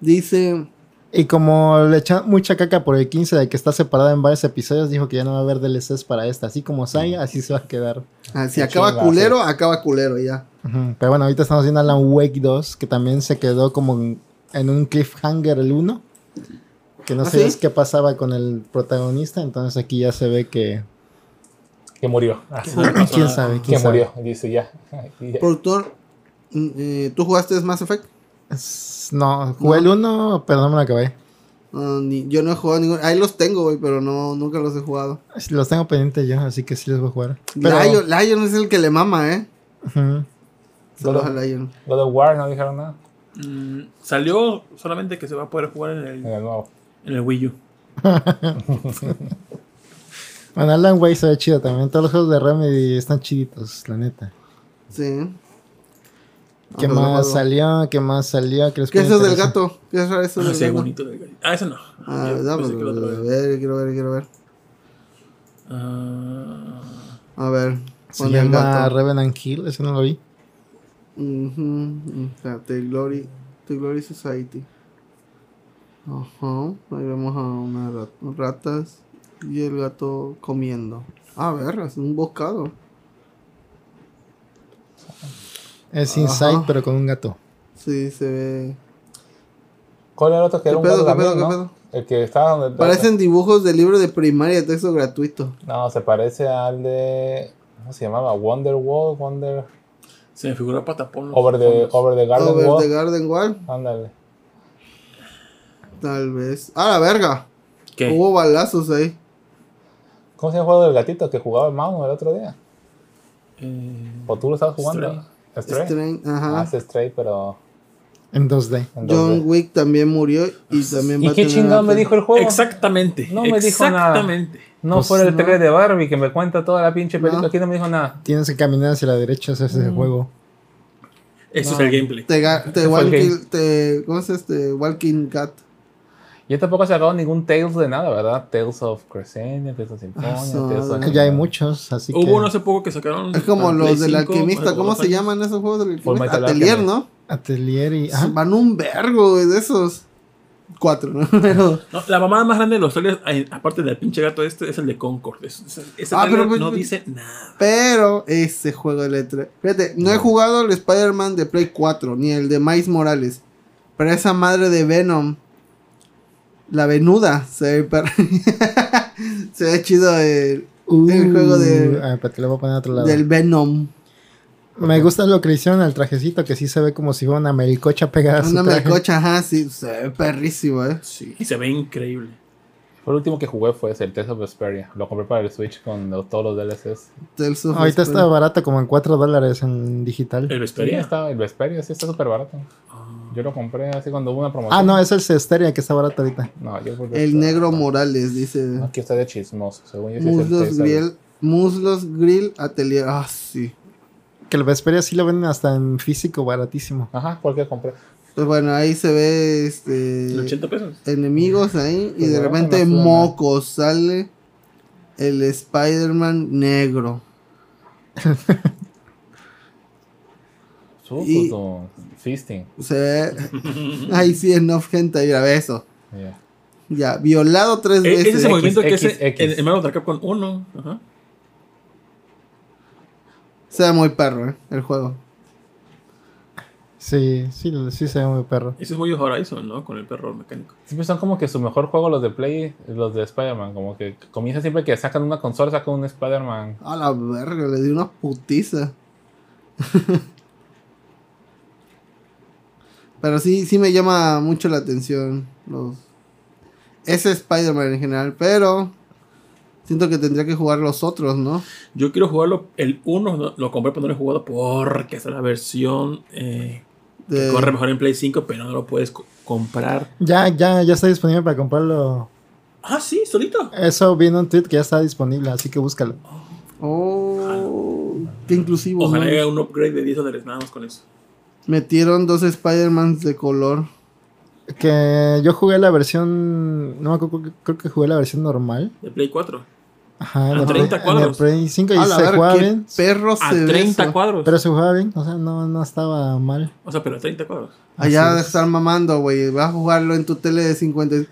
Dice,
Y como le echan mucha caca por el 15 de que está separado en varios episodios, dijo que ya no va a haber DLCs para esta. Así como Saga, así se va a quedar.
ah, si
Qué
acaba
chinga,
eh.
culero, acaba culero ya.
Ujú. Pero bueno, ahorita estamos viendo Alan Wake 2, que también se quedó como en, en un cliffhanger el 1. Que no
¿Ah,
sé
sí?
qué pasaba con el protagonista, entonces aquí ya se ve que...
Que murió. Ah,
¿qué no pasó
¿Quién
nada?
sabe?
que
¿Quién sabe?
murió. Dice ya. Y ya.
Productor, mm, eh, ¿tú jugaste Mass Effect?
Es- No, jugué el 1, pero no me lo acabé.
Ah, ni- yo no he jugado ninguno. Ahí los tengo, güey, pero no, nunca los he jugado.
Los tengo pendiente yo, así que sí los voy a jugar. Pero,
Lion, Lion es el que le mama, ¿eh?
Ujú.
Saludos
Todo.
a Lion.
God of War no dijeron nada.
Mm, salió solamente que se va a poder jugar en
En
el,
el nuevo.
en el Wii U.
Bueno, Alan Wake se ve chido también. Todos los juegos de Remedy están chiditos, la neta.
Sí.
¿Qué
Ah, los he
más
jugado.
salió? ¿Qué más salió? ¿Qué, les
¿Qué es
puede
eso del
interesar?
gato? ¿Qué es eso
Ah,
del
sí,
gato?
bonito. del- Ah, eso no.
Ah,
Yo
dame,
pues,
pensé que lo otro
a
eh,
era.
ver, quiero ver, quiero ver.
Ah,
A ver.
Se
ponle el
llama
gato.
Revenant Hill, eso no lo vi.
mhm The Glory, The Glory Society. Ajá, ahí vemos a unas ratas y el gato comiendo. A ver, es un bocado.
Es
Ajá.
Inside, pero con un gato.
Sí, se ve.
¿Cuál era el otro que
¿Qué
era un
pedo,
gato
qué pedo,
también,
qué
no? El que estaba donde.
Parecen dibujos de libro de primaria, texto gratuito.
No, se parece al de. ¿Cómo se llamaba? Wonder Wall, Wonder.
se me figuró Patapón.
Over the, over the Garden
Over
Wall.
the Garden Wall.
Ándale.
Tal vez. ¡A la verga!
¿Qué?
Uh.
Hubo balazos ahí.
¿Cómo se llama el juego del gatito que jugaba el Manu el otro día?
Eh,
¿O tú lo estabas jugando?
Stray.
Stray.
Strain,
Ah,
ajá.
es Stray, pero.
En 2D.
en Pues,
John
2D.
Wick también murió y también va
¿Y
a
qué
tener
chingón
una
me dijo el juego?
Exactamente.
No me dijo nada.
Exactamente.
No
Pues
fuera el
no.
trailer de Barbie que me cuenta toda la pinche película.
No.
Aquí no me dijo nada.
Tienes que caminar hacia la derecha, ese es el
Mm.
juego.
Eso es el gameplay.
Te, ga- te,
Fue
walking-
gay.
te- ¿Cómo se este? Walking Cat.
Yo tampoco he sacado ningún Tales de nada, ¿verdad? Tales of Crescendia, Tales of Symphonia,
Ah, su
Tales of...
madre.
Ya hay muchos, así
Hubo
que.
uno hace poco que sacaron.
Es como
para
los
Play
del
5,
alquimista.
hace
¿Cómo
dos
se
años.
llaman esos juegos del
Full
alquimista?
Metal
Atelier,
Alchemist.
¿no?
Atelier y. ajá.
Van un vergo, güey, de esos. Cuatro, ¿no? Pero-
No, la mamada más grande de los trailers, eh, aparte del pinche gato este, es el de Concord. Es- es- ese
Ah,
trailer
pero, pues,
no
pues,
dice nada.
Pero ese juego de letra. Fíjate, no he jugado el Spider-Man de Play 4, ni el de Miles Morales. Pero esa madre de Venom, la venuda, se ve, per- se ve chido el, el juego de-
Ah, espérate, le voy a poner a otro lado.
del Venom.
Me gusta lo que le hicieron al trajecito, que sí se ve como si fuera una melcocha pegada a Ah, su
Una
traje.
melcocha, ajá, sí, se ve perrísimo, eh.
Y se ve increíble.
Fue el último que jugué fue ese, el Tales of Vesperia. Lo compré para el Switch con los- todos los DLCs.
Tales of
Ahorita
Vesperia.
está barato, como en 4 dólares en digital.
El Ah,
Sí,
Vesperia.
está, el Vesperia sí está súper barato. Yo lo compré así cuando hubo una promoción.
Ah, no, es el Cesteria que está barato ahorita.
No, yo porque
El
está-
negro Morales, dice.
Aquí está de chismoso, según yo Ah, sí es el
Muslos
Tales of-
Grill, Muslos Grill Atelier. Ah, sí.
Que el Vesperia sí lo venden hasta en físico baratísimo.
Ajá, porque compré.
Pues bueno, ahí se ve este.
De 80 pesos.
enemigos ahí y
Pues
de
no,
repente
no suena.
moco sale el Spider-Man negro.
Su,
Y-
su- su fisting.
Se ve ahí sí en off gente ahí grabé eso.
Ya.
Ya, violado tres
Eh, Es
veces.
ese movimiento que
X,
hace
X.
en, en Marvel vs. Capcom 1. Ajá.
Se ve muy perro, eh, el juego.
Sí, sí, sí se ve muy perro.
Ese es muy Horizon, ¿no? Con el perro mecánico.
Siempre son como que su mejor juego los de Play, los de Spider-Man. Como que comienza siempre que sacan una consola, sacan un Spider-Man.
A la verga, le di una putiza. Pero sí, sí me llama mucho la atención los... Ese Spider-Man en general, pero... Siento que tendría que jugar los otros, ¿no?
Yo quiero jugarlo. El 1 no- lo compré, pero no lo he jugado porque es la versión eh, que
De-
corre mejor en Play 5, pero no lo puedes co- comprar.
Ya, ya, ya está disponible para comprarlo.
Ah, sí, solito.
Eso viene un tweet que ya está disponible, así que búscalo.
Oh, qué inclusivo.
Ojalá
¿no?
haga un upgrade de 10 dólares nada más con eso.
Metieron dos Spider-Mans de color.
Que yo jugué la versión. No me acuerdo, creo que jugué la versión normal.
De Play 4.
Ajá, en
A
el
30
Play- en el
cuadros.
Play 5 y
A la
se
verga,
jugaba
qué
bien.
perro
A
se ve
30
eso.
cuadros.
Pero se jugaba bien, o sea, no, no estaba mal.
o sea, pero a 30 cuadros.
Allá
Así
de
es.
estar mamando, güey. Vas a jugarlo en tu tele de 50 de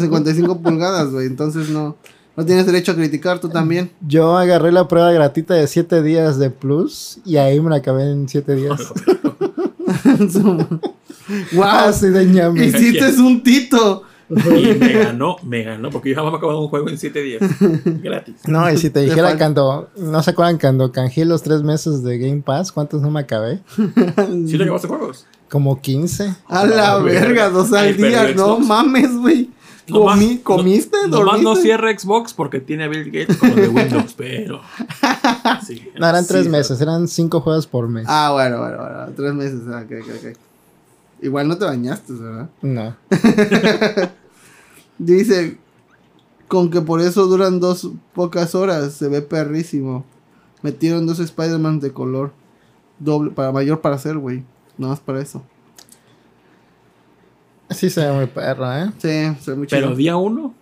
55 pulgadas, güey. Entonces no no tienes derecho a criticar tú también.
Yo agarré la prueba gratuita de 7 días de Plus y ahí me la acabé en 7 días.
Ah,
wow,
Así de ñame.
hiciste un tito.
y me ganó, me ganó, porque yo jamás me acabado un juego en 7 días. Gratis.
No, y si te
Te
dijera
fal-
cuando, ¿no se acuerdan cuando canjeé los 3 meses de Game Pass? ¿Cuántos no me acabé?
¿Sí te acabaste juegos?
Como 15.
A la verga, dos al
Ay, pero
día, no
Xbox.
mames, güey.
Nomás-
Comí-
no-
¿Comiste?
Nomás
¿Dormiste?
no cierra Xbox porque tiene a Bill Gates como de Windows, pero. Sí,
No, eran
sí,
3
pero-
meses, eran 5 juegos por mes.
Ah, bueno, bueno, bueno. Tres meses. ah, ok, ok, ok. Igual no te bañaste, ¿verdad?
No.
Dice, con que por eso duran dos pocas horas, se ve perrísimo. Metieron dos Spider-Man de color. Doble, para mayor para hacer, güey. Nada más para eso.
Sí se ve muy perro, ¿eh?
Sí, se ve muy
Pero
chido.
día 1,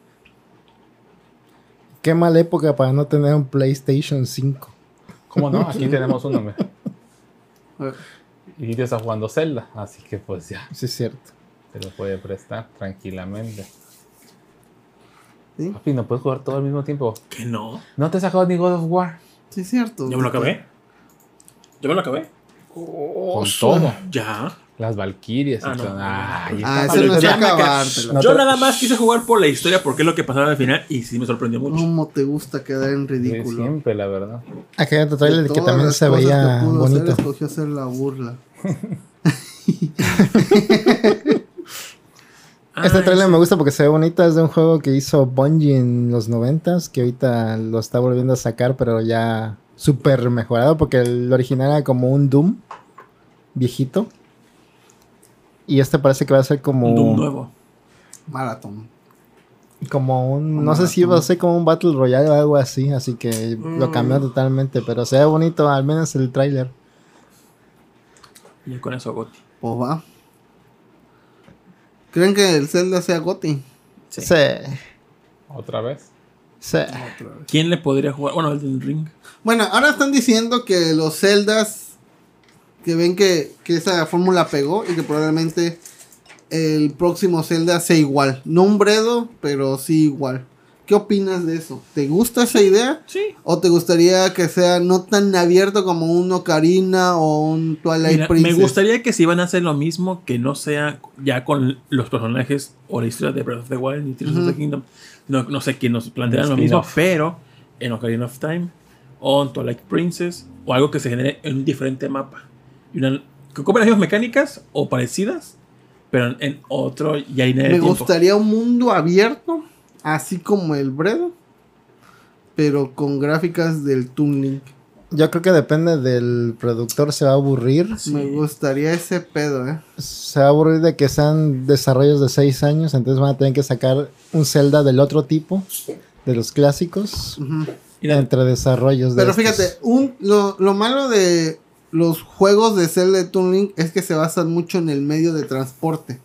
Qué mala época para no tener un PlayStation 5.
¿Cómo no? Aquí tenemos uno. me-
Eh,
Y ya está jugando Zelda, así que pues ya,
Sí es cierto.
se lo puede prestar tranquilamente.
¿Sí?
Papi, no puedes jugar todo al mismo tiempo.
que no.
No te has sacado ni God of War.
Sí, es cierto.
Yo me lo acabé. Yo me lo acabé.
Oh,
Con todo.
Ya.
Las Valkyrias.
Ah, no.
entonces, ay,
Ah,
está
ese
mal.
no es
Ya me
acabártelo.
No
Yo
te-
nada más quise jugar por la historia porque es lo que pasaba al final y sí me sorprendió mucho.
¿Cómo te gusta quedar en
Sí,
ridículo?
siempre, la verdad.
Acá hay otro
De
trailer que
todas
también
las
se
cosas
veía
que pudo hacer,
bonito.
escogió hacer la burla.
Este
Ah,
trailer
ese.
me gusta porque se ve bonita. Es de un juego que hizo Bungie en los 90s, que ahorita lo está volviendo a sacar, pero ya súper mejorado, porque el original era como un Doom viejito. Y este parece que va a ser como
Un Doom nuevo.
Maratón.
como un, no sé si va a ser como un Battle Royale o algo así, así que lo
Mm.
cambió totalmente, pero se ve bonito, al menos el tráiler.
Y con eso Gotti.
Pues va. ¿Creen que el Zelda sea Goti?
Sí.
Sí. sí,
¿Otra vez?
¿Quién le podría jugar? Bueno, Elden Ring.
Bueno, ahora están diciendo que los Zeldas que ven que, que esa fórmula pegó y que probablemente el próximo Zelda sea igual. No un bredo, pero sí igual. ¿Qué opinas de eso? ¿Te gusta esa idea?
Sí.
¿O te gustaría que sea no tan abierto como un Ocarina o un Twilight
Mira, me
Princess?
gustaría que si iban a hacer lo mismo, que no sea ya con los personajes o la historia de Breath of the Wild ni Tears of the
Ujú.
Kingdom. No, no sé que nos plantearan lo
Un
mismo,
spin-off.
pero en Ocarina of Time o en Twilight Princess o algo que se genere en un diferente mapa. Y una, que ocupen las mismas mecánicas o parecidas, pero en, en otro ya
Me
línea de tiempo.
gustaría un mundo abierto, así como el bredo, pero con gráficas del Toon Link.
Yo creo que depende del productor, se va a aburrir.
Sí.
Me gustaría ese pedo, eh.
Se va a aburrir de que sean desarrollos de 6 años, entonces van a tener que sacar un Zelda del otro tipo, de los clásicos,
Ujú.
Y la-
entre desarrollos de
Pero
estos.
fíjate, un, lo, lo malo de los juegos de Zelda de Toon Link es que se basan mucho en el medio de transporte.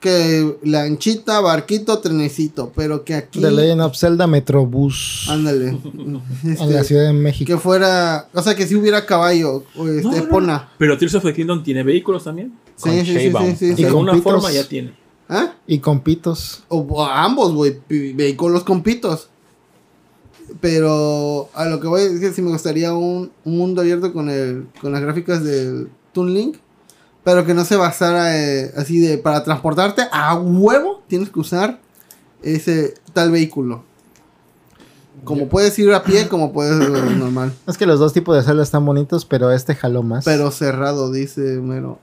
Que lanchita, barquito, trenecito, pero que aquí...
The Legend of Zelda Metrobús
Ándale.
en la
Este,
Ciudad de México.
que fuera... O sea, que si hubiera caballo, o este,
No, no, no.
pona.
Pero Tears of the Kingdom tiene vehículos también.
Sí,
Con
sí, sí,
Sheinbaum.
sí, sí,
Y
De
sí.
con
alguna
pitos.
forma ya tiene.
¿Ah?
Y con pitos.
O, o a ambos, güey, pi- vehículos con pitos. Pero a lo que voy a decir, si me gustaría un, un mundo abierto con, el, con las gráficas del Toon Link, pero que no se basara eh, así de para transportarte a huevo, tienes que usar ese tal vehículo. Como puedes ir a pie, como puedes eh, normal.
Es que los dos tipos de Zelda están bonitos, pero este jaló más.
Pero cerrado, dice Mero.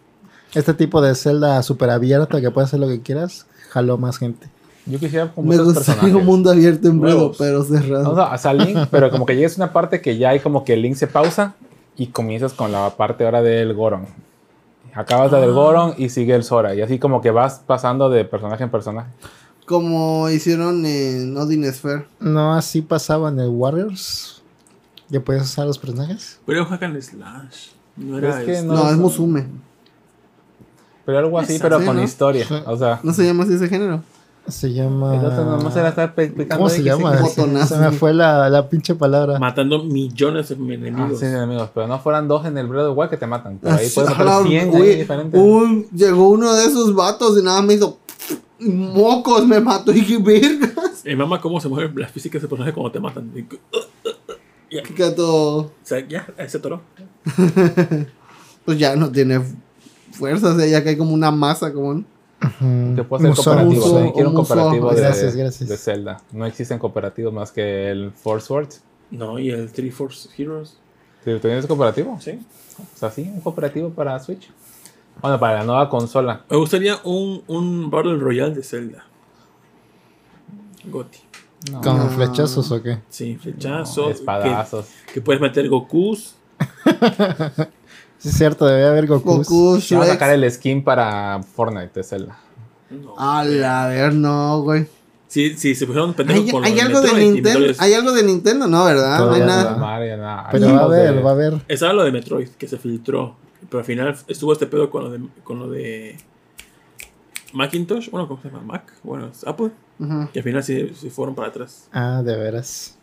Este tipo de celda súper abierta que puede hacer lo que quieras, jaló más gente.
Yo quisiera como
Me
otros
gustaría un
personajes.
mundo abierto en breve,
Huevos.
pero cerrado.
No, no, hasta el Link, pero como que llegas a una parte que ya hay como que el Link se pausa y comienzas con la parte ahora del Goron. Acabas la del Goron y sigue el Sora. Y así como que vas pasando de personaje en personaje.
Como hicieron en Odin Sphere.
No así pasaba en el Warriors. Ya puedes usar los personajes.
Pero era un hack and slash. No
Pero
era
es que
este.
No,
no es
no.
Musume.
Pero algo así,
Esa,
pero
sí,
con
¿no?
historia. O sea,
No se llama así ese género.
Se llama.
el otro nomás era estar pe- picando
Ah. ¿Cómo se
X,
llama?
X,
como
X.
Se
botonazo.
me fue la, la pinche palabra.
Matando millones de
Ah,
enemigos.
sí, enemigos. Pero no fueran dos en el Breath igual que te matan. Pero ahí
Así-
puedes
ah,
matar 100
güey, Uh,
ahí diferentes.
un- llegó uno de esos vatos y nada me hizo mocos, me mató y que vergas.
Eh, mamá, cómo se mueven las físicas de personaje cuando te matan. Y, uh, O
Que gato,
sea, ya, ese toro.
pues ya no tiene fuerza, o sea, ya cae como una masa, como un-
Ujú.
Que puede ser
Musou,
cooperativo.
Musou.
también quiero un
Musou.
cooperativo de,
Gracias, gracias.
de Zelda. No existen cooperativos más que el Force Words.
No, y el Three Force Heroes.
¿Tú tienes cooperativo?
Sí.
O sea, sí, un cooperativo para Switch. Bueno, para la nueva consola.
Me gustaría un, un Battle Royale de Zelda. Goti.
No,
¿Con
No.
flechazos o qué?
Sí,
no,
flechazo. que,
espadazos.
que puedes meter Gokus.
Sí, es cierto, debe haber Goku.
Goku,
Se va a
Shrek.
sacar el skin para Fortnite de Zelda.
No.
A la ver, no, güey.
Sí, sí, se pusieron pendejos
¿Hay,
con
hay
los
algo de
Metroid y
Nintendo,
Metroid-
hay algo de Nintendo, no, ¿verdad? No hay
Todavía
nada.
no.
Mario, nada.
Pero
Hay
va a
juegos
haber,
de-
va a haber.
Estaba lo de Metroid que se filtró. Pero al final estuvo este pedo con lo de, con lo de Macintosh. Bueno, ¿cómo se llama? Mac. Bueno, es Apple.
Ujú.
Y al final sí, sí fueron para atrás.
Ah, de veras.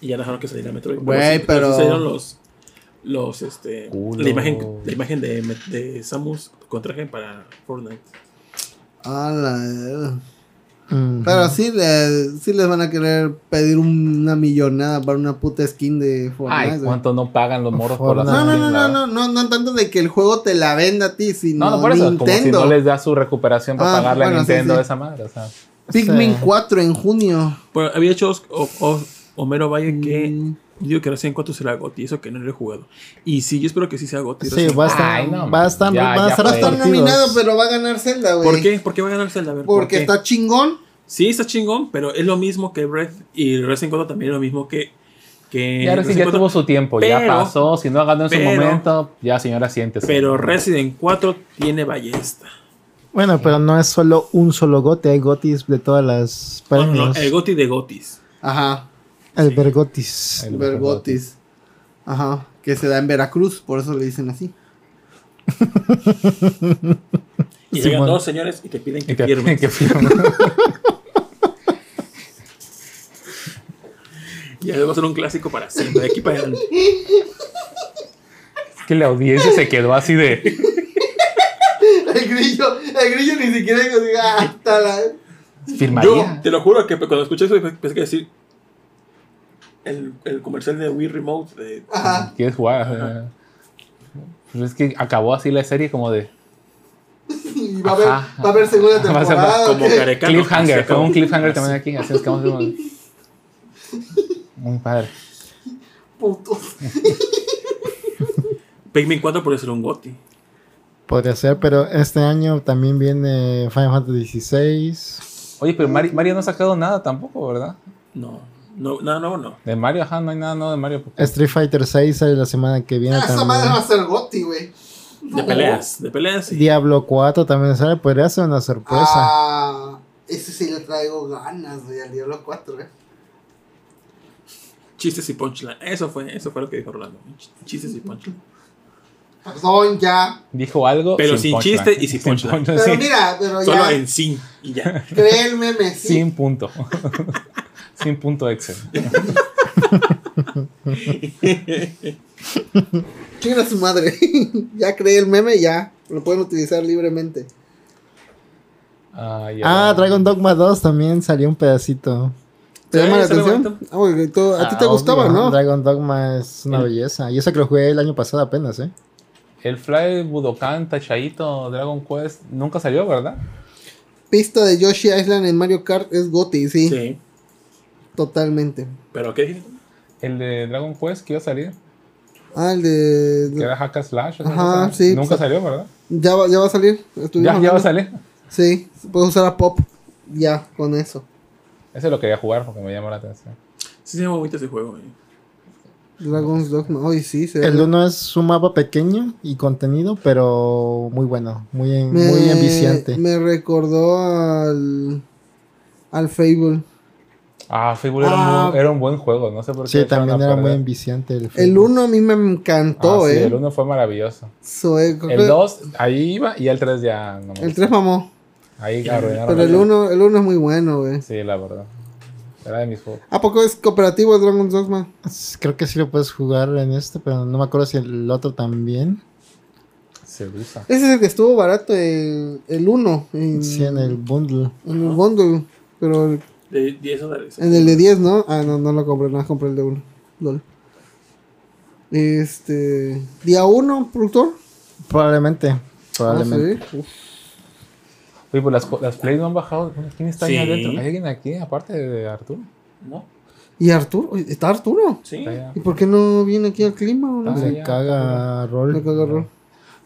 Y ya dejaron que saliera Metroid.
Güey,
sí-
pero-
sí salieron los. Los, este.
Culo.
La imagen, la imagen de, de Samus contraje para Fortnite.
A la ver.
Ujú.
Pero sí, le- sí les van a querer pedir una millonada para una puta skin de Fortnite.
Ay,
güey.
cuánto no pagan los morros por las
Fortnite.
No, no, no,
skins,
no,
¿verdad?
no, no, no tanto de que el juego te la venda a ti, sino
No, no, por eso, como si
Nintendo.
no les da su recuperación para
Ah,
pagarle
bueno,
a
sí,
Nintendo
sí.
de esa madre. O sea,
Pikmin
Sí.
4 en junio.
Pero había hecho Os- o- o- Homero Valle que
Mm,
Yo digo que ahora sí en cuánto será Gotti, eso que no lo he jugado. Y sí, yo espero que sí sea Gotti.
Sí, va a estar.
Ay, no,
va a estar.
ya,
va a
ya
estar
fue.
hasta
Está
nominado, pero va a ganar Zelda, güey.
¿Por qué? ¿Por qué va a ganar Zelda? A ver, ¿por
Porque
qué?
está chingón.
Sí, está chingón, pero es lo mismo que Breath y Resident Evil también es lo mismo que. que
Y ahora sí
Resident
ya
Evil
tuvo su tiempo, ya
pero-
pasó. Si no ganó en su
pero-
momento, ya señora, siéntese.
Pero Resident 4 tiene ballesta.
Bueno, pero no es solo un solo gote, hay gotis de todas las
Bueno,
premios.
el Gotti de Gotis.
Ajá.
el vergotis.
El
Vergotis. Ajá. Que se da en Veracruz, por eso le dicen así.
Y
Sí,
llegan
bueno.
dos señores y te piden que
Y que-
firmes.
que firme.
Y ahora va a ser un clásico para siempre, de aquí para adelante.
Es que la audiencia se quedó así de.
El grillo, el grillo ni siquiera dijo, diga, hasta la.
Yo
Firmaría.
te lo juro que cuando escuché eso pensé que decir el, el comercial de Wii Remote de
Ajá.
¿Quieres jugar? Pero es que acabó así la serie como de.
Y va a haber,
Ajá.
va a haber segunda
Va a ser
temporada.
como
Ah, ¿ok?
carecano.
cliffhanger. Fue un
Así.
cliffhanger también aquí. Así es que vamos a ver. Muy padre.
Putos.
Pikmin 4 puede ser un goti.
Podría ser, pero este año también viene Final Fantasy XVI.
Oye, pero Mario, Mario no ha sacado nada tampoco, ¿verdad?
No, no, no, no, no.
De Mario, ajá, no hay nada nuevo de Mario. porque-
Street Fighter 6 sale la semana que viene
Ah, esa madre va
también.
a ser Gotti, güey.
De peleas, de peleas. Y,
Diablo 4 también sale, podría ser una sorpresa.
Ah, ese sí le traigo ganas, güey, al Diablo eh. 4, güey.
chistes y punchline. Eso fue, eso fue lo que dijo Orlando. Ch- Chistes y punchline.
Perdón, ya.
Dijo algo.
Pero sin
punchline.
chiste y sin punchline.
Pero
sí.
mira, pero
Solo
Oh, ya.
en sí y ya.
Cree el meme, sí.
Sin punto. sin punto Excel.
Chinga su madre. ya creé el meme, ya. Lo pueden utilizar libremente.
Ah, ya.
Ah, Dragon Dogma 2 también salió un pedacito.
¿Te
Sí,
llama la
se ve
atención?
bonito.
Ah, güey, tú- a ti
Ah,
te
obvio,
gustaba, ¿no?
Dragon Dogma es una belleza. Y eso que lo jugué el año pasado apenas, ¿eh?
El Fly, Budokan, Tachaito, Dragon Quest nunca salió, ¿verdad?
Pista de Yoshi Island en Mario Kart es Gotti, sí,
Sí.
totalmente.
Pero ¿qué dijiste?
El de Dragon Quest que iba a salir,
Ah, el de.
que era Hack and Slash. o sea,
Ajá,
no
sí,
sé. Nunca
pues,
salió, ¿verdad?
Ya, va, ya va a salir.
Ya,
Estuvimos
ya va a
hablando.
salir.
Sí, puedes usar a Pop ya con eso.
Ese lo quería jugar porque me llamó la atención.
Sí, se llama bonito ese juego. eh.
Dragon's Dogma. Ay, sí, se ve.
El 1 es un mapa pequeño y contenido, pero muy bueno, muy, en-
Me-
muy enviciante.
Me recordó al. Al Fable.
Ah, Fable era,
Ah.
muy- era un buen juego, no sé por qué.
Sí,
echaron
también
a
era
perder.
muy enviciante el,
El
film.
1 a mí me
Ah,
encantó,
sí,
eh.
el 1 fue maravilloso.
Soy- creo que-
El 2, ahí iba, y el 3 ya no me
El
gustó.
3 mamó.
Ahí arruinaron.
Pero
la
el
vida.
1 el uno es muy bueno, güey.
Sí, la verdad. Era de mis juegos.
¿A poco es cooperativo el Dragon's Dogma?
Creo que sí lo puedes jugar en este, pero no me acuerdo si el otro también.
Se usa.
Ese es el que estuvo barato, el 1. En,
Sí, en el bundle.
en el bundle. Pero el-
De 10 dólares.
en el de 10, ¿no? Ah, no, no lo compré, nada, más compré el de 1. LOL. Este. Día 1, productor.
Probablemente, probablemente.
Ah, sí. Uf.
Oye, pues las, co- las plays no han bajado. ¿Quién está ahí
Sí.
adentro? ¿Hay alguien aquí aparte de Arturo?
¿No?
¿Y Arturo? Oye, ¿Está Arturo?
Sí.
Está allá.
¿Y por qué no viene aquí al clima? o no?
Ah,
Le
ya,
caga rol.
Me cagó, Rol.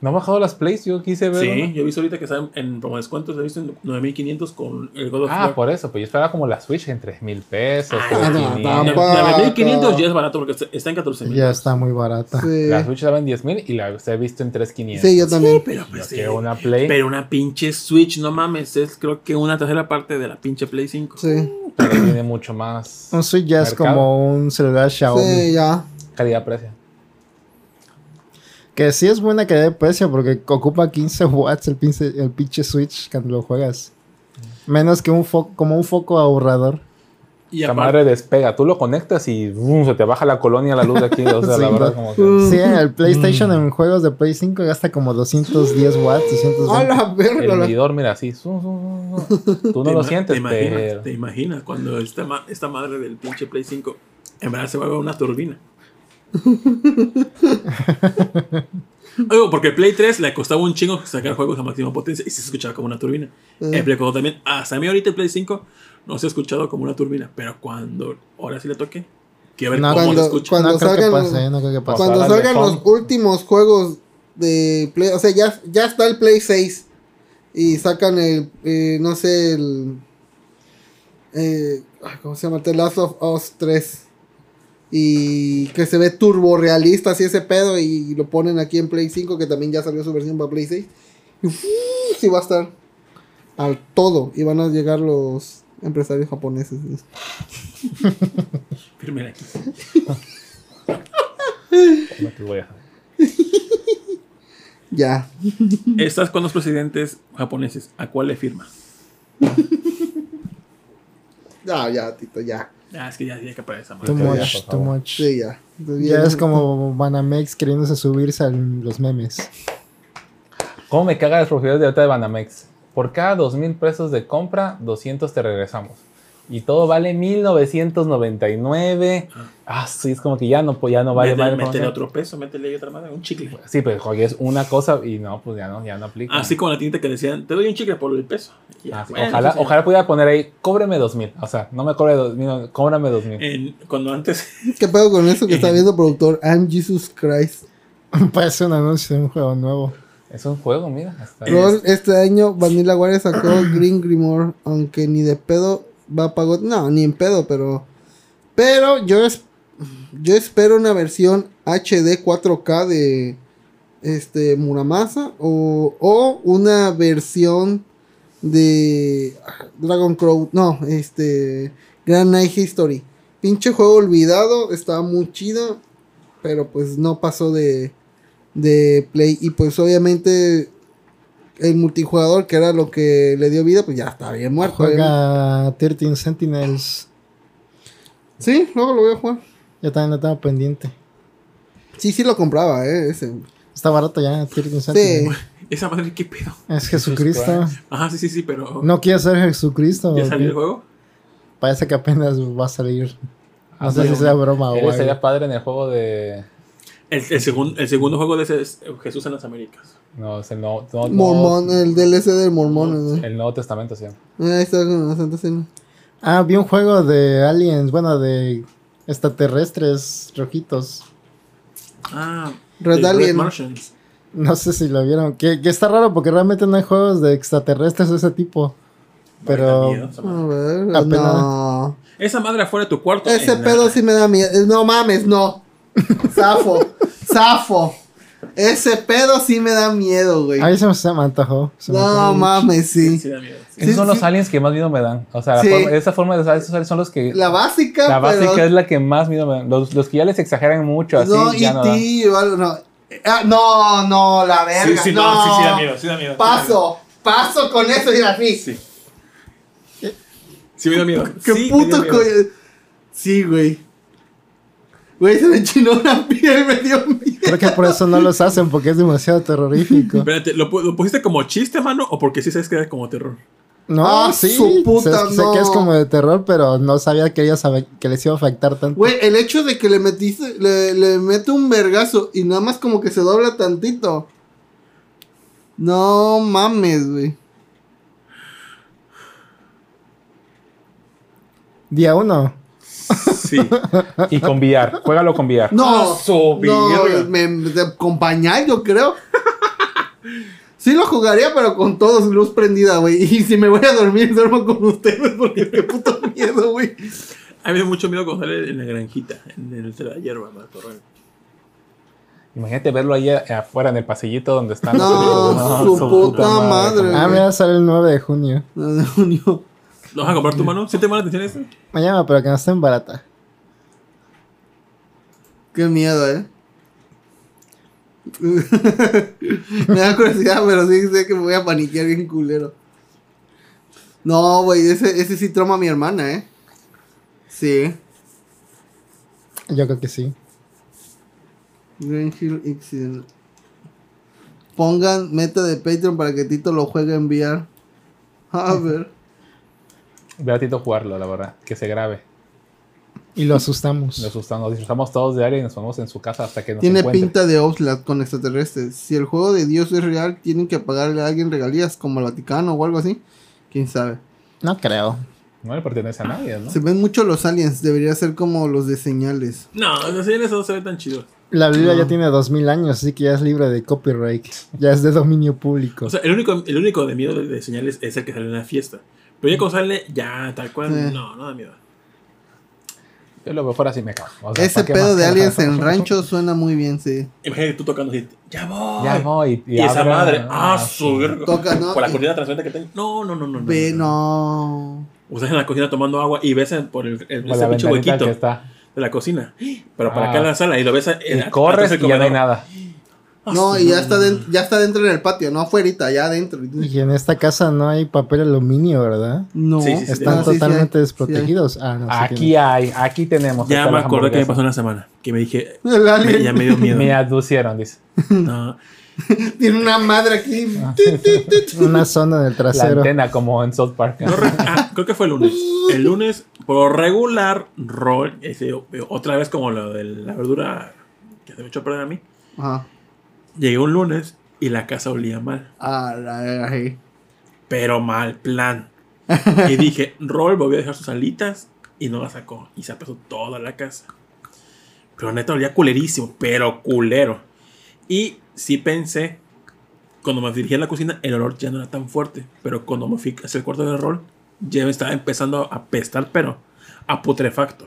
No ha bajado las plays, yo quise ver.
Sí,
una.
yo he visto ahorita que están en promo descuentos, he visto en 9500 con el God of
Ah,
War.
por eso, pues yo esperaba como la Switch en 3 mil pesos.
Ah,
3,500.
no,
La-
tampoco.
La 9500 ya es barato porque está- está en 14000.
Ya está muy
Ah,
barata.
Sí.
La Switch estaba en 10 mil y la he visto en 3500.
Sí, yo también.
Pero pues
Yo
sí.
quiero una Play,
Pero
pero,
una pinche Switch, no mames, es creo que una tercera parte de la pinche Play 5.
Sí,
tiene mucho más
Pues,
Un Switch ya es
Mercado.
como un celular Xiaomi.
sí, ya.
calidad-precio.
Que sí es buena calidad de precio porque ocupa 15 watts el pinche, el pinche Switch cuando lo juegas. Menos que un foco, como un foco ahorrador.
Y
La
aparte,
madre despega, tú lo conectas y ¡vum! se te baja la colonia la luz de aquí. O sea,
Sí,
la verdad,
no.
como que.
Mm.
Sí, el PlayStation
Mm.
en juegos de Play 5 gasta como 210 watts,
Pues,
220.
A la verga.
El
la-
medidor, mira, así. zum, zum, zum, zum. Tú no lo
ima-
sientes,
te imaginas,
pero.
te imaginas cuando esta, ma- esta madre del pinche Play 5 en verdad se va a ver una turbina. Oigo, porque Play 3 le costaba un chingo sacar juegos a máxima potencia y se escuchaba como una turbina. El Play 4 también, hasta a mí ahorita el Play 5 no se ha escuchado como una turbina, pero cuando ahora sí le toque, Que a ver
No,
cómo
cuando-
lo escucha.
cuando
no creo que
salgan-
pase, eh, no creo que pase.
Pasar
Cuando
al
salgan
de
los
Pong.
últimos juegos de Play, o sea, ya, ya está el Play 6 y sacan el, eh, no sé, el, eh, ay, ¿cómo se llama? The Last of Us 3 y que se ve turbo realista así ese pedo y lo ponen aquí en Play 5 que también ya salió su versión para Play 6 y uf, sí va a estar al todo y van a llegar los empresarios japoneses.
Fírmela aquí.
No te voy a dejar.
Ya,
Estás con los presidentes japoneses. ¿A cuál le firma?
ya, ya, Tito, ya,
Ah, es que ya tiene que aparecer esa
Too
madre.
Ya, ya,
much,
por
too
favor.
much.
sí, ya.
Ya es como Banamex queriéndose subirse a los memes.
¿Cómo me cagan las propiedades de ahorita de Banamex? Por cada dos mil pesos de compra, 200 te regresamos. Y todo vale 1999. Ah, sí, es como que ya no, pues, ya no vale.
Mete-
vale,
métele
como-
otro peso, métele ahí otra madre, un chicle.
Sí, pero joder, es una cosa y no, pues ya no, ya no aplica.
Así como la tinta que decían, te doy un chicle por el peso. Ya,
Ah, sí.
bueno,
ojalá,
sí, sí.
ojalá pudiera poner ahí, cóbreme 2000. O sea, no me cobre 2000, no, cóbrame 2000.
En- cuando antes,
¿Qué pedo con eso que está
Eh.
viendo productor? I'm Jesus Christ.
Parece un anuncio de un juego nuevo.
Es un juego, mira. hasta-
Rol, este año Vanilla Ware sacó Green Grimoire, aunque ni de pedo va a pagar. No, ni en pedo, pero. Pero yo, es, yo espero una versión HD 4K de este Muramasa o, o una versión de Dragon Crow. No, este Grand Night History. Pinche juego olvidado, estaba muy chido, pero pues no pasó de, de play. Y pues obviamente el multijugador, que era lo que le dio vida, pues ya está bien muerto. obviamente.
Juega 13 Sentinels.
Sí, luego lo voy a jugar.
Yo también lo tengo pendiente.
Sí, sí lo compraba, eh, ese.
Está barato ya, 13
Sí.
Sentinels.
esa madre, ¿qué pedo?
Es Jesucristo.
Ajá, sí, sí, sí, pero.
No quiere ser Jesucristo.
¿Ya salió el
porque
juego?
Parece que apenas va a salir. No
Ah,
sé si
bueno.
sea broma o
Él
algo.
sería padre en el juego de.
El, el, segun- el segundo juego de ese es Jesús en las Américas.
No, es el nuevo, no, no-
Mormón, el DLC del Mormón. ¿no?
el Nuevo Testamento, sí.
Ahí está con la Santa Cena.
Ah, vi un juego de aliens, bueno, de extraterrestres rojitos.
Ah,
Red
de
Alien.
Martians.
No sé si lo vieron. Que, que está raro porque realmente no hay juegos de extraterrestres de ese tipo.
Da
Pero
miedo, esa,
A
madre.
ver,
Apenas.
no.
Esa madre afuera de tu cuarto.
Ese
en la-
pedo sí me da miedo. Eh, No mames, no. Zafo, zafo. Ese pedo sí me da miedo, güey.
ahí se me, se me antojó. Se me
No
antojó.
mames, sí.
sí da miedo. sí.
Esos
Sí,
son
sí.
los aliens que más miedo me dan. O sea, la
Sí.
forma- esa forma de los aliens son los que.
La básica,
La básica
pero...
es la que más miedo me dan. Los, los que ya les exageran mucho, así
No,
ya no dan.
y no, no. Ah, no, no, la verga.
Sí, sí,
no,
no, sí, sí da miedo, sí da miedo. sí da miedo.
Paso, paso con eso y así.
Sí. Sí me dio miedo.
Qué
Sí, me dio
puto
miedo.
co... Sí, güey. Güey, se me enchinó la piel, me dio miedo.
Creo que por eso no los hacen porque es demasiado terrorífico.
Espérate, ¿lo, pu- lo pusiste como chiste, mano? ¿O porque sí sabes que era como terror?
No,
Ah,
sí.
su puta,
sé, sé que es
no.
como de terror, pero no sabía que, ellos sabe- que les iba a afectar tanto.
Güey, el hecho de que le metiste, le, le mete un vergazo y nada más como que se dobla tantito. No mames, güey.
Día uno.
Sí.
Y con VR. Juégalo con VR.
No,
Ah, su
no
verga.
me, me acompañar, yo creo. Sí lo jugaría, pero con todos luz prendida, güey. Y si me voy a dormir, duermo con ustedes porque qué puto miedo, güey.
A mí me dio mucho miedo cuando sale en la granjita, en, el- entre la hierba, en el torrón.
Imagínate verlo ahí afuera en el pasillito donde están.
Ah, No, su puta madre.
Ah, mira, sale el 9 de junio.
No, no, no.
¿Lo vas a comprar tu mano? ¿Sí te llama la atención ese?
Mañana, pero que no estén barata.
Qué miedo, eh. me da curiosidad, pero sí sé que me voy a paniquear bien culero. No, güey, ese, ese sí troma a mi hermana, eh. Sí.
Yo creo que sí.
Green Hill Incident. Pongan meta de Patreon para que Tito lo juegue en VR. A ver.
Ve a Tito jugarlo, la verdad. Que se grabe.
Y lo asustamos.
Nos gustamos, nos disfrutamos todos de área y nos vamos en su casa hasta que nos
Tiene
encuentre.
pinta de Outlast con extraterrestres. Si el juego de Dios es real, tienen que pagarle a alguien regalías como el Vaticano o algo así. Quién sabe.
No creo.
No le pertenece a nadie, ¿no?
Se ven mucho los aliens, debería ser como los de señales.
No, las series no se ven tan chido.
La Biblia ya tiene 2000 años, así que ya es libre de copyright. Ya es de dominio público.
O sea, el único, el único de miedo de, de señales es el que sale en la fiesta. Pero ya cuando sale, ya, tal cual,
Sí.
no, no da miedo.
Yo lo veo fuera así me cago. O sea,
Ese
¿pa' qué más?
pedo de aliens en rancho suena muy bien, sí.
Imagínate tú tocando así, ya voy.
Ya voy.
Y, esa
abra-
madre, ah, su verga.
Toca, ¿no?
Con la
Y-
cortina transparente que tengo. No, no, no, no. no,
Ve,
no.
no.
O sea, en la cocina tomando agua y ves por el, el-
Por
ese
la
pinche
ventanita
huequito Eh,
que está.
de la cocina. Pero para
Ah.
acá en la sala y lo ves. en-
Y
atrás
corres
del
y ya no hay
comedor.
nada.
Ah,
No,
su
y ya
madre.
está, den- ya está dentro en el patio, no afuerita, ya adentro.
Y en esta casa no hay papel aluminio, ¿verdad?
No,
Sí, sí, sí,
Están
Ah, sí, sí hay,
totalmente
sí hay.
desprotegidos. ah, no, sí
Aquí hay, aquí tenemos.
Ya
Está
me
la
acordé que me
hamburguesa.
pasó una semana. Que me dije,
El
me-
alien
ya me dio miedo.
Me aducieron, dice.
No.
tiene una madre aquí.
Ah.
tiene Una zona en el
La
trasero.
antena como en South Park.
No re- ah, creo que fue el lunes. El lunes, por regular, rol. ese, o- otra vez como lo de la verdura que se me echó a perder a mí.
Ajá.
Llegué un lunes y la casa olía mal.
Ah, la- ay.
pero mal plan. Y dije, Rol volvió a dejar sus alitas y no las sacó. Y se apesó toda la casa. Pero neta olía culerísimo, pero culero. Y sí pensé, cuando me dirigí a la cocina, el olor ya no era tan fuerte. Pero cuando me fui hacia el cuarto de Rol, ya me estaba empezando a apestar, pero a putrefacto.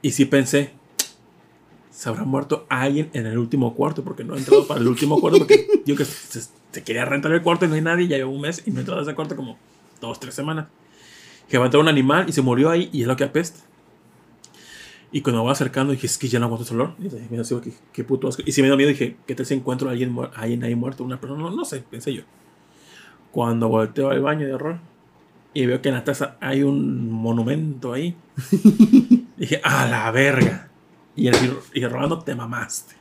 Y sí pensé, se habrá muerto alguien en el último cuarto, porque no he entrado para el último cuarto, porque digo que se, se quería rentar el cuarto y no hay nadie, ya llevo un mes y no he entrado a ese cuarto como dos, tres semanas. Que va a entrar un animal y se murió ahí y es lo que apesta. Y cuando me voy acercando dije, es que ya no aguanto ese olor. Y dije, mira, sigo aquí, qué puto asco. Y si me dio miedo dije, ¿qué tal si encuentro a alguien, muer- a alguien ahí muerto? Una persona, no, no sé, pensé yo. Cuando volteo al baño de horror y veo que en la taza hay un monumento ahí, dije, a la verga. Y, el, y Rolando te mamaste.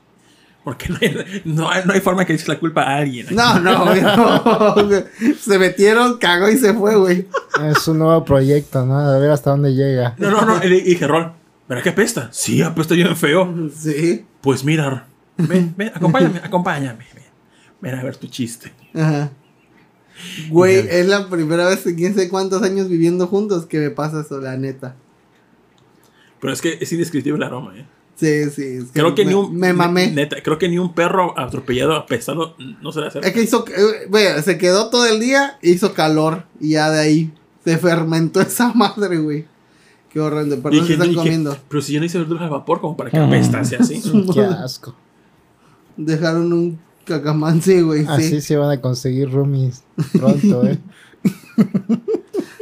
Porque no hay, no hay, no hay forma que eches la culpa a alguien.
No, no, güey, no. Se metieron, cagó y se fue, güey.
Es un nuevo proyecto, ¿no? A ver hasta dónde llega.
No, no, no. Y le dije, Rol, ¿verdad que apesta? Sí, apesta bien feo.
Sí.
Pues mira, ven, ven, acompáñame, acompáñame. Ven, ven a ver tu chiste.
Ajá. Güey, es la primera vez en quién sé cuántos años viviendo juntos que me pasa eso, la neta.
Pero es que es indescriptible el aroma, ¿eh?
Sí, sí. es
Creo que
me,
ni un.
Me mamé.
Neta, creo que ni un perro atropellado apestado no se le hace.
Es que hizo. eh, Güey, se quedó todo el día, hizo calor. Y ya de ahí se fermentó esa madre, güey. Qué horrendo. Perdón si
Dije,
están
dije,
comiendo.
Pero si yo no hice verduras al vapor, como para que apestase así.
Qué asco.
Dejaron un cacamán, sí, güey.
Así
Sí.
se van a conseguir roomies pronto, ¿eh?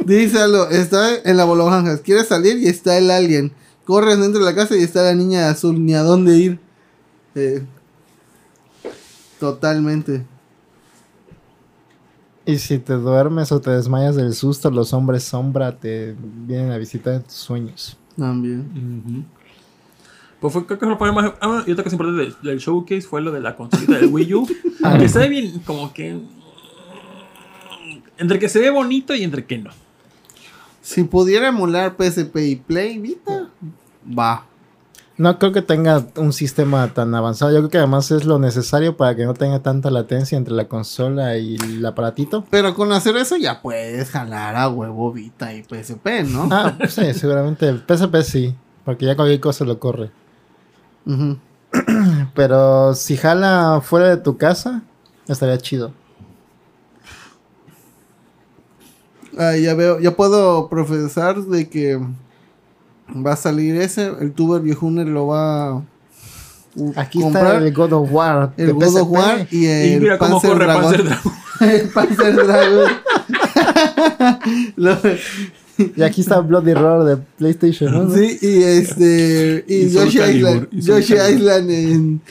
Dice algo, está en la bolojanjas. Quiere salir y está el alien. Corres dentro de la casa y está la niña de azul. Ni a dónde ir. Eh, totalmente.
Y si te duermes o te desmayas del susto, los hombres sombra te vienen a visitar en tus sueños.
También.
Ujú. Pues fue, creo que fue lo más. Ah, y otra cosa importante del, del showcase fue lo de la consulta del Wii U. que está bien, como que. Entre que se ve bonito y entre que no.
Si pudiera emular PSP y Play Vita, va.
No creo que tenga un sistema tan avanzado. Yo creo que además es lo necesario para que no tenga tanta latencia entre la consola y el aparatito.
Pero con hacer eso ya puedes jalar a huevo Vita y PSP, ¿no?
Ah, sí, seguramente. El PSP sí, porque ya cualquier cosa lo corre.
Ujú.
Pero si jala fuera de tu casa, estaría chido.
Ah, ya veo, ya puedo profesar de que va a salir ese, el tuber viejuner lo va a u-
Aquí está
comprar,
el God of War.
el
de
God of
PSP.
War y el
y mira cómo
Panzer
corre
Dragon.
Panzer Dragon.
el Panzer Dragon. Lo-
Y aquí está Bloody Roar de PlayStation. ¿no?
sí, y este y,
Y Soul
Yoshi
Calibur,
Island,
y Soul
Yoshi
Calibur.
Island en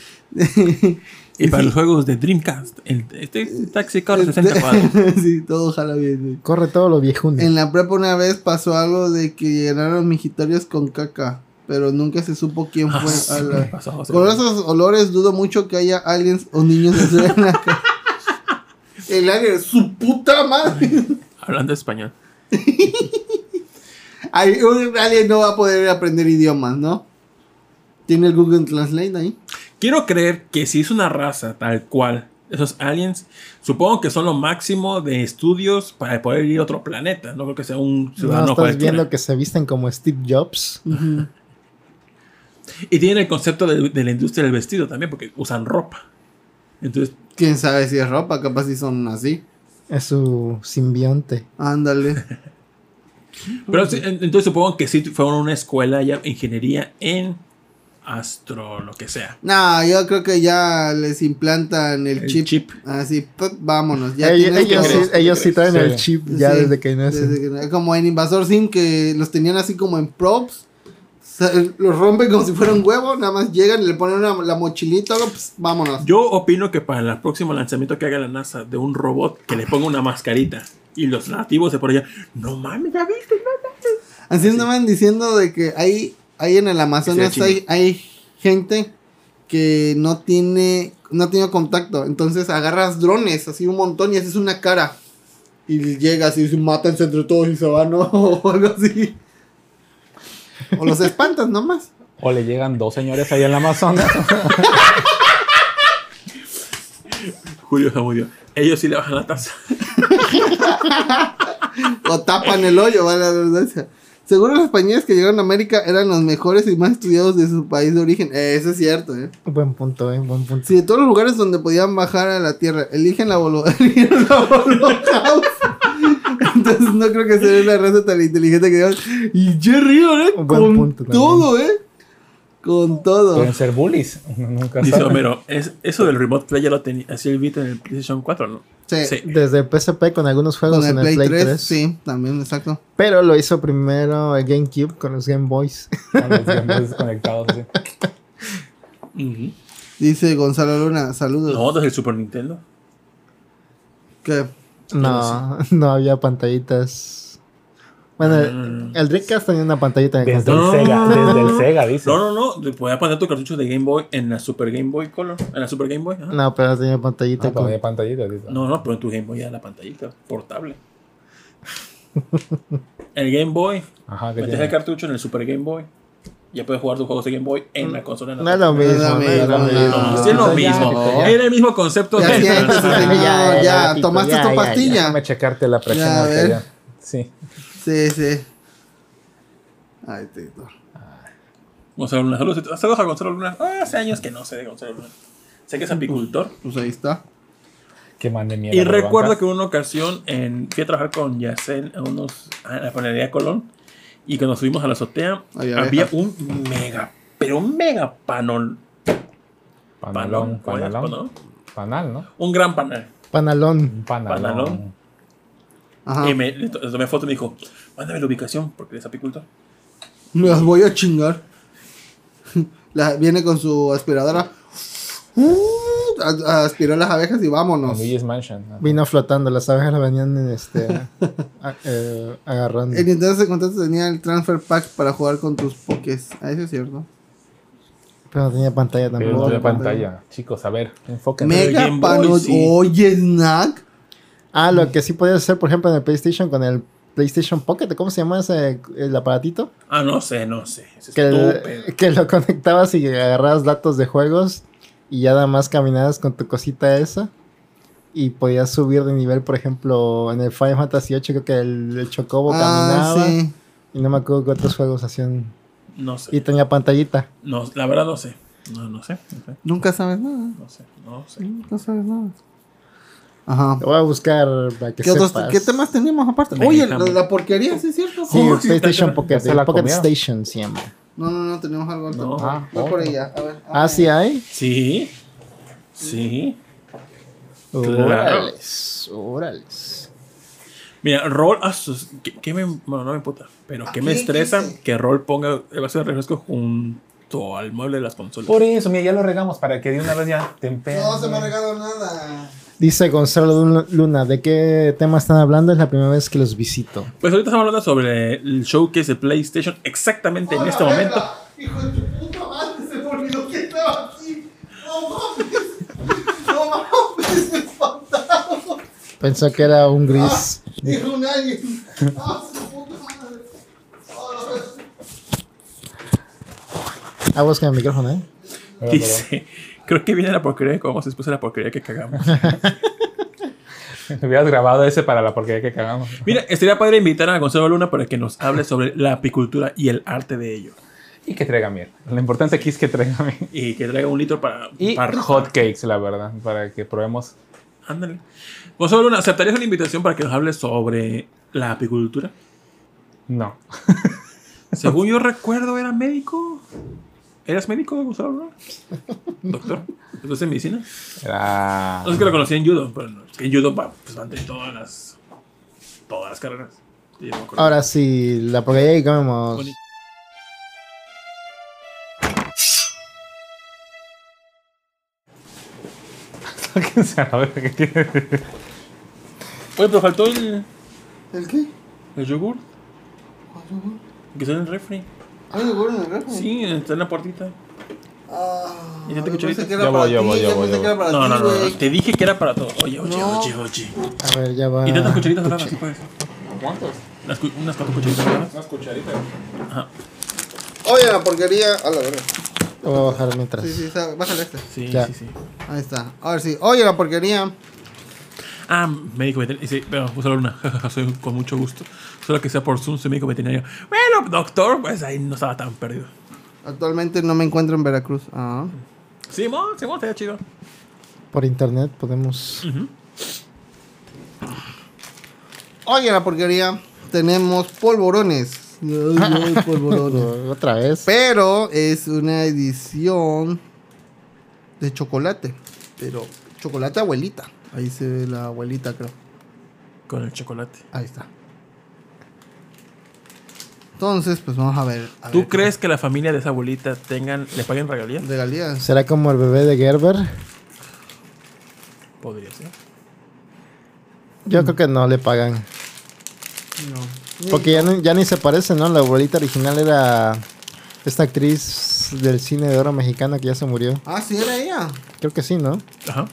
Y para los juegos de Dreamcast, el, este Taxi Car 60 cuadros.
sí, todo jala bien. sí.
Corre todo lo viejuno.
En la prepa una vez pasó algo de que llenaron mijitorios con caca, pero nunca se supo quién
Ah,
fue.
sí,
a
me
la-
pasó, o sea,
Con esos olores dudo mucho que haya aliens o niños que se vean acá. El alien, su puta madre.
Hablando español.
Ay, un alien no va a poder aprender idiomas, ¿no? Tiene el Google Translate ahí.
Quiero creer que si es una raza tal cual esos aliens, supongo que son lo máximo de estudios para poder ir a otro planeta. No creo que sea un
No,
ciudadano
estás
cualquiera.
viendo que se visten como Steve Jobs.
Y tienen el concepto de, de la industria del vestido también, porque usan ropa. Entonces,
Quién sabe si es ropa, capaz si son así.
Es su simbionte.
Ándale.
pero sí, en- entonces supongo que sí fueron a una escuela ya ingeniería en astro, lo que sea.
No, yo creo que ya les implantan el,
El
chip.
chip.
Así, pop, vámonos. Ya
Ell-
tienes
ellos,
todo.
sí, ellos sí traen
Sí.
el chip ya
Sí,
desde que nacen.
desde que- como en Invasor Sim, que los tenían así como en props. se- los rompen como si fuera un huevo. Nada más llegan y le ponen una- la mochilita. pues, vámonos.
Yo opino que para el próximo lanzamiento que haga la NASA de un robot que le ponga una mascarita y los nativos de por allá, no mames, ya viste,
Así andaban diciendo de que hay, hay en el Amazonas
Estaría
hay, hay gente que no tiene no ha tenido contacto. Entonces agarras drones, así un montón y haces una cara. Y llegas y dices, mátense entre todos y se van, ¿no? O algo así. O los espantas nomás.
O le llegan dos señores ahí en la Amazonas.
Julio Zamudio. Ellos sí le bajan la tasa.
O tapan el hoyo, vale la redundancia. Seguro las españoles que llegaron a América eran los mejores y más estudiados de su país de origen. Eh, eso es cierto, ¿eh?
Buen punto, eh, buen punto.
Si de todos los lugares donde podían bajar a la tierra, eligen la bolo- eligen la Holocaust. Entonces no creo que sea una raza tan inteligente que digan. Y Jerry, ¿eh?
Un buen
Con
punto también.
todo, ¿eh? Con todo.
Pueden ser bullies. Uno Nunca
Dice
sabe.
Homero, es, eso del remote play ya lo tenía, así el Vita en el PlayStation 4, ¿no?
sí.
Desde PSP con algunos
Con
juegos
el
en
Play, 3, sí, también, exacto.
Pero lo hizo primero el GameCube con los Game Boys.
Con los dientes conectados así.
Ujú.
Dice Gonzalo Luna, saludos.
No, desde el Super Nintendo.
¿Qué?
No, no había pantallitas. Bueno, el, el Dreamcast tenía una pantallita de
Ah. Desde
control.
el
No.
Sega, desde el Sega, dice.
No, no, no, te podías poner tu cartucho de Game Boy en la Super Game Boy Color, en la Super Game Boy. ajá.
No, pero tenía pantallita
Ah,
con-
todavía pantallita, dice.
No, no, pero en tu Game Boy era la pantallita portable. El Game Boy,
Ajá, que
metes el
tiene.
cartucho en el Super Game Boy. Ya puedes jugar tus juegos de Game Boy en la consola.
Mm, No es lo
No
mismo.
es lo
no es lo
mismo,
mismo.
no.
No, sí es lo
Ya,
mismo.
ya,
Era el mismo concepto
Ya
de.
siéntese,
ya,
señor,
ya,
ya,
ya,
tomaste
ya,
tu
ya,
pastilla.
Déjame checarte la presión
Ya, a ver.
arterial. Sí.
Sí, sí. Ay, te
Gonzalo Luna, saludos. Saludos a Gonzalo Luna. Ah, hace años que no sé de Gonzalo Luna. Sé que es apicultor.
Pues ahí está.
Que mande mierda.
Y
por
recuerdo
bancas.
que en una ocasión en- fui a trabajar con Yacel a, unos, a la panadería Colón y cuando subimos a la azotea
Hay
había
abejas.
un mega, pero un mega panol,
Panalón,
¿cómo es?
panalón. Panal, ¿no?
Un gran panal.
Panalón.
Un panalón.
Panalón.
Ajá.
Ah.
Y me le to- le tomé foto y me dijo, mándame la ubicación porque eres apicultor.
Me las voy a chingar. La- viene con su aspiradora. Uh, a- a- aspiró las abejas y vámonos.
Luigi's Mansion. ¿no?
Vino flotando, las abejas la venían este, a- eh, agarrando.
En Nintendo 64 tenía el transfer pack para jugar con tus pokés. Ah, eso es cierto.
Pero no tenía pantalla
Pero no
tampoco.
había pantalla. Chicos, a ver, enfóquense.
Me-
Mega
Game Boy,
paro.
sí.
Oye, snack.
Ah, lo que sí podías hacer, por ejemplo, en el PlayStation con el PlayStation Pocket, ¿cómo se llama ese el aparatito?
Ah, no sé, no sé. Es
Que,
estúpido.
que lo conectabas y agarrabas datos de juegos y ya nada más caminabas con tu cosita esa. Y podías subir de nivel, por ejemplo, en el Final Fantasy VIII creo que el, el Chocobo
Ah,
caminaba.
sí.
Y no me acuerdo qué otros juegos hacían.
No sé.
Y tenía pantallita.
No, la verdad no sé. No, no sé. No sé.
Nunca sabes nada.
No sé. No sé.
Nunca sabes nada. Ajá.
Lo voy a buscar para que
¿Qué, otros,
sepas.
¿Qué temas tenemos aparte?
Venga,
Oye, la,
Hamlet.
la porquería, sí es cierto.
Sí,
Oh, sí,
PlayStation
está-
Pocket.
se la
Pocket
comió.
Station se llama.
No, no, no, tenemos algo alto.
No.
Ah,
Voy por
oh.
ella. A ver.
Ah, sí hay.
Sí. Sí. Claro.
Órales, órales.
Mira, Rol. ah, sus- ¿qué, qué me, bueno, no me importa. Pero que me
Aquí
estresa
dice.
que Rol ponga el vaso de refresco junto al mueble de las consolas.
Por eso, mira, ya lo regamos para que de una vez ya te empeñes.
No se me ha regalado nada.
Dice Gonzalo Luna, ¿de qué tema están hablando? Es la primera vez que los visito.
Pues ahorita estamos hablando sobre el showcase de PlayStation exactamente en este momento.
Hijo de tu puta madre, se me olvidó que estaba aquí. No mames. No mames, me espantado.
Pensó que era un gris.
Dijo un alien. Ah, su puta madre. Ah,
Ah, busca el micrófono, ¿eh?
Perdón,
Dice Creo que viene la porquería de cómo se puso la porquería que cagamos.
Hubieras grabado ese para la porquería que cagamos.
Mira, estaría padre invitar a Gonzalo Luna para que nos hable sobre la apicultura y el arte de ello.
Y que traiga miel. Lo importante aquí es que traiga miel.
Y que traiga un litro para...
Y
para
hot cakes, la verdad, para que probemos.
Ándale. Gonzalo Luna, ¿aceptarías la invitación para que nos hable sobre la apicultura?
No.
Según yo recuerdo, era médico. ¿Eras médico, Gonzalo Luna? ¿Doctor? ¿Entonces en medicina?
Era...
No es que lo conocí en judo, pero no, es que en judo va, pues, van de todas las... Todas las carreras. Sí, no me acuerdo.
Ahora sí, la porquería que comemos.
Bonito.
Sáquense a la verga que tiene.
Oye, pero faltó el,
¿El qué?
el yogur. Que está en el refri.
Ah, yo voy en el refri.
Sí, está en la puertita.
Ah,
¿Y siete
yo pensé
cucharitas?
que era
Yo voy,
para
yo
ti,
voy, yo
yo
voy,
pensé
yo
que era para
No,
ti,
no, no, no.
güey.
Te dije que era para todo. Oye, oye,
No.
oye, oye.
A ver, ya va.
¿Y tantas cucharitas raras que puedes?
¿Cuántos?
Unas, cu- unas cuatro cucharitas raras.
Unas cucharitas.
Oye, la porquería. A la verga.
Lo voy a bajar mientras.
Sí, sí, sabe, bájale este.
Sí,
Ya.
sí, sí.
Ahí está. Ahora sí. Oye, la porquería.
Ah, médico veterinario. Sí, pero Gonzalo Luna, jajaja, soy con mucho gusto. Solo que sea por Zoom, soy médico veterinario. Bueno, doctor, pues ahí no estaba tan perdido.
Actualmente no me encuentro en Veracruz. Ah.
Simón, Simón, estaría chido.
Por internet podemos.
Oye, la porquería. Tenemos polvorones. Ay, no, polvorones.
Otra vez.
Pero es una edición de chocolate. Pero chocolate abuelita. Ahí se ve la abuelita, creo.
Con el chocolate.
Ahí está. Entonces, pues vamos a ver. a
¿Tú
ver qué
crees que la familia de esa abuelita tengan, le paguen regalías?
Regalías.
¿Será como el bebé de Gerber?
Podría ser.
Yo creo que no le pagan.
No.
Porque ya, ni- ya ni se parece, ¿no? La abuelita original era esta actriz del cine de oro mexicano que ya se murió.
Ah, sí, era ella.
Creo que sí, ¿no?
Ajá.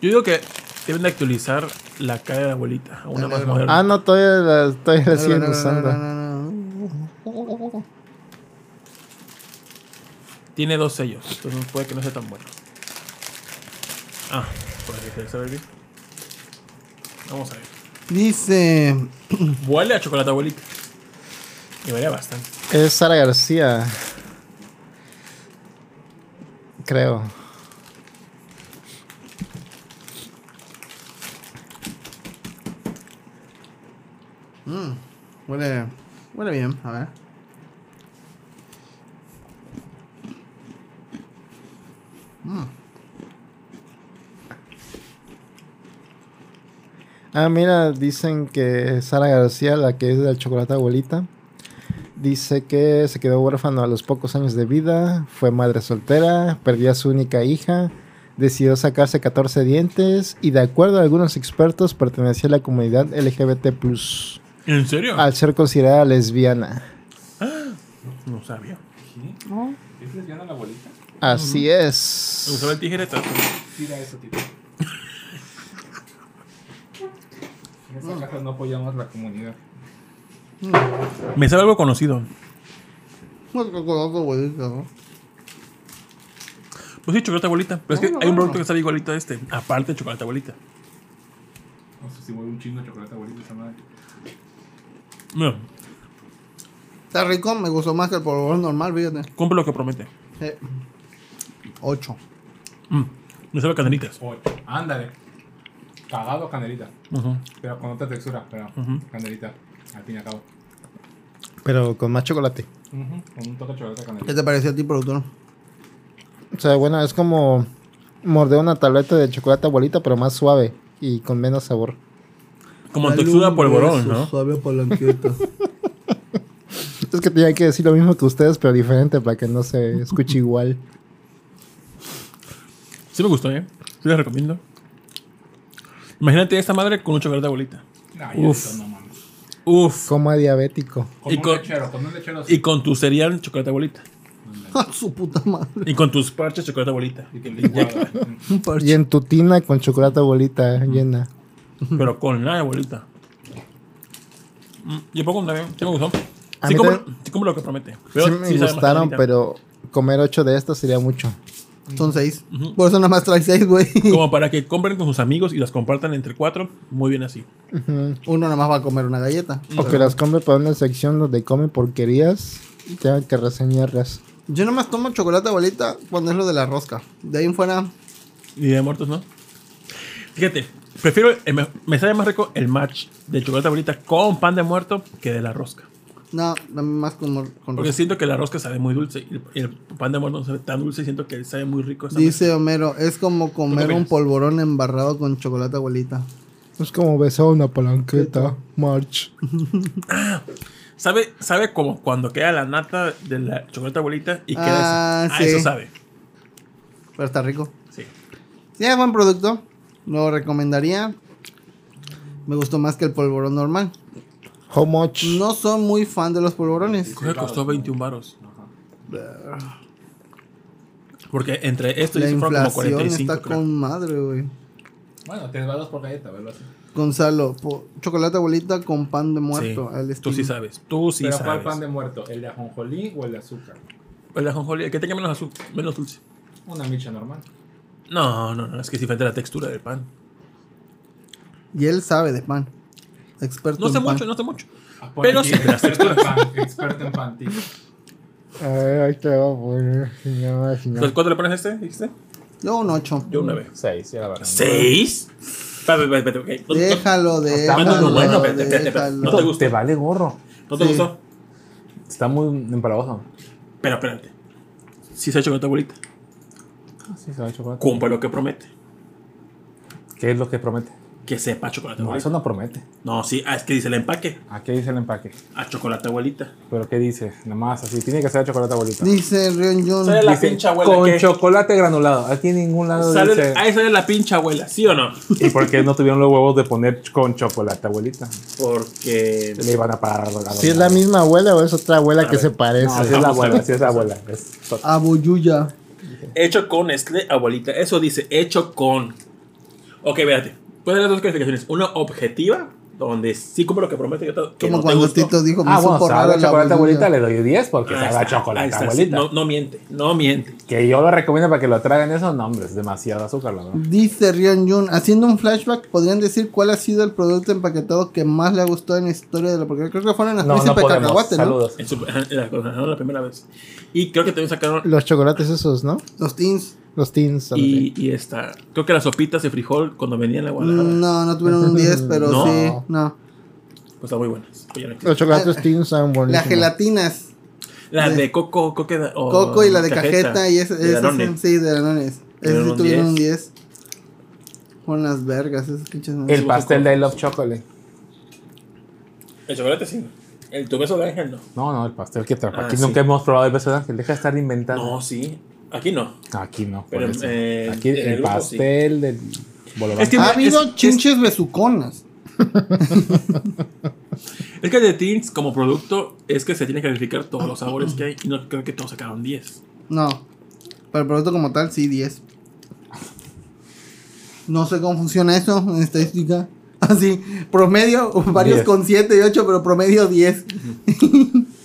Yo digo que deben de actualizar la cara de la abuelita a una más
negro.
moderna.
Ah, no, todavía la, todavía la
No,
siguen
no, no,
usando.
no, no, no, no.
Tiene dos sellos, entonces puede que no sea tan bueno. Ah, por aquí se ve bien. Vamos a ver.
Dice.
Huele a chocolate, abuelita. Y varía bastante.
Es Sara García. Creo.
Mm, Huele. Huele bien, a ver.
Ah, mira, dicen que Sara García, la que es del chocolate abuelita, dice que se quedó huérfano a los pocos años de vida, fue madre soltera, perdió a su única hija, decidió sacarse 14 dientes y de acuerdo a algunos expertos pertenecía a la comunidad LGBT ⁇
¿En serio?
al ser considerada lesbiana.
No sabía.
¿Es lesbiana la abuelita?
Así
Me gustaba
es.
el tijeretazo.
Tira eso, tío. En esta casa no apoyamos la comunidad.
Me sabe algo conocido.
No te conozco, abuelita, ¿no?
Pues sí, chocolate abuelita. Pero es que
Bueno,
hay un producto
bueno.
que sabe igualito a este. Aparte de chocolate abuelita.
No sé si mueve un chingo de chocolate abuelita esa madre.
Mira,
Está rico, me gustó más que el polvorón normal, fíjate. Eh,
cumple lo que promete.
8.
Mm, Me sabe a canelitas.
Oye, ándale. Cagado a canelita.
Ujú.
Pero con otra textura, pero canelita. Al fin y al cabo.
Pero con más chocolate.
Ujú, Con un toque de chocolate
¿Qué
canelita.
te pareció a ti, productor?
O sea, bueno, es como morder una tableta de chocolate abuelita, pero más suave y con menos sabor.
Como en textura polvorón, ¿no?
Suave palanqueta.
Es que tenía que decir lo mismo que ustedes, pero diferente para que no se escuche igual.
Sí me gustó, ¿eh? Sí les recomiendo. Imagínate esta madre con un chocolate abuelita.
Nah, yo
Uf.
esto no mames.
Uf.
Coma diabético.
Con
Y
un
con-
lechero, con un lechero.
Y con tu cereal chocolate abuelita.
Su puta madre.
Y con tus parches chocolate abuelita.
Y Mm. con licuado.
Un parche.
Y en tu tina con chocolate bolita llena.
Pero con la abuelita. Mm, Yo pongo un también. Sí me gustó.
A mí
Sí como,
también-
sí como lo que promete. Pero
Sí me
sabe más
gustaron,
abuelita.
pero comer ocho de estas sería mucho.
Son seis. Por eso nada más trae seis, güey.
Como para que compren con sus amigos y las compartan entre cuatro. Muy bien así.
Uno nada más va a comer una galleta.
O que las compre para una sección donde come porquerías y tengan que reseñarlas.
Yo nada más tomo chocolate abuelita cuando es lo de la rosca. De ahí en fuera,
Y de muertos, ¿no? Fíjate, prefiero, el me, me sabe más rico el match de chocolate abuelita con pan de muerto que de la rosca.
no, dame más con, mor- con
Porque
rosca.
siento que la rosca sabe muy dulce y el, y el pan de muerto no sabe tan dulce. Siento que sabe muy rico. esa
Dice Homero, es como comer un
opinas?
polvorón embarrado con chocolate abuelita.
Es como besar una palanqueta, March.
mezcla. Sabe, sabe como cuando queda la nata de la chocolate abuelita y queda
Ah,
eso. Ah,
sí.
eso sabe.
Pero está rico.
Sí.
Sí, es buen producto. Lo recomendaría. Me gustó más que el polvorón normal.
How much?
No soy muy fan de los polvorones.
Creo que costó 21 baros. Porque entre esto y
La
eso fueron como
inflación
45.
está
creo.
con madre, güey.
Bueno, tres baros por galleta, ¿verdad?
Gonzalo, po- chocolate abuelita con pan de
Sí.
muerto. al
Tú
estilo.
sí sabes. Tú sí
Pero ¿cuál
sabes.
pan de muerto? ¿El de ajonjolí o el de azúcar?
El de ajonjolí, el que tenga menos azúcar, menos dulce.
Una micha normal.
No, no, no, es que es diferente la textura del pan.
Y él sabe de pan. Experto
No sé
en pan.
mucho, no sé mucho.
Apone
Pero
Ah, aquí,
sí, las
experto en pan, experto en pan, tío.
A ver, ahí te va a poner. señora, señora.
Entonces, ¿Cuánto le pones a este? ¿Dijiste?
Yo un 8.
Yo una vez.
Seis, ya la verdad.
¿Seis? Espérate, espérate, espérate, ok.
Déjalo,
bueno,
déjalo.
bueno,
espérate, espérate, espérate.
déjalo.
No te gustó.
vale gorro.
¿No te
Sí.
gustó?
Está muy empalagoso.
Pero espérate. Si se ha hecho con tu abuelita,
Ah, Sí, se va chocolate.
cumple lo que promete.
¿Qué es lo que promete?
Que sepa chocolate
No, eso
abuelita.
no promete.
No, sí, ah, es que dice el empaque.
Aquí dice el empaque.
A chocolate abuelita.
¿Pero qué dice? Nada más así. Tiene que ser chocolate abuelita.
Dice Rion
Sale
Jun.
la
Dice,
pinche abuela.
Con
¿qué?
chocolate granulado. Aquí en ningún
Ah,
lado
Sale,
dice.
ahí sale la pinche abuela, ¿sí o no?
¿Y por qué no tuvieron los huevos de poner ch- con chocolate, abuelita?
Porque.
Le iban a parar a
Si es la misma abuela o es otra abuela que se
No,
parece.
así es la abuela, así es la abuela. Es to-
Abuyuya.
Hecho con Nestlé, abuelita. Eso dice, hecho con. Ok, véate. Puedes dar dos calificaciones. Una objetiva, donde sí cumple lo que promete. Que otra que
Como
no te
cuando
gustó.
Tito dijo, me
Ah, bueno,
supo raro
sabe a
la
chocolate
abuyuya.
abuelita, le doy 10 porque
Ahí
sabe a
está, ahí
chocolate
está, sí.
abuelita.
No, no miente, no miente.
Que yo lo recomiendo para que lo traigan esos nombres. Demasiado azúcar, la verdad.
Dice Rion Jun, haciendo un flashback, ¿podrían decir cuál ha sido el producto empaquetado que más le ha gustado en la historia de la Porque Creo que fueron las
No, Ah, no
príncipe
podemos.
cacahuate, ¿no?
Saludos.
En su- ajá, la, la- la primera vez. Y creo que también sacaron.
Los chocolates esos, ¿no?
Los teens.
Los teens.
Y, y esta. Creo que las sopitas de frijol cuando venían a Guadalajara.
Mm, No, no tuvieron un 10, pero
No.
sí. No.
Pues están muy buenas. Oye, no existe.
Los chocolates teens son
Las
buenísimos.
gelatinas.
Las de coco, coque de- o
Coco y la de cajeta, y esa,
de
esas
Danone.
son- sí, de Danones. Esas sí
Tuvieron
tuvieron un
10.
10. Con las vergas, esas pinches madres.
El pastel de I Love Chocolate.
El chocolate sí. El tu beso de ángel no.
No, no, el pastel que trajo.
Ah,
Aquí
sí.
nunca hemos probado el beso de ángel. Deja de estar inventando.
No, sí. Aquí no.
Aquí no. por
Pero,
eso.
eh,
Aquí
en
el,
el grupo,
pastel del Bolobán.
Es que-
Ha habido
Es- es-
chinches besuconas.
Es que de Teens como producto es que se tiene que calificar todos los sabores que hay y no creo que todos sacaron 10.
No. Pero el producto como tal, sí, 10. No sé cómo funciona eso en estadística. Así, promedio, varios
10.
con 7 y 8, pero promedio 10.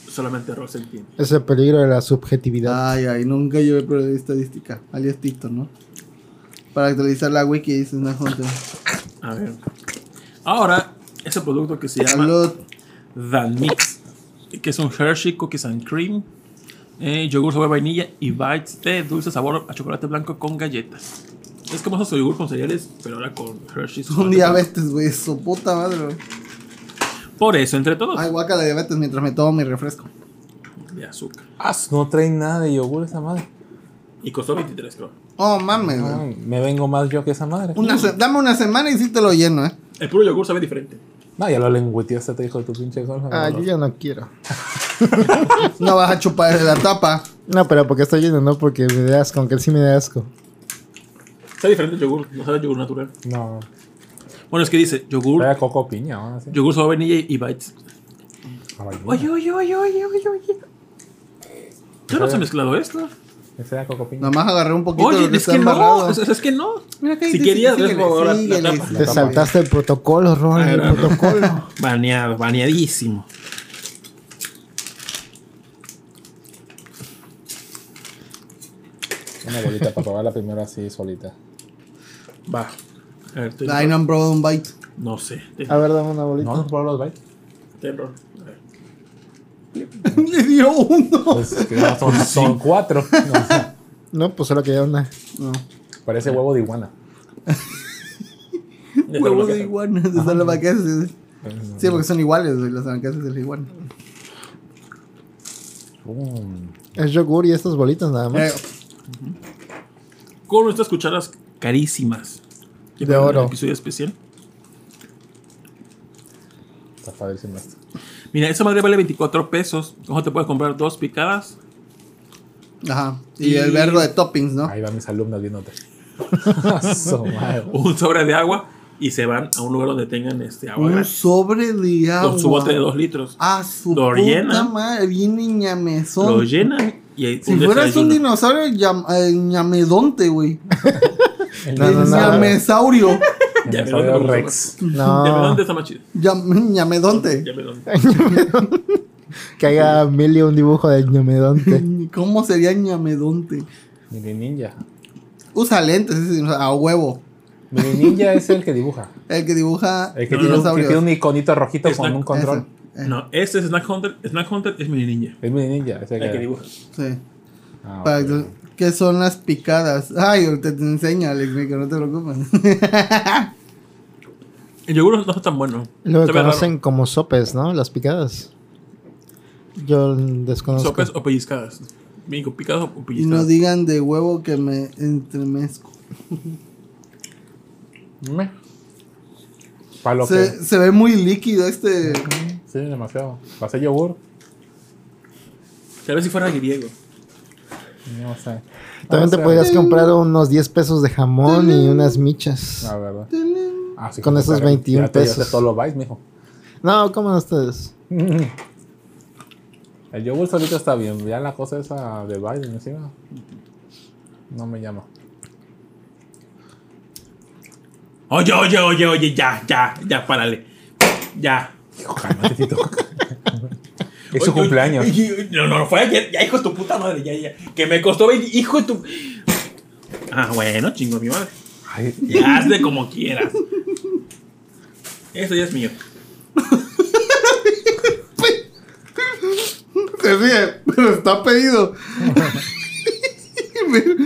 Solamente Ross entiende.
Es el peligro de la subjetividad.
Ay, ay, nunca llevé prueba de estadística. Alias TikTok, ¿no? Para actualizar la wiki, dices una junta.
A ver. Ahora, ese producto que se llama
Salud.
Dan Mix, que es un Hershey Cookies and Cream, eh, yogur sabor vainilla y bites de dulce sabor a chocolate blanco con galletas. Es como esos yogur con cereales, pero ahora con Hershey.
Son
chocolate blanco.
diabetes, güey. Su puta madre, güey.
Por eso, entre todos,
Ah.
Ay, guaca la diabetes mientras me tomo mi refresco.
de azúcar.
Ah, no trae nada de yogur esa madre.
Y costó 23, creo.
Oh, mames,
Mm.
güey.
Ay, me vengo más yo que esa madre.
Una se- dame una semana y sí te lo lleno, eh.
El puro yogur sabe diferente.
No, Ah, ya lo lengüeteaste, te dijo tu pinche gorra.
Ah, yo
No,
ya no quiero.
No vas a chupar de la tapa.
No, pero porque estoy lleno, no porque me da asco, aunque sí me da asco.
Sabe diferente el yogur, no sabe yogur natural.
no.
Bueno, es que dice yogur
Trae a coco piña, ahora sí.
Yogur sabor vainilla y bites.
Ah, vale.
Oye, oye, oye, oye, oye, oye. Yo no se ha mezclado esto.
Ese era coco piña.
Nomás agarré un poquito de
Oye,
lo que
es
está
que no.
embarrado.
Es, es que no.
Mira que ahí
Si
dice-
querías,
síguele,
por favor, la- la
síguele.
tapa.
Te saltaste el protocolo, Ron.
Ah,
El
era-
protocolo.
Baneado, baneadísimo.
una bolita para probarla primero así solita.
Va. A ver, te-
Ahí no han probado un bite.
No sé. Te-
A ver, dame una bolita.
No, no probó los bites.
Terror. A ver.
Le dio uno.
Pues, que no, son, son cuatro. No, o sea,
No, pues solo queda una.
parece huevo de iguana.
Ya te
Huevos
bloqueaste.
de iguana. De estar las vacas. Sí, porque son iguales, güey, las vacas de la iguana.
Mm.
Es yogur y estas bolitas nada más.
Eh,
Con estas cucharas carísimas.
De oro.
Un episodio especial.
Está padrísimo esto.
Mira, esa madre vale 24 pesos. Ojo, te puedes comprar dos picadas.
Eh, Ajá. Y, el vergo de toppings, ¿no?
Ah. Ahí van mis alumnos viéndote. Su madre.
Un sobre de agua. Y se van a un lugar donde tengan este agua.
Un
gratis.
sobre de agua.
Con su bote de 2 litros.
Ah, su
Lo
puta
llenan.
madre. Bien
Lo
ñamezón.
llenan y hay
Si fueras un
desayuno.
dinosaurio, llam- eh, ñamedonte, güey.
No, no, no.
Ñamesaurio.
Ya me
Dinosaurio
dónde
Rex.
Ya
Ah.
me
No,
dónde está más chido.
Ñam- Ñamedonte.
Ya me dónde.
que haga Milly un dibujo de ñomedonte.
¿Cómo sería ñamedonte?
Mini Ninja.
Usa lentes, ese dinosaurio, a huevo.
Mini Ninja es el que dibuja.
El que dibuja
El que, tiene, un, que tiene un iconito rojito
Exacto.
con un control.
Ese, eh,
No, este es Snack Hunter. Snack Hunter es mi niña.
Es Mini Ninja. Es el
La que
que,
dibuja.
sí.
Ah,
Para
ok.
que- ¿Qué son las picadas? Ay, ahorita te enseño, Alex, que no te preocupes.
El yogur no está tan bueno.
Lo que
Sabe
conocen como sopes, ¿no? Las picadas. Yo
raro.
desconozco.
Sopes o pellizcadas. Migo, picadas o
y no
pellizcadas.
digan de huevo que me entremezco.
Meh. Para lo
Se, se ve muy líquido este.
que. Sí, demasiado. Para hacer yogur.
Tal vez si fuera griego.
No sé.
También te
Ah,
podrías comprar unos 10 pesos de jamón y unas michas.
La verdad. Ah, sí,
Con
como
esos
para-
21
ya te llevaste
pesos.
todos los bytes, mijo.
No, coman ustedes.
El yogur solito está bien. Ya la cosa esa de baile encima. No me llama.
Oye, oye, oye, oye, ya, ya, ya, párale. Ya.
Cálmate, Tito. es
Oye,
su
oye,
cumpleaños.
oye, oye, No, no, fue ayer. Ya, hijo de tu puta madre, ya, ya. Que me costó 20. Hijo de tu. Ah, bueno, chingo mi madre.
Ay,
Ya, hazle como quieras. Eso ya es mío.
Se ríe, pero está pedido.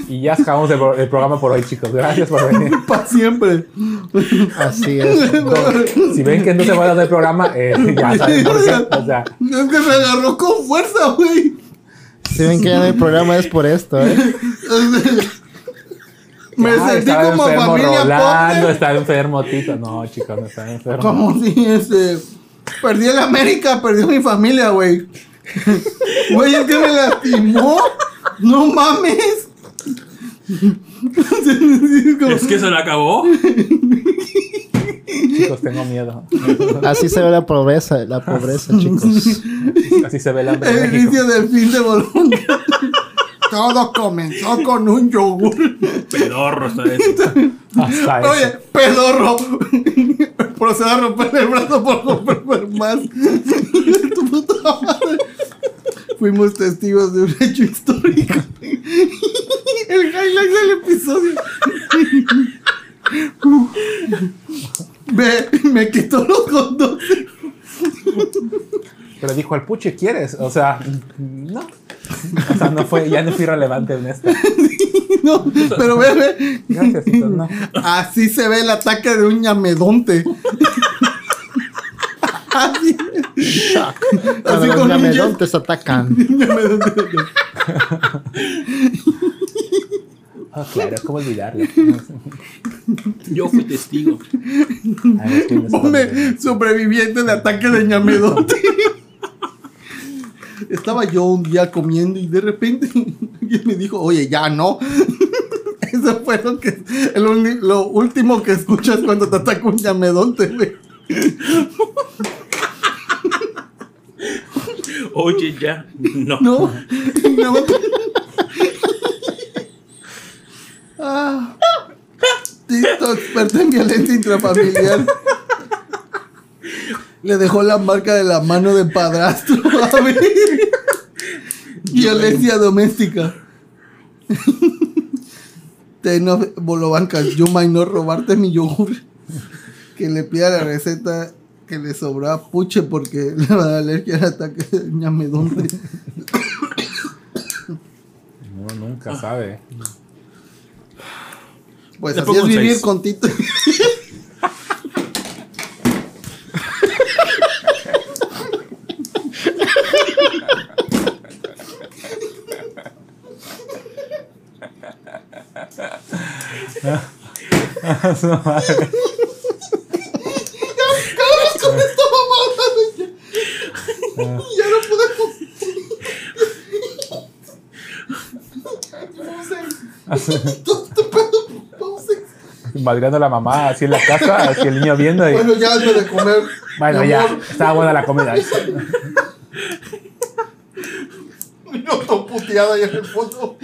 y ya acabamos el, pro- el programa por hoy, chicos. Gracias por venir.
Para siempre.
Así es.
Si ven que no se va a dar el programa, eh, ya saben por qué. O sea,
Es que me agarró con fuerza, güey.
Si ven que ya no hay programa es por esto, ¿eh?
me
ya,
sentí
estaba
como
enfermo
familia
Rolando,
pobre.
estaba enfermo Tito. No, chicos, no estaba enfermo.
Como si este. Perdí el América, perdí mi familia, güey. Güey, es que me lastimó. No mames.
Es que se lo acabó.
Chicos, tengo miedo.
Así se ve la pobreza, la pobreza, chicos.
Así se ve el hambre
El
en México.
inicio del fin de Bolón. Todo comenzó con un yogur.
Pedorro está eso.
Hasta eso.
Oye, pedorro. Proceda a romper el brazo por romper más. tu puta madre. Fuimos testigos de un hecho histórico. el highlight del episodio. me, me quitó los condones.
Pero dijo al puche, ¿quieres? O sea, no. O sea, no fue, ya no fui relevante en esto.
No, pero ve, ve.
Gracias, entonces, no.
Así se ve el ataque de un ñamedonte. Así,
Cuando los
con
gamedontes atacan.
Ah, claro, ¿cómo olvidarlo?
Yo fui testigo.
Ay, es que me
Hombre, sobreviviente de ataque de ñamedonte. Estaba yo un día comiendo y de repente alguien me dijo, oye, ya no. Eso fue lo, que, el uni- lo último que escuchas cuando te ataca un ñamedonte, güey.
Oye, ya. No.
No. no. ah. Tito, experto en violencia intrafamiliar. Le dejó la marca de la mano de padrastro. A ver. Violencia doméstica. Ten of Bolobancas, yo no robarte mi yogur. Que le pida la receta que le sobró a Puche porque le va a dar alergia al ataque de ñamedonde.
Uno nunca sabe.
Pues
Le
así
pongo
es
un
vivir
seis.
con Tito. Acabamos con esta mamada, güey. Ya no pude con- Vamos a- Todo este pedo, vamos a-
Madreando a la mamá así en la casa, así el niño viendo y.
Bueno, ya hazme de comer.
Bueno,
mi
ya,
amor.
estaba buena la comida.
Vino todo puteado allá en el fondo.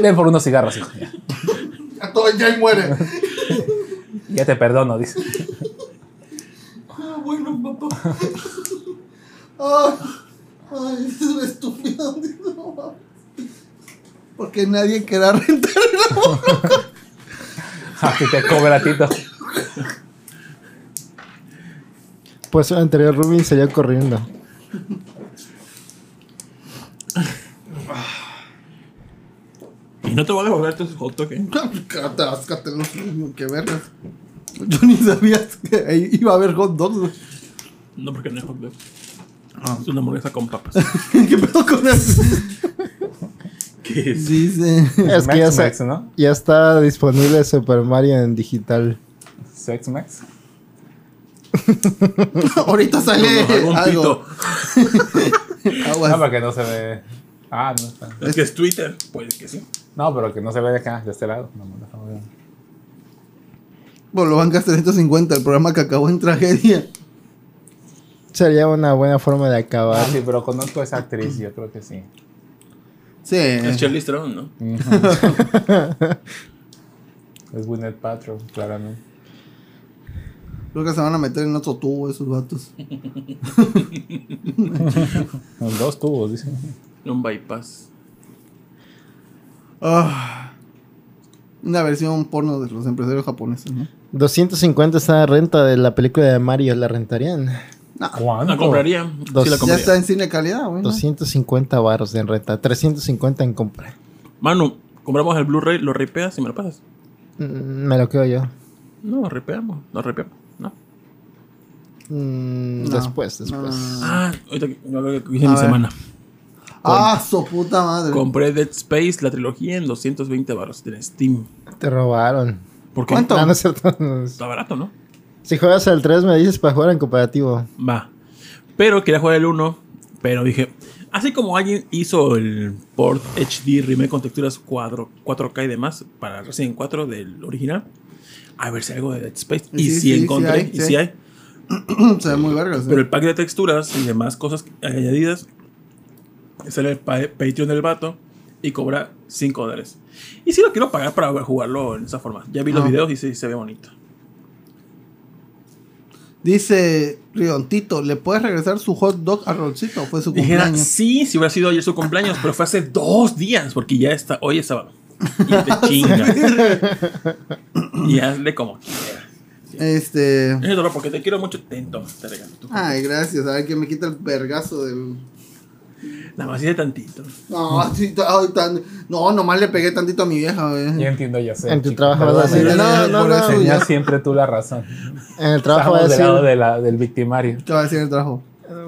Ven por unos cigarros, hijo. Ya,
A todo ya y muere.
Ya te perdono, dice.
Ah, bueno, papá. Ah, ay, es una estúpida. no mames. Porque nadie querrá rentar el amor.
Así te cobra Tito.
Pues el anterior Rubin salió corriendo.
Y no te voy a devolver tus hot dog, ¿eh?
Atáscatelos, qué vergas. Yo ni sabía que ahí iba a haber hot dogs. güey.
No, porque no es hot dog.
Ah.
Es una hamburguesa con papas.
¿Qué pedo con eso?
¿Qué es?
Dice.
Es que ya,
Max
se-
Max, ¿no?
ya está disponible Super Mario en digital.
Sex Max.
Ahorita sale
Algún
algo.
pito.
Pues
No,
Aguas.
pero que no se ve. Ah, no está.
Es que es Twitter. Pues que sí.
No, pero que no se ve de acá, de este lado. No, no, no, no.
Bolobancas 350, el programa que acabó en tragedia.
Sería una buena forma de
Ah,
acabar.
sí, pero conozco a esa actriz, yo creo que sí.
Sí.
Eh.
Es Charlie Theron, ¿no?
Es Gwyneth Paltrow, claramente.
Creo que se van a meter en otro tubo esos vatos.
Los dos tubos, dice.
Un bypass.
Ah. una versión porno de los empresarios japoneses, ¿no?
250 está la renta de la película de Mario, ¿la rentarían?
¿Cuándo?
La compraría.
Dos.
Sí, la
Ya
compraría.
está en cine calidad, güey. ¿no?
250 baros en renta, 350 en compra.
Manu, compramos el Blu-ray, lo ripeas y me lo pasas.
Mm, Me lo quedo yo.
No, lo ripeamos. Lo ripeamos. No.
Mm,
No.
Después, después.
Ah, ahorita que no lo que hice
A
mi
ver.
semana.
Ah, su puta madre.
Compré Dead Space, la trilogía, en 220 baros en Steam.
Te robaron. Ah,
Porque
¿Cuánto?
No, no es cierto. no es-
está barato, ¿no?
Si juegas al 3 me dices para jugar en cooperativo.
Va. Pero quería jugar el 1. Pero dije, así como alguien hizo el port HD remake con texturas cuadro, 4K y demás para Resident 4 del original, a ver si hay algo de Dead Space.
Y
Y,
sí,
si
sí, sí
encontré,
hay,
y
sí.
si hay.
Se ve muy vergas.
Pero
¿eh?
el pack de texturas y demás cosas añadidas sale el pa- Patreon del vato y cobra 5 dólares. Y si lo quiero pagar para jugarlo en esa forma. Ya vi los
Ah.
videos y sí se ve bonito.
Dice Riontito, ¿le puedes regresar su hot dog a Rolcito? Fue su
Dijera,
cumpleaños.
sí, si hubiera sido ayer su cumpleaños, pero fue hace dos días, porque ya está, hoy es sábado. Y te chinga. y hazle como quieras.
Este.
Es dolor, porque te quiero mucho, te toma, te regalo. Tú.
Ay, gracias. A ver que me quita el vergazo del.
Nada más hice tantito.
No, sí, t- ay, tan- no, nomás le pegué tantito a mi vieja,
Yo
güey.
entiendo, ya sé.
En tu
chico,
trabajo vas a
perdóname.
decir, no,
no,
no,
por
no.
eso
Tenías
ya-
siempre tú la razón.
En el trabajo va a
Estábamos del
decir,
lado de la- del victimario.
¿Qué va a decir el trabajo?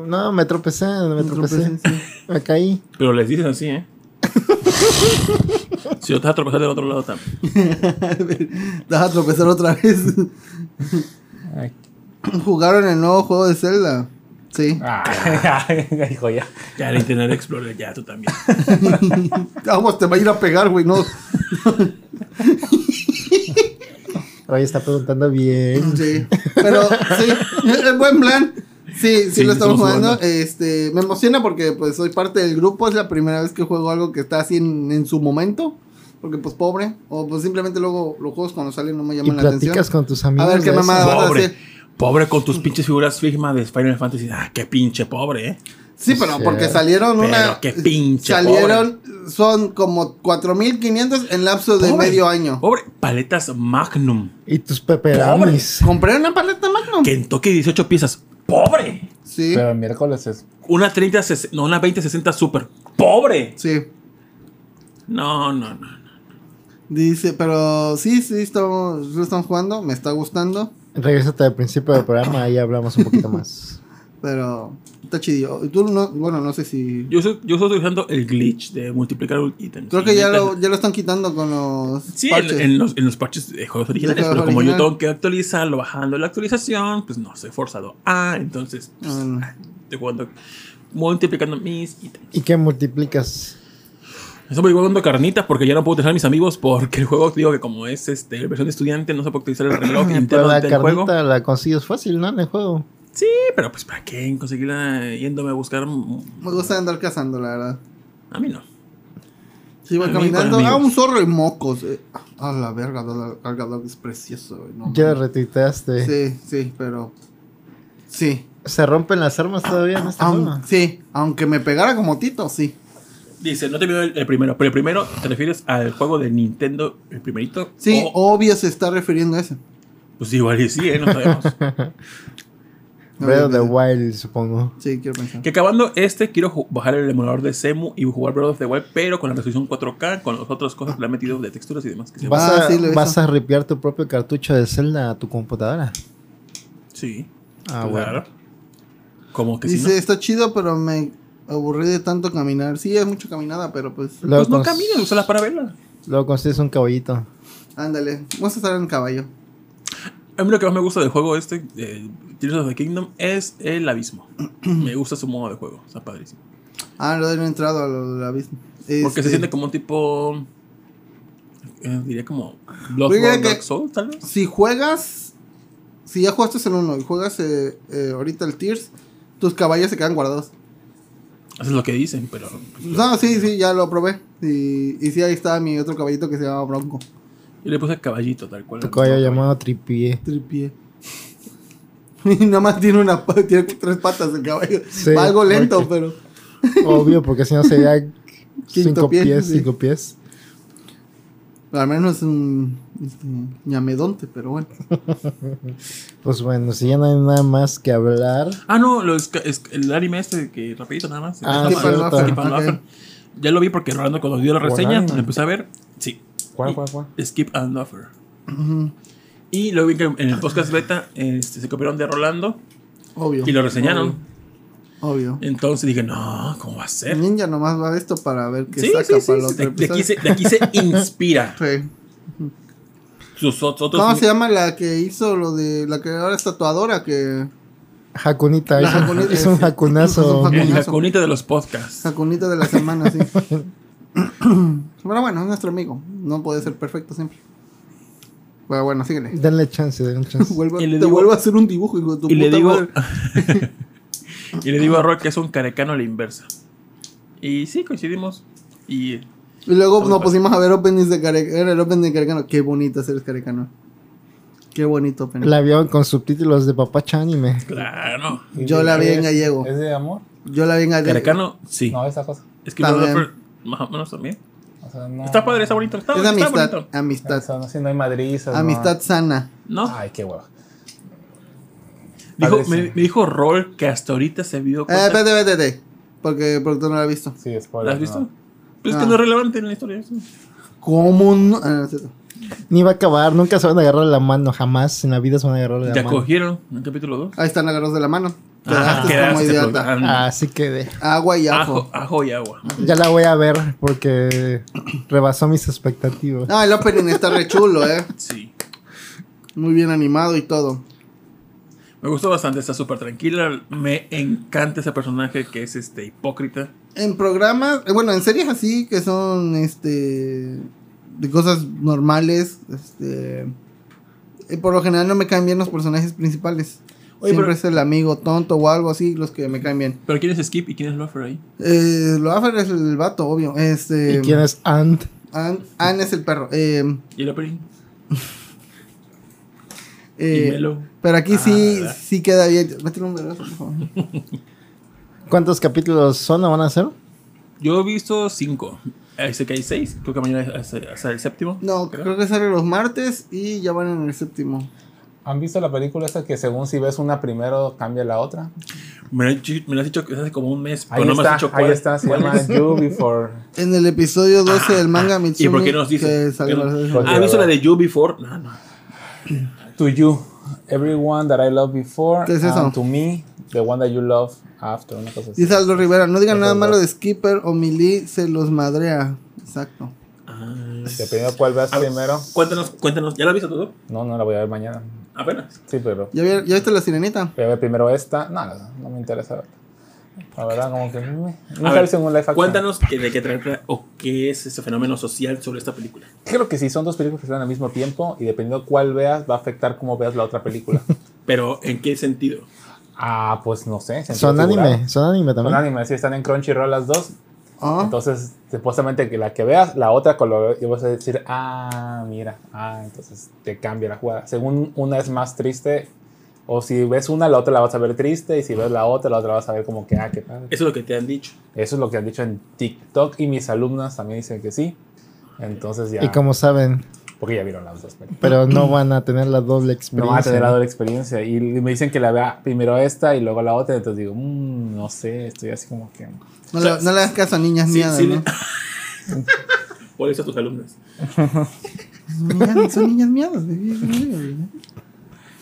no, me tropecé, me tropecé. Me caí.
Pero les dices así, ¿eh? si yo te vas a tropezar del otro lado también.
Te vas a tropezar otra vez.
Ay.
Jugaron el nuevo juego de Zelda. Sí.
Ah.
Ah.
Ay, hijo, ya.
Ya el Internet Explorer, ya tú también.
Aguas, te va a ir a pegar, güey. No.
Oye, está preguntando bien.
Sí. Pero sí, es buen plan. Sí, sí,
Sí,
lo
estamos
estamos jugando.
jugando.
Este, me emociona porque pues soy parte del grupo. Es la primera vez que juego algo que está así en, en su momento. Porque pues pobre. O pues simplemente luego los juegos cuando salen no me
Y
llaman la atención.
platicas con tus amigos.
ver, ¿qué
de eso.
mamada? Ah, ahora sí.
Pobre. Pobre con tus pinches figuras Figma de Final Fantasy. Ah, qué pinche pobre, ¿eh?
Sí, pero porque salieron
Pero
una.
qué pinche
Salieron, son como 4500 en lapso de
Pobre.
medio año.
Pobre, paletas Magnum.
Y tus peperamis.
Compré una paleta Magnum.
Kentucky 18 piezas. Pobre.
Sí,
Pero el miércoles es.
Una 30, ses- no, una 20, 60 super. Pobre.
sí.
No, no, no. no.
Dice, pero sí, sí, estamos, lo estamos jugando, me está gustando,
Regrésate al principio del programa, ahí hablamos un poquito más.
pero está chido. Tú no, bueno, no sé si.
Yo, estoy- yo estoy usando el glitch de multiplicar un ítem.
Creo
Y
que ya
neta,
lo, ya lo están quitando con los.
Sí,
parches.
en, en los, en los parches de juegos originales,
juegos
pero como
originales.
yo tengo que actualizarlo bajando la actualización, pues no, soy forzado. Ah, entonces pues,
Ah, no.
estoy jugando multiplicando mis ítems.
¿Y qué multiplicas?
Estoy jugando carnitas porque ya no puedo utilizar a mis amigos porque el juego, digo que como es este, versión de estudiante, no se puede utilizar el reloj
Pero
interno
la
del juego.
carnita la consigues fácil, ¿no? En el juego.
Sí, pero pues ¿para qué conseguirla yéndome a buscar?
Me gusta andar cazando, la verdad.
A mí no.
Sí, voy
A mí con
caminando. Ah,
amigos.
un zorro y mocos. eh. Ah, la verga, Gal Gal Gadot es precioso. güey, no
Ya lo
mames.
retuiteaste.
Sí, sí, pero. Sí.
¿Se rompen las armas todavía en este
Aun-
juego?
sí, aunque me pegara como Tito, sí.
Dice, no te veo el, el primero, pero el primero te refieres al juego de Nintendo, el primerito.
Sí,
O-
obvio se está refiriendo a ese.
pues igual y sí, ¿eh? no sabemos.
Breath of the Wild, supongo.
Sí, quiero pensar.
Que acabando este, quiero ju- bajar el emulador de Semu y jugar Breath of the Wild, pero con la resolución 4K, con las otras cosas que le han metido de texturas y demás. Que se
¿Vas,
Ah,
a,
sí, lo he
vas
visto.
a ripear tu propio cartucho de Zelda a tu computadora.
Sí.
Ah,
claro. Como que
Dice,
si
está chido, pero me aburrí de tanto caminar. Sí, es mucho caminada, pero pues.
no.
Luego,
Pues no
cons-
caminen, usa las parabelas.
luego consigues un caballito.
Ándale, vamos a estar en caballo.
A mí lo que más me gusta del juego este, de Tears of the Kingdom, es el abismo. me gusta su modo de juego, está padrísimo.
Ah, no he entrado a lo del abismo.
Porque
Este,
se siente como un tipo. eh, diría como.
Oiga,
Bloodborne,
que-
Dark Souls, tal vez.
Si juegas. Si ya jugaste el 1 y juegas eh, eh, ahorita el Tears, tus caballos se quedan guardados.
Eso es lo que dicen, pero.
No, sí, sí, ya lo probé. Y, y sí, ahí está mi otro caballito que se llama Bronco.
Yo le puse caballito, tal cual.
Tu caballo llamado Tripié.
Tripié. Y nada más tiene una pa- tiene tres patas el caballo.
Sí,
Va algo lento,
porque-
pero.
Obvio, porque si no sería cinco
pie,
pies,
sí.
cinco pies.
Al menos es un este, ñamedonte, pero bueno.
Pues bueno, si ya no hay nada más que hablar.
Ah, no, lo esca- es- el anime este que rapidito nada más.
Ah,
Skip and
cierto.
Laugh, Skip and
Ok.
Laugh. Ya lo vi porque Rolando cuando dio la
Buen
reseña,
anime.
lo empecé a ver. Sí,
¿Cuál, cuál, cuál?
Skip and Offer. Y lo vi que en el podcast beta este, se copiaron de Rolando
Obvio.
y lo reseñaron.
Obvio.
Entonces dije, no, ¿cómo va a ser?
Ninja nomás va a esto para ver qué
Eh. Sí,
saca
sí, sí,
para el
sí, De,
otro
de aquí
episodio.
se, de aquí se inspira.
Sí.
Sus ot- otros.
¿Cómo se llama la que hizo lo de la que ahora es tatuadora? Que
Jacunita,
La
es un,
jacunita,
es un
sí.
jacunazo.
Es un
El
Jacunazo.
jacunita de los podcasts.
sacunita de la semana, sí. Pero bueno, es nuestro amigo. No puede ser perfecto siempre. Pero bueno, síguele.
Denle chance, denle chance.
Vuelvo-
Y le
te
digo-
vuelvo a hacer un dibujo, hijo de tu
Y le
puta
digo.
madre.
y le digo a Rock que es un carecano a la inversa. Y sí, coincidimos. Y
Y luego
Vamos
nos
pa-
pusimos a ver openings de Carecano. El opening de Carecano. Qué bonito hacer Carecano. Qué bonito opening.
La vio con subtítulos de Papacha Anime.
claro.
Yo la vi en
¿Es-
gallego.
¿Es de amor?
Yo la vi en Carecano.
Carecano, sí.
No, esa cosa.
es que
también.
Lord Upper, más o menos también.
O sea, no-
Está padre, está bonito. Está,
Es
está
amistad.
bonito.
O
Amistad.
sea, no, si no hay madrizas. no.
Amistad sana.
No,
Ay, qué hueva.
dijo,
padrísimo.
me, me dijo Roll que hasta ahorita se vio.
Eh, vete, vete, vete. Porque el productor no la ha visto.
Sí, es por
¿La has visto? Pues es
Ah.
que no es relevante en la historia. eso.
¿Cómo no? Ah, no, es cierto.
Ni va a acabar, nunca se van a agarrar la mano, jamás en la vida se van a agarrar la
Ya
mano.
cogieron en el capítulo 2.
Ahí están agarrados de la mano.
Ah,
Quedaste como
quedaste
idiota.
con- ah,
Así que de-
Agua y
ajo,
ajo. Ah.
ajo y agua.
ya la voy a ver porque rebasó mis expectativas.
Ah, el opening está re chulo, eh.
Sí.
Muy bien animado y todo.
Me gustó bastante, está súper tranquila. Me encanta ese personaje que es este hipócrita.
En programas, eh, bueno, en series así que son este de cosas normales, este eh, por lo general no me caen bien los personajes principales.
Oye,
Siempre
pero-
es el amigo tonto o algo así los que me caen bien.
Pero ¿quién es Skip y quién es Loafer ahí?
Eh, Loafer es el vato, obvio. Este
¿Y quién es Ant?
Ann, Ann es el perro. Eh,
Y el opening.
eh,
Melo.
pero aquí
Ah,
sí
¿verdad?
sí queda bien. Métele un vergazo, por favor.
¿Cuántos capítulos son o van a ser?
Yo he visto cinco. Eh, sé que hay seis. Creo que mañana es hasta el séptimo.
No, creo que sale los martes y ya van en el séptimo.
¿Han visto la película esa que según si ves una primero cambia la otra?
Me lo has dicho- me lo has dicho que es hace como un mes, pero
Ahí
no me
está,
has dicho
ahí
cuál.
está, se llama You Before.
En el episodio 12 del manga Mitsumi.
Ah, ¿Y por qué nos dice?
que sale
¿Qué no-
para-
Ah, ¿Has visto la de You Before? No, no.
To You, Everyone That I Loved Before,
¿Qué es eso?
and To Me, The One That You Love After, una cosa así.
Dice Aldo Rivera, no digan nada
Esos
malo
dos.
de Skipper o Mili, se los madrea. Exacto.
Ah,
Dependiendo cuál veas
A ver.
primero.
cuéntanos, cuéntanos. ¿Ya la has visto todo?
No, no la voy a ver mañana.
Apenas.
Sí, pero
¿Ya, vi- ya viste la sirenita?
voy a ver primero esta. No, no, no me interesa verla. La verdad, como que. mm,
A
Nunca
ver,
he visto un live action.
Cuéntanos que- de qué trata o qué es ese fenómeno social sobre esta película.
Creo que sí, son dos películas que salen al mismo tiempo y dependiendo cuál veas, va a afectar cómo veas la otra película.
Pero, ¿en qué sentido?
ah, pues no sé. sentido
Son
figurado.
anime, son anime
Son
también.
anime, sí, están en Crunchyroll las dos.
Ah,
Entonces, supuestamente que la que veas, la otra con lo y vas a decir, ah, mira, ah, entonces te cambia la jugada. Según una es más triste, o si ves una, la otra la vas a ver triste, y si ves la otra, la otra la vas a ver como que, ah, qué padre.
Eso es lo que te han dicho.
Eso es lo que han dicho en TikTok y mis alumnas también dicen que sí. Entonces ya,
Y como saben,
porque ya vieron las dos películas.
pero no van a tener la doble
No va a
experiencia.
tener la doble experiencia. Y me dicen que la vea primero esta y luego la otra. Entonces digo, "Mm, no sé, estoy así como que.
no, le, no le das caso a niñas
Sí,
miadas,
sí,
¿no?
Por eso a tus alumnas.
Niñas- Son niñas miadas. güey, güey, güey.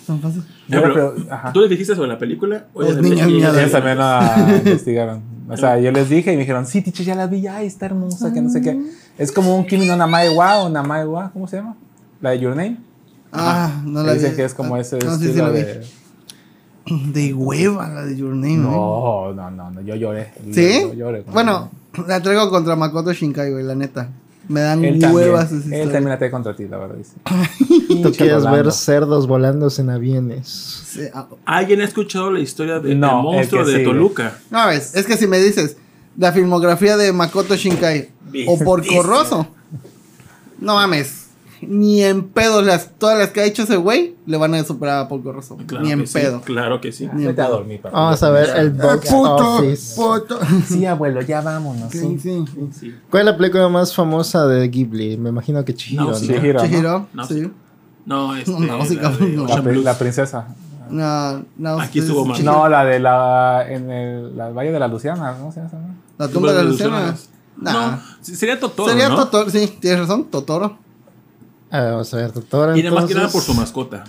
Son fáciles.
Ya,
Bueno,
pero,
pero- ajá.
¿Tú les dijiste sobre la película? O
Los
ya te-
niños
y-
miedo.
Ellos también la investigaron. O sea, yo les dije y me dijeron, sí, teacher, ya la vi, ay, está hermosa, que no sé
Ah.
qué. Es como un Kimi no Namae wa o Namae wa, ¿cómo se llama? La de Your Name.
Ah, no la
Dicen
vi.
que es como
Ah,
ese
no, sí, sí
estilo
la vi.
de...
De hueva la de Your Name, ¿eh? güey.
No, no, no, no, yo lloré.
¿Sí?
Yo lloré. cuando-
Bueno, la traigo contra Makoto Shinkai, güey, la neta. Me dan
él
huevas sus
también, él
historias.
también la trae contra ti, la verdad. Dice.
Tú quieres
Volando.
ver cerdos volando en aviones.
Sí, ah,
¿Alguien ha escuchado la historia de- del
No, el
monstruo
que
de
sigue.
Toluca?
No, ves, es que si me dices la filmografía de Makoto Shinkai o Porco Rosso, no mames. Ni en pedo las, todas las que ha hecho ese güey le van a superar a Porco Rosso.
Claro
ni en
que sí,
pedo.
claro que sí.
Ni en
Vete a
pedo.
dormir, papá.
Vamos a ver el box office.
Ah, puto.
Sí, abuelo, ya vámonos.
Sí,
Sí.
sí.
Sí.
¿Cuál es la película más famosa de Ghibli? Me imagino que Chihiro,
No,
¿no?
sí.
Chihiro, ¿no?
Chihiro,
No.
sí.
No, este,
No,
la
sí,
de
cabrón, no.
La,
Ocean
pri-
Blues.
la princesa.
No, no,
Aquí
es
estuvo mal.
Chihiro.
No, la de la. En el la Valle de la Luciana, ¿cómo se llama?
La tumba de las
Lucianas.
lucianas. Nah.
No, se- sería Totoro,
Sería
¿no?
Totoro, sí, tienes razón, Totoro.
Ah, vamos a ver, doctora.
Y nada más que nada por
entonces.
su mascota.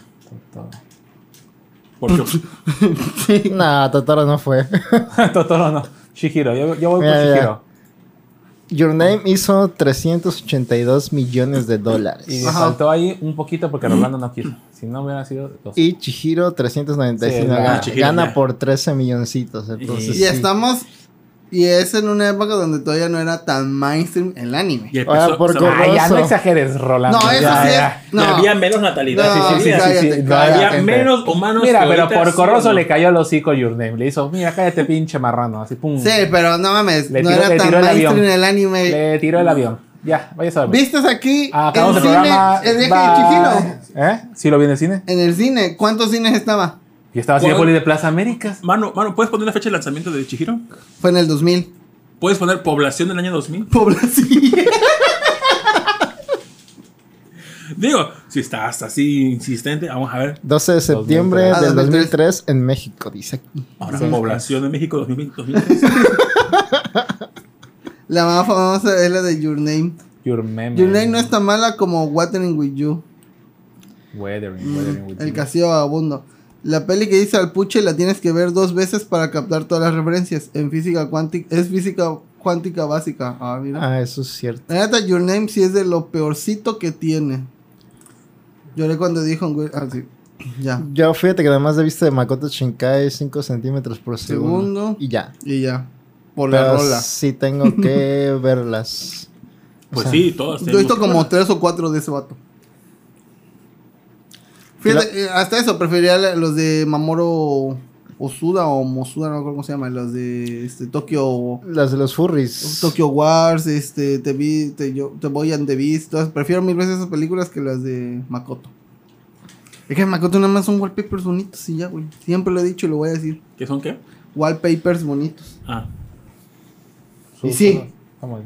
Totoro.
Porque
No, Totoro no fue.
Totoro no. Shihiro, yo, yo voy por
Mira, mira.
Shihiro.
Your Name hizo 382 millones de dólares.
Y
Ajá.
saltó ahí un poquito porque Rolando no quiso. Si no hubiera sido los-
Y Chihiro 395
Sí,
gana,
gana
Chihiro,
gana
ya.
por 13 milloncitos.
Y
Entonces,
Pues
sí.
Y estamos. Y es en una época donde todavía no era tan mainstream el anime.
y
Ahora,
Ah,
empezó-
Porco
o sea,
Ay, ya
Rosso.
no exageres, Rolando.
No, eso
ya,
sí
ya.
es. No,
y había menos natalidad. sí,
No,
sí, sí,
cállate,
sí, sí.
no,
cállate.
ya,
Había
gente.
menos humanos.
Mira,
que
pero
ahorita,
por Corroso
¿sí o no?
le cayó el hocico Your Name. Le hizo, mira, cállate, pinche marrano. Así, pum.
Sí, pero no mames,
Le
no
tiró-
era
le
tan
tiró el avión.
mainstream el anime.
Le tiró el avión. Ya, vayas a dormir.
¿Viste aquí
Ah, Acabamos
el
el programa.
cine? El viaje de
Bye.
Chihiro.
¿Eh? ¿Sí lo vi en el cine?
En el cine, ¿cuántos cines estaba?
Y estaba así de
¿Cuál?
poli de Plaza Américas.
Mano, mano, ¿puedes poner la fecha de lanzamiento de Chihiro?
Fue en el 2000.
¿Puedes poner población del año 2000?
Población.
Digo, si estás así insistente, vamos a ver.
12 de septiembre
2003.
del
Ah,
2003 en México, dice aquí.
Ahora, población de México 2000, 2003.
La más famosa es la de Your Name.
Your Meme.
Your Name no es tan mala como Watering with You.
Weathering, Weathering with
Mm, El
You.
castillo vagabundo. La peli que dice al puche la tienes que ver dos veces para captar todas las referencias. En física cuántica. Es física cuántica básica. Ah, mira.
Ah, eso es cierto.
La neta, Your Name sí es de lo peorcito que tiene. Lloré cuando dijo un güey. Ah, sí. Ya.
Yo fíjate que además de vista de Makoto Shinkai 5 centímetros por segundo.
Segundo.
Y ya.
Y ya. Por la
Pero
rola.
sí tengo que verlas.
Pues sí, todas.
Yo he visto
tenemos-
como tres o cuatro de ese vato. Fíjate, eh, hasta eso, preferiría la- los de Mamoru Osuda o Mosuda, no me acuerdo cómo se llama, los de este, Tokyo,
Las de los furries.
Tokyo Wars, este, te, vi, te, yo, te voy and the Beast, todas- prefiero mil veces esas películas que las de Makoto. Es que Makoto nada más son wallpapers bonitos y ya, güey. Siempre lo he dicho y lo voy a decir.
¿Qué son qué?
wallpapers bonitos.
Ah,
Y sí.
Vamos.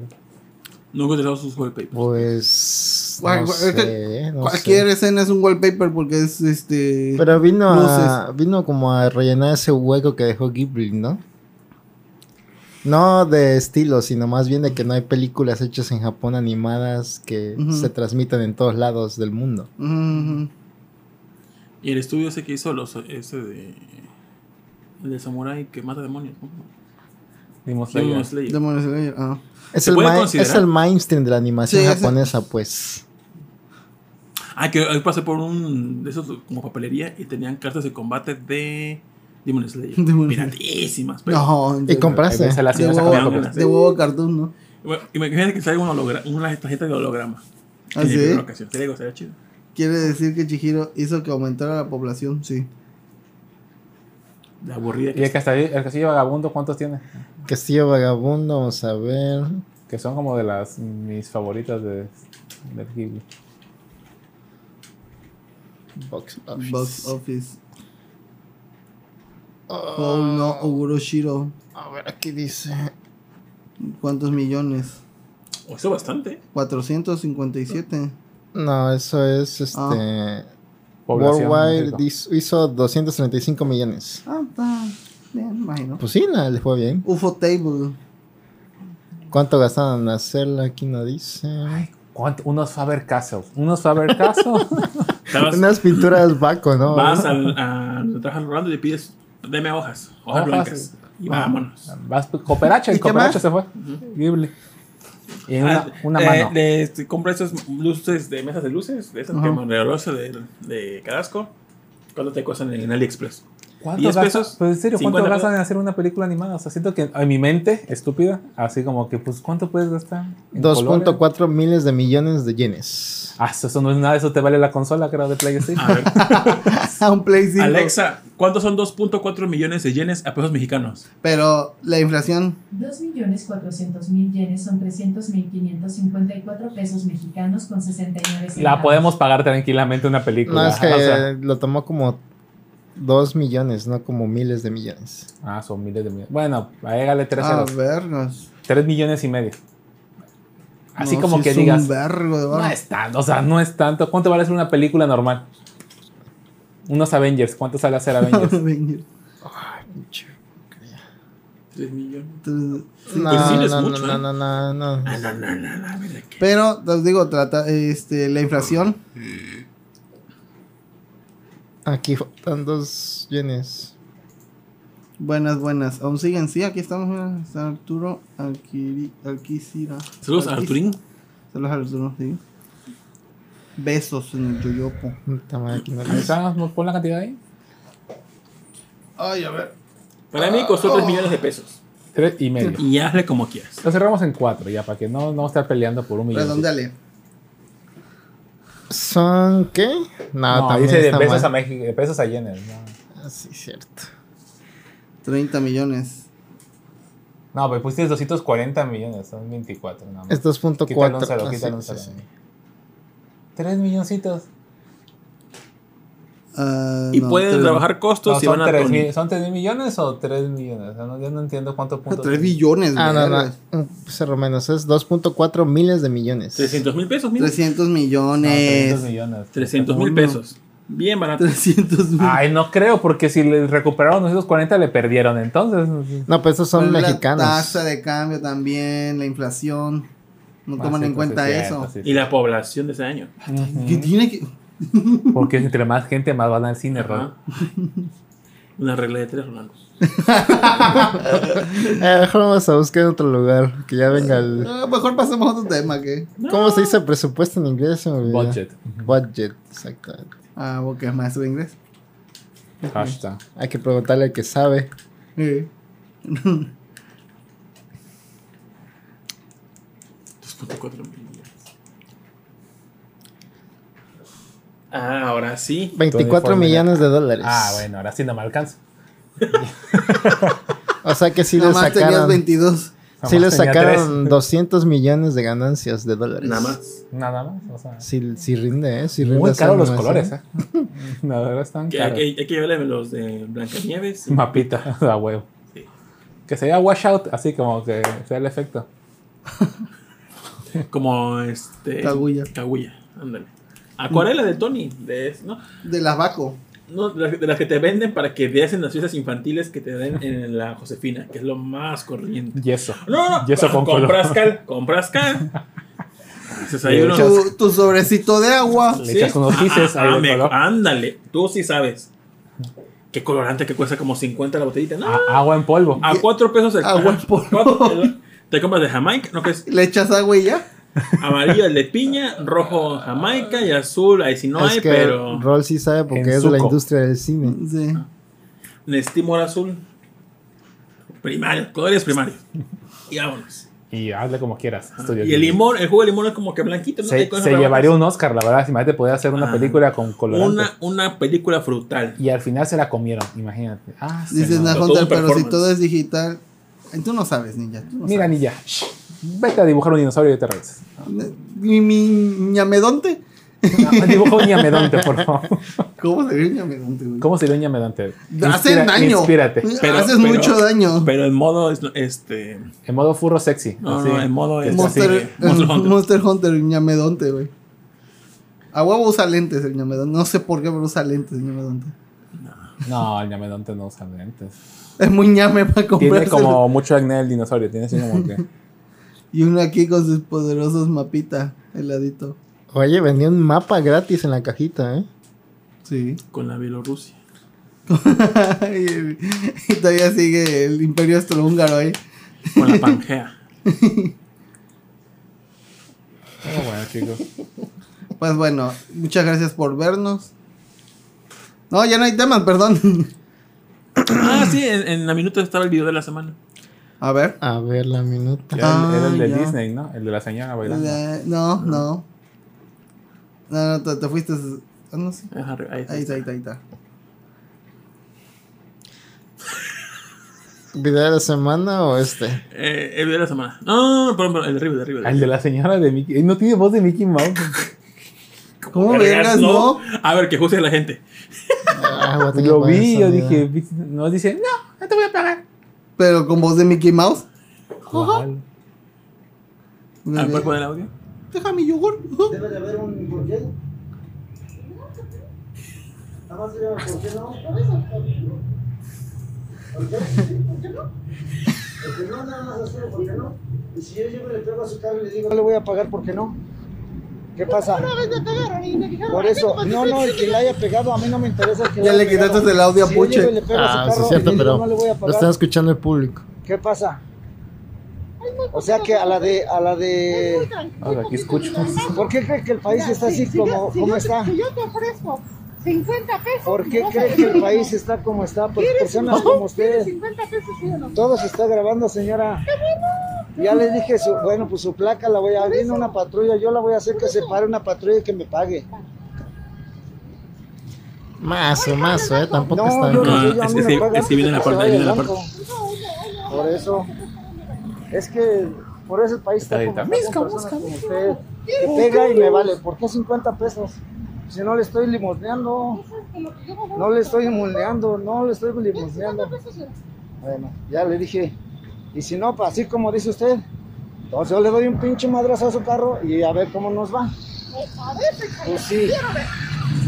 nunca he utilizado sus wallpapers.
Pues.
Gua-
No
gua-
sé, no
Cualquier
sé.
escena es un wallpaper porque es este.
Pero vino, a, vino como a rellenar ese hueco que dejó Ghibli, ¿no? No de estilo, sino más bien de que no hay películas hechas en Japón animadas que
Ujú.
se transmitan en todos lados del mundo.
Ujú,
Y el estudio ese que hizo los, ese de. El de Samurai que mata demonios. ¿no?
Dimos
Demon
allá.
Slayer.
Demon Slayer, ah.
Es
¿Se
el,
puede
ma-
considerar?
es el mainstream de la animación
Sí, ese-
japonesa, pues.
Ah, que hoy pasé por un. de esos como papelería y tenían cartas de combate de. Demon Slayer.
Demon Slayer.
Piratísimas. pero-
No,
Y
de,
compraste.
Se la
de
señora
huevo,
sacaba
huevo.
copias.
de huevo cartoon, ¿no?
Bueno, imagínate que salga un hologra- una tarjeta de holograma.
¿Ah,
En
sí?
primera ocasión. Te digo, será chido.
Quiere decir que Chihiro hizo que aumentara la población, sí.
De aburrida
Y
que
el castillo, el castillo vagabundo, ¿cuántos tiene?
Castillo Vagabundo, vamos a ver.
Que son como de las mis favoritas de, de Ghibli.
Box office.
Box Office.
Ah,
Oh no, Oguro Shiro.
a ver, aquí dice.
¿Cuántos millones?
es. O sea, Oh, bastante.
457.
No, eso es este.
Ah.
Población,
Worldwide
digo.
dis- hizo 235 millones.
Ah, está bien, me imagino.
Pues sí, la- le fue bien.
UFO Table.
¿Cuánto gastaron en hacerla? Aquí no dice.
¿Cuánto? Unos Faber Castle. Unos Faber Castle.
Estabas-
Unas pinturas Baco, ¿no?
Vas al, a donde trabaja Rolando y le pides, deme hojas, hojas,
Hojas.
blancas. Y vámonos.
Vas, Cooperacha,
¿Y
el
qué
Cooperacha
más?
se fue. Ghibli. Y una,
Ah,
una
eh,
mano.
le- te compra esas luces de mesas de luces, de esas que
Ajá.
manrerosa de, de Cadasco. ¿Cuánto te cuestan en, en AliExpress?
¿Cuánto
10
gastan?
pesos,
Pues en serio, ¿cuánto
50
gastan
pesos.
en hacer una película animada? O sea, siento que en mi mente, estúpida, así como que, pues, ¿cuánto puedes gastar? en colores?
2.4 miles de millones de yenes.
Ah, eso, eso no es nada, eso te vale la consola, creo, de
A
PlayStation.
ver,
Ah, un Play 5.
Alexa, ¿cuántos son 2.4 millones de yenes a pesos mexicanos?
Pero la inflación.
2.400.000 yenes son 300.554 pesos mexicanos con 69 centavos.
La podemos pagar tranquilamente una película.
No, es que
o sea,
lo tomó como 2 millones, no como miles de millones.
ah, son miles de millones. Bueno, agregale 3
Ah, vergas.
3 millones y medio. Así
No,
como
sí
que
es un
digas,
vergo de
no
barro.
es tanto, o sea, no es tanto. ¿Cuánto vale hacer una película normal? Unos Avengers, ¿cuánto sale hacer Avengers?
Venir.
Tres millones.
Entonces,
No,
Pues sí, no es
no,
mucho,
no,
¿eh?
no, no, no, no.
Ah, no, no, no, no, a ver, ¿qué?
Pero, os digo, trata, este, la inflación.
Aquí faltan 2 yenes.
Buenas, buenas. Aún siguen, sí, aquí estamos. mira, Está Arturo Alquiri- Alquicira.
Saludos a
Alquic-
Arturín.
Saludos a Arturo, sí. Besos en el yoyopo.
Puta madre, aquí no
Ahí
dice.
está, ¿no? Pues, ah, Pon la cantidad ahí.
Ay, a ver.
Para mí costó 3 millones de pesos.
3 y medio.
Y hazle como quieras.
Lo cerramos en 4 ya, para que no, no vamos a estar peleando por un millón.
Redondale.
¿Son qué? No,
No,
Ah, también
dice de
está
pesos a
mal.
México, de pesos a yenes. No,
Ah, Sí, cierto.
30 millones.
no pues pusiste 240 millones, son 24. nada más.
Es 2.4.
Quítale un cero,
Ah, sí,
quítale un
sí,
cero.
sí.
Tres milloncitos.
Ah,
Y
no,
pueden
tres-
trabajar costos
No,
y
son,
van a
tres
Tony.
mil- ¿Son tres mil millones o tres millones? O sea, no, yo no entiendo cuánto punto.
3 billones,
Ah, no, no.
vergas.
Un cerro menos. Es 2.4 miles de millones.
300 mil pesos, mira.
300
No, 300
millones.
millones.
300 mil
Uno.
pesos. Bien barato.
300 mil.
Ah,
Ay, no creo, porque si le recuperaron 240 le perdieron. Entonces,
No, pues estos son
Pero
mexicanos.
La tasa de cambio también, la inflación.
Ah,
pues,
No toman
pues,
en cuenta eso.
Y la población de ese año.
¿Qué tiene que.?
Porque entre más gente, más van al cine, Rod.
Ajá. Una regla de tres, Rolando.
Eh, mejor vamos a buscar en otro lugar. Que ya venga el.
Ah, mejor pasemos a otro tema, ¿qué?
¿Cómo se dice presupuesto en inglés? Se me olvidó.
Budget.
Budget, exactamente.
Ah, porque es maestro de inglés.
Hashtag.
Hay que preguntarle al que sabe.
Sí.
2.4 millones. Ah, ahora sí.
24
Tony
millones de dólares.
Ah, bueno, ahora sí no me alcanza.
O sea que sí le
Nada más tenías
sacaron.
22.
Sí le
Nomás tenía
sacaron 200 millones de ganancias de dólares.
Nada más.
tres. Nada más. O sea,
Si, rinde, ¿eh? Sí rinde
muy
esa
caros los
animación.
colores, ¿eh? La verdad están
Que hay,
caros.
que- hay que llevarle los de Blancanieves.
Mapita, a huevo.
Sí.
Que sería washout, así como que sea el efecto.
Como este.
Kaguya.
Kaguya, ándale. Acuarela de Tony, de, ¿no?
De las Baco.
No, de, las, de las que te venden para que veas en las fiestas infantiles que te den en la Josefina, que es lo más corriente.
Yeso.
No, no, no.
Yeso con color.
compras cal, compras cal. Dices, ahí
Le
uno-
Tu,
echas-
tu sobrecito de agua.
le echas unos gises ahí de
me-
color.
Ándale, tú sí sabes. Qué colorante que cuesta como 50 la botellita. No,
A- agua en polvo.
a 4 pesos el
Ah,
Agua en
ajá,
polvo.
cuatro- el- Te compras de Jamaica, no que es
Le echas agua y ya.
amarillo el de piña, rojo Jamaica y azul, ahí sí no
es
hay,
que
pero
Roll sí sabe porque
En
es de la
suco.
industria del cine.
Sí.
Nestimor azul. Primario, colores primarios. Y vámonos. Ah,
Y hazle como quieras. estudio
Y el
Ghibli.
limón, el jugo de limón es como que blanquito, ¿no? Hay
Se,
cosas
se
para-
llevaría un Oscar, la verdad. Si imagínate, podía hacer una
Ah.
película con colorante.
pues, una, una película frutal.
Y al final se la comieron, imagínate. Ah, se
Dices, "Nah,
la-
todo
Hunter,
un
pero si
performance".
todo es digital. Ay, Tú no sabes, ninja. Tú no
Mira, Nilla, shh, vete a dibujar un dinosaurio y te regresas.
sabes. Mi, mi ñamedonte.
No, dibuja un ñamedonte, por favor.
¿Cómo se ve un ñamedonte, güey?
¿Cómo sería un ñamedonte?
Hacen
Inspira-
daño.
Inspírate.
Pero-
Haces
pero-
mucho daño.
Pero en modo es- este
En modo furro sexy.
no,
así.
no, en modo este,
Monster,
así, Monster
el
Hunter.
Monster Hunter, el ñamedonte, güey. A huevo usa lentes el ñamedonte. No sé por qué, pero usa lentes el ñamedonte.
No, el ñamedonte no usa lentes.
Es muy ñame para
Tiene
comprarse.
como mucho acné el dinosaurio. Tiene así como que.
Y uno aquí con sus poderosos mapitas, el ladito.
Oye, vendía un mapa gratis en la cajita, ¿eh?
Sí.
con la Bielorrusia.
y, todavía sigue el imperio austrohúngaro ahí.
Con la Pangea.
Pero Ah, bueno, chicos.
Pues bueno, muchas gracias por vernos. No, ya no hay temas, perdón.
ah, sí, en, en la minuta estaba el video de la semana.
A ver.
A ver la minuta.
Era el- era el de
Ah, ya.
Disney, ¿no? El de la señora bailando.
La- no, no. No, no, te, te fuiste. ah, no, sí.
Ajá, Ahí está.
Ahí está, ahí está, ahí está.
¿Video de la semana o este?
Eh, el video de la semana. No, no, no, perdón, perdón, el de arriba, el de arriba. el de
El
arriba.
de la señora de Mickey. No tiene voz de Mickey Mouse.
¿Cómo vergas, no?
A ver, que juzgue la gente.
Ah, voy a tener que
Lo
poner
vi, yo
sonido.
dije. No, dice, no, no te voy a pagar.
Pero con voz de Mickey Mouse.
¿Cuál?
A
Ah,
ver,
Déjame
pues,
¿puedes poner el audio?
Deja mi yogur. Ujú.
Debe de haber un por qué. Nada más diría por qué no. Por eso. ¿Por qué? Sí, ¿Por qué no? ¿Por qué no? Nada más hacerlo, ¿por qué no? Y si yo llego y le pego a su carro y le digo, no le voy a pagar, ¿por qué no? ¿Qué pasa? Por eso, no, no, el que le haya pegado, a mí no me interesa el que
Ya
haya
le quitaste
pegado.
el audio a
Si yo
Puche.
llego y le pego a su
Ah, sí, es
carro
cierto,
y le digo,
pero
no le voy a
lo están
pagar,
escuchando el público.
¿Qué pasa? O sea que a la de, a la de,
Ahora, aquí escucho.
¿por qué cree que el país
Mira,
está
si-
así
si
como,
yo- si
como
yo-
está?
Si yo te ofrezco 50 pesos.
¿Por qué
no sé
cree que el país está como está? Por
¿Quieres
personas
cincuenta-
como ustedes.
50 pesos sí o no.
Todo se está grabando, señora. Ya le dije, su, bueno, pues su placa la voy a abrir una patrulla. Yo la voy a hacer que se pare una patrulla y que me pague.
Mazo, mazo, ¿eh? Tampoco
No,
está
yo
bien.
no,
No,
yo- a
es-
mí
es
me
que-
pagan
es que este viene la
porque
parte,
se
ahí viene
vaya
la
al
parte.
banco. Por eso, es que, por eso el país está
Está
como
bien,
está, con personas como usted. Me pega y me vale. ¿Por qué 50 pesos? Si no le estoy limosneando,
Eso es lo que yo me voy a
no le estoy
ofrecer.
muldeando, no le estoy
¿Quieres 50
limosneando.
pesos sí o no?
Bueno, ya le dije. Y si no, pa- así como dice usted, entonces yo le doy un pinche madrazo a su carro y a ver cómo nos va.
Pues, a ver, pues,
Pues sí, Claro, pues,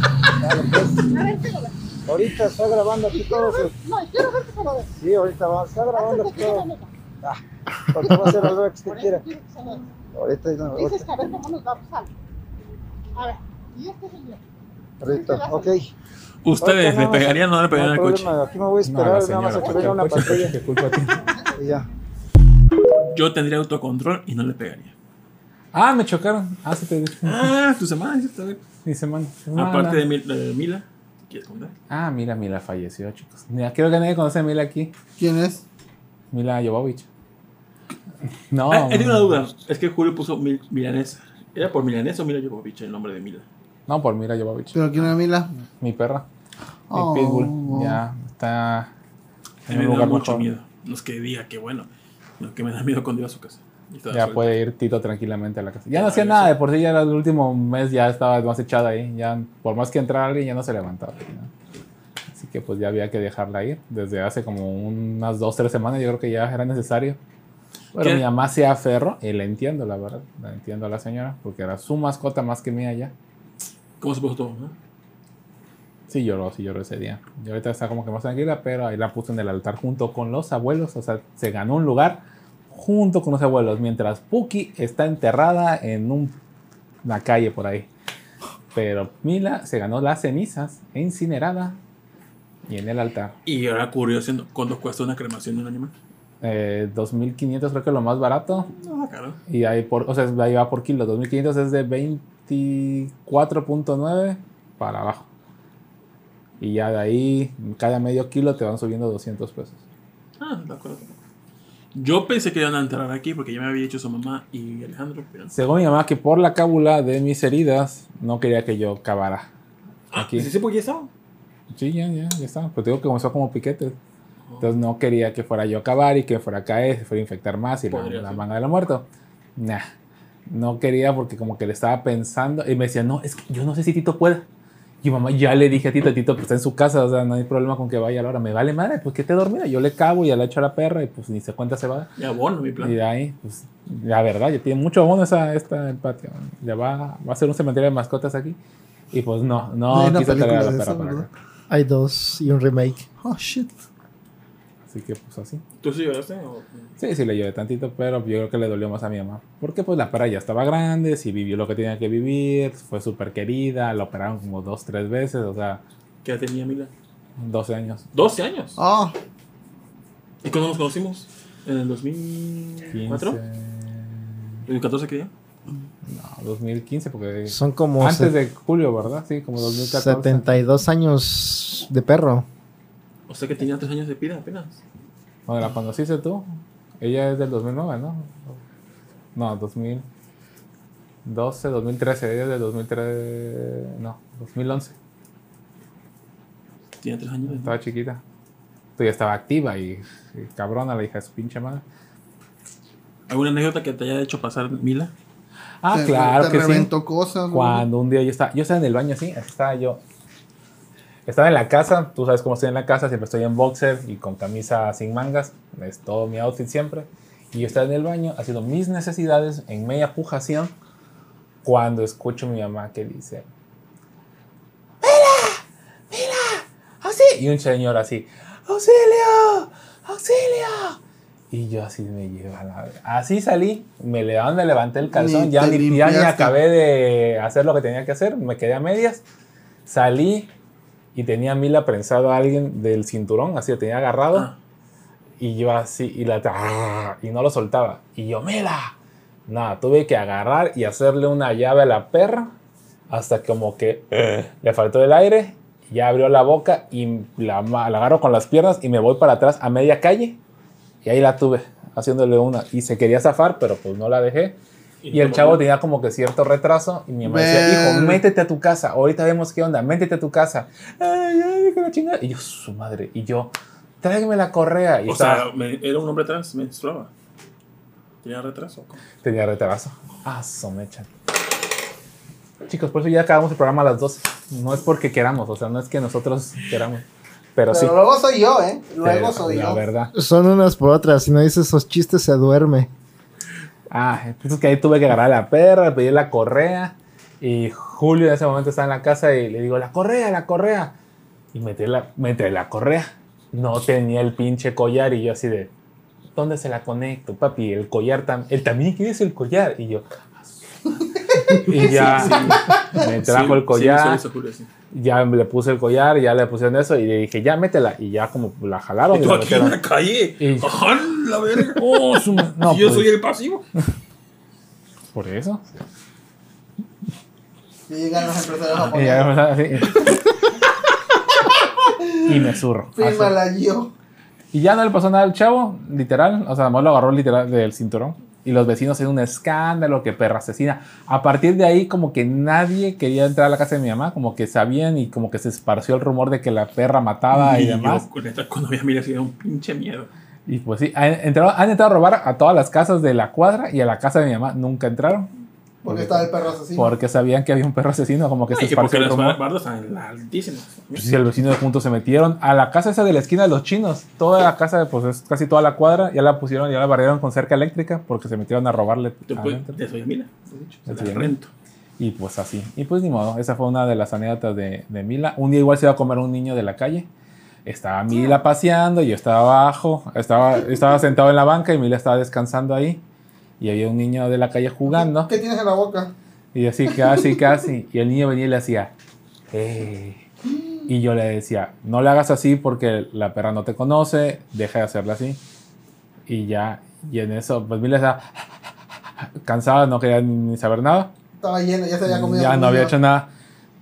a ver, quiero ver.
ahorita está grabando aquí todo. su-
No, quiero ver que se lo des.
Sí, ahorita va, está grabando
Hazlo
aquí
que yo la
todo.
neta.
Ah, porque va a hacer algo que
Por
usted
eso
quiera.
quiero que se lo des.
Ahorita, no,
Dices
ahorita,
que a ver cómo nos vamos a A ver, y este señor.
ahorita, ok.
¿Ustedes
Ahorita
le
nada más-
pegarían o no le pegarían al
hay
coche?
problema, Aquí me voy a
No, la
esperar, nada
señora.
más a que
porque
venga una
el coche,
patrulla
¿Qué culpa tiene?
y ya.
Yo tendría autocontrol y no le pegaría.
Ah, me chocaron. Ah, sí te dije.
Ah, tu semana, ¿sí? Está bien.
Mi semana. Ah,
Aparte
no.
de, Mil- de Mila, ¿quieres contar?
Ah, mira, Mila falleció, chicos. Mira, creo que nadie conoce a Mila aquí.
¿Quién es?
Mila Jovovich. No.
Ah, eh, tengo una duda. Es que Julio puso mil, milanesa. ¿Era por milanesa o Mila Jovovich el nombre de Mila?
No, por Mila Jovovich.
¿Pero quién era Mila?
Mi perra. Mi
Oh.
pitbull. Ya está
A
en
mí
un
me da
lugar
mucho
mejor.
miedo. No es que diga que bueno. No, que me da miedo cuando iba a su casa. Y estaba
Ya
suelta.
pues. puede ir Tito tranquilamente a la casa. Ya no
Ya,
hacía
ya
nada,
sé.
de por sí ya era el último mes, ya estaba más echada ahí. Ya, por más que entrara alguien, ya no se levantaba. ya. Así Así que pues ya había que dejarla ir. Desde hace como unas dos, tres semanas yo creo que ya era necesario. Pero
¿Qué?
mi mamá se aferró y la entiendo, la verdad. La entiendo a la señora porque era su mascota más que mía ya.
¿Cómo se puso todo? no?
Sí lloró, sí lloró ese día. Y ahorita está como que más tranquila, pero ahí la puso en el altar junto con los abuelos. O sea, se ganó un lugar junto con los abuelos. Mientras Puki está enterrada en un- una calle por ahí. Pero Mila se ganó las cenizas incinerada y en el altar.
Y ahora ocurrió haciendo cuánto cuesta una cremación de un animal.
Eh, 2.500 creo que es lo más barato.
No, caro.
Y ahí por, o sea, ahí va por kilo. 2500 es de 24.9 para abajo. Y ya de ahí, cada medio kilo te van subiendo 200 pesos.
Ah, de acuerdo. Yo pensé que iban a entrar aquí porque ya me había dicho su mamá y Alejandro, pero.
Según mi mamá, que por la cábula de mis heridas, no quería que yo cavara. Aquí.
¿Sí se puede eso?
Sí, ya, ya, ya está. Pero digo que comenzó como piquete. Entonces no quería que fuera yo a cavar y que fuera a caer, se fuera a infectar más y la,
Podría
la
ser.
manga de la muerta. Nah, no quería porque como que le estaba pensando y me decía, no, es que yo no sé si Tito pueda. Y mamá, ya le dije a Tito, Tito pues, está en su casa, o sea, no hay problema con que vaya a la hora. Me vale madre, pues que te dormida. Yo le cabo y ya le echo a la perra y pues ni se cuenta se va.
Ya abono mi plan.
Y de ahí, pues, la verdad, ya tiene mucho abono esa, esta, el patio. Ya va, va a ser un cementerio de mascotas aquí. Y pues no,
No hay
no,
una
quiso traer a
película de
la perra
esa,
para
¿verdad?
acá.
Hay dos y un remake.
Oh, shit.
Así que pues así.
¿Tú sí lloraste? O...
Sí, sí le llevé tantito, pero yo creo que le dolió más a mi mamá. Porque pues la perra ya estaba grande, sí vivió lo que tenía que vivir, fue súper querida, la operaron como dos, tres veces, o sea,
¿Qué edad tenía Mila?
12 años.
12 años.
Oh,
Ah.
¿Y cuándo nos conocimos? ¿En el 2004?
15,
¿En el 14 qué día?
no, 2015, porque...
Son como
Antes
set-
de julio, ¿verdad? Sí, como 2014.
72 años de perro.
O sea que tenía 3 años de vida apenas.
Bueno, la conociste tú. Ella es del 2009, ¿no? No, 2012, 2013, ella es del 2013... No, 2011.
Tenía 3 años de vida.
Estaba chiquita. Tú ya estaba activa y, y cabrona la hija de su pinche madre.
¿Alguna anécdota que te haya hecho pasar Mila?
Ah,
te-
claro
te
que sí.
reventó cosas. güey.
Cuando un día yo estaba, yo estaba en el baño así, así estaba yo. Estaba en la casa, tú sabes cómo estoy en la casa, siempre estoy en boxer y con camisa sin mangas, es todo mi outfit siempre. Y yo estaba en el baño haciendo mis necesidades en media pujación cuando escucho a mi mamá que dice,
¿Ah,
¡Auxilio! Y un señor así, ¡Auxilio! ¡Auxilio! Y yo así me lleva la verga. Así salí, me levanté, me levanté el calzón,
Ni
ya
te
ni, ya ni
limpiaste.
acabé de hacer lo que tenía que hacer, me quedé a medias. Salí y tenía a mí la prensado a alguien del cinturón, así lo tenía agarrado.
Ah.
Y yo así, y la tra- y no lo soltaba. Y yo, ¡Mela! Nada, tuve que agarrar y hacerle una llave a la perra hasta como que eh, le faltó el aire, ya abrió la boca y la, ma- la agarro con las piernas y me voy para atrás a media calle y ahí la tuve haciéndole una y se quería zafar pero pues no la dejé y el chavo tenía como que cierto retraso y mi mamá decía, hijo,
Ver-
métete a tu casa, ahorita vemos qué onda, métete a tu casa. Ay, ay, que la chingada. Y yo, su madre, y yo, tráigame la correa. Y
O
estaba-
sea, me- era un hombre trans, menstruaba. Tenía retraso.
tenía retraso. Ah, su mecha. Chicos, por eso ya acabamos el programa a las 12. No es porque queramos, o sea, no es que nosotros queramos. Pero,
Pero
sí,
luego soy yo, ¿eh? Luego
pero
soy
la
yo.
verdad.
Son unas por otras. Si no dices esos chistes, se duerme.
Ah, entonces que ahí tuve que agarrar a la perra, pedir la correa. Y Julio en ese momento está en la casa y le digo, la correa, la correa. Y metí la, metí la correa. No tenía el pinche collar y yo así de, ¿dónde se la conecto, papi? El collar también, él también quiere el collar. Y yo, "Ah, y ya me trajo el collar, ya le puse el collar, ya le pusieron eso y le dije, ya métela. Y ya como la jalaron.
Y
y
tú
la
aquí en
metieron.
la calle.
Y-
¡Ajá, la verga!
Oh, su ma- no,
Si yo
pues,
soy el pasivo.
Por eso.
Y llegan los empresarios
Y,
japoneses.
ya ah, me la- así. Y me zurro. Así.
Fírmala yo.
Y ya no le pasó nada al chavo, literal. O sea, además lo agarró literal del cinturón. Y los vecinos en un escándalo, que perra asesina. A partir de ahí, como que nadie quería entrar a la casa de mi mamá, como que sabían y como que se esparció el rumor de que la perra mataba Ah, y,
yo,
demás.
con esta, cuando vi a Mila, sí, era un pinche miedo.
Y pues sí, han entrado, han entrado a robar a todas las casas de la cuadra y a la casa de mi mamá nunca entraron.
Porque estaba el perro asesino.
Porque sabían que había un perro asesino, como que
No,
se
y que
esparció
porque
el
las
rumor.
bardas están altísimas.
Pues sí, el vecino de juntos se metieron a la casa esa de la esquina de los chinos. Toda la casa, pues es casi toda la cuadra, ya la pusieron, ya la barrieron con cerca eléctrica porque se metieron a robarle.
Te
a
puedes-
la-
te soy Mila, de hecho, se
Sí,
la
¿no?
rento.
Y pues así. Y pues ni modo, esa fue una de las anécdotas de, de Mila. Un día igual se iba a comer un niño de la calle. Estaba Mila paseando, yo estaba abajo, estaba, estaba sentado en la banca y Mila estaba descansando ahí. Y había un niño de la calle jugando.
¿Qué tienes en la boca?
Y así casi, casi. Y el niño venía y le hacía. "Eh". Y yo le decía, no le hagas así porque la perra no te conoce, deja de hacerla así. Y ya, y en eso, pues Mila estaba cansada, no quería ni saber nada.
Estaba lleno, ya se había comido.
Mm, Ya
el
no había
niño.
hecho nada.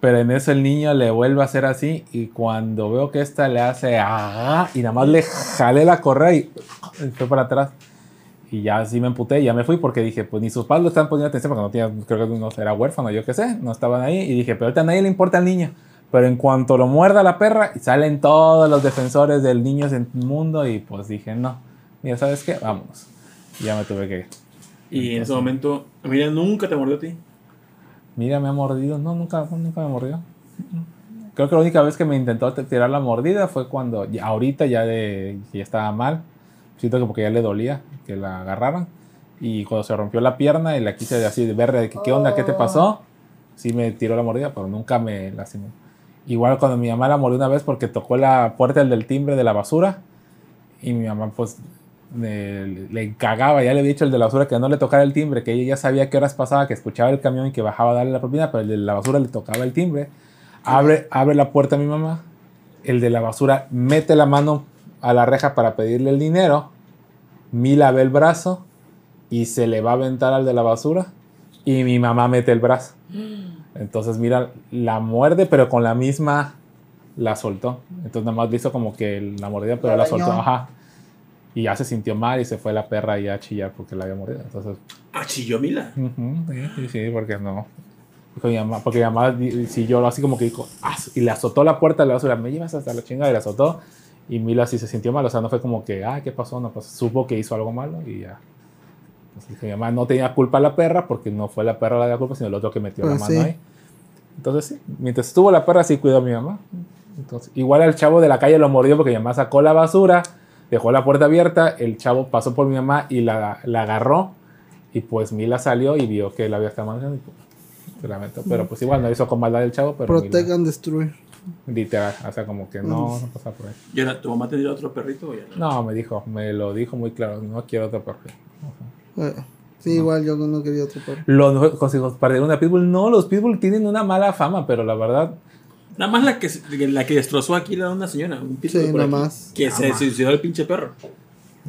Pero en eso el niño le vuelve a hacer así y cuando veo que esta le hace ah, y nada más le jalé la correa y, y fue para atrás. Y ya así me emputé y ya me fui porque dije, pues ni sus padres le están poniendo atención porque no tenía, creo que no era huérfano, yo qué sé, no estaban ahí. Y dije, pero ahorita a nadie le importa al niño. Pero en cuanto lo muerda la perra, salen todos los defensores del niño en el mundo y pues dije, no, mira, ¿sabes qué? Vámonos. Y ya me tuve que ir.
Y en ese momento, Mila nunca te mordió a ti.
Mira, me ha mordido. No, nunca, nunca me mordió. Creo que la única vez que me intentó te- tirar la mordida fue cuando, ya- ahorita ya, de, que ya estaba mal. Siento que porque ya le dolía que la agarraran. Y cuando se rompió la pierna y la quise de así de ver de que, qué onda, qué te pasó, sí me tiró la mordida, pero nunca me lastimó. Igual cuando mi mamá la mordió una vez porque tocó la puerta del timbre de la basura y mi mamá pues le, le cagaba, ya le había dicho el de la basura que no le tocara el timbre, que ella ya sabía qué horas pasaba, que escuchaba el camión y que bajaba a darle la propina, pero el de la basura le tocaba el timbre. Abre, abre la puerta a mi mamá, el de la basura mete la mano a la reja para pedirle el dinero, Mila ve el brazo y se le va a aventar al de la basura y mi mamá mete el brazo. Entonces mira, la muerde pero con la misma la soltó. Entonces nada más le hizo como que la mordida pero
La
la, soltó.
arañó.
Ajá. Y ya se sintió mal y se fue la perra ahí a chillar porque la había mordido. Entonces,
Ah, chilló Mila.
ujú, sí, sí, sí, porque no. Dijo mi mamá- porque mi mamá di- sí lloró así como que dijo, "Ah", y le azotó la puerta de la basura, me llevas hasta la chinga y la azotó. Y Mila sí se sintió mal, o sea, no fue como que, ah, ¿qué pasó? No pasó. Supo que hizo algo malo y ya. Entonces, dijo mi mamá no tenía culpa la perra porque no fue la perra la de la culpa, sino el otro que metió la
Pues
mano
sí.
ahí. Entonces, sí, mientras estuvo la perra, sí cuidó a mi mamá. Entonces, igual al chavo de la calle lo mordió porque mi mamá sacó la basura, dejó la puerta abierta, el chavo pasó por mi mamá y la, la agarró. Y pues Mila salió y vio que la había estado manejando y pues, se la metió. Pero pues igual no hizo con maldad el chavo, pero Mila-
Protect and destroy.
literal, o sea, como que
Mm.
no, no pasa por ahí.
¿Y ahora tu mamá tendría otro perrito? o ya no?
No, me dijo, me lo dijo muy claro, no quiero otro perro.
Eh, Sí, igual yo no quería otro perro.
Los consejos para una pitbull, no, los pitbull tienen una mala fama, pero la verdad,
Nada más la que, se- la que destrozó aquí la una señora. Un pito
Sí,
por
nada
aquí,
más.
Que se suicidó el pinche perro.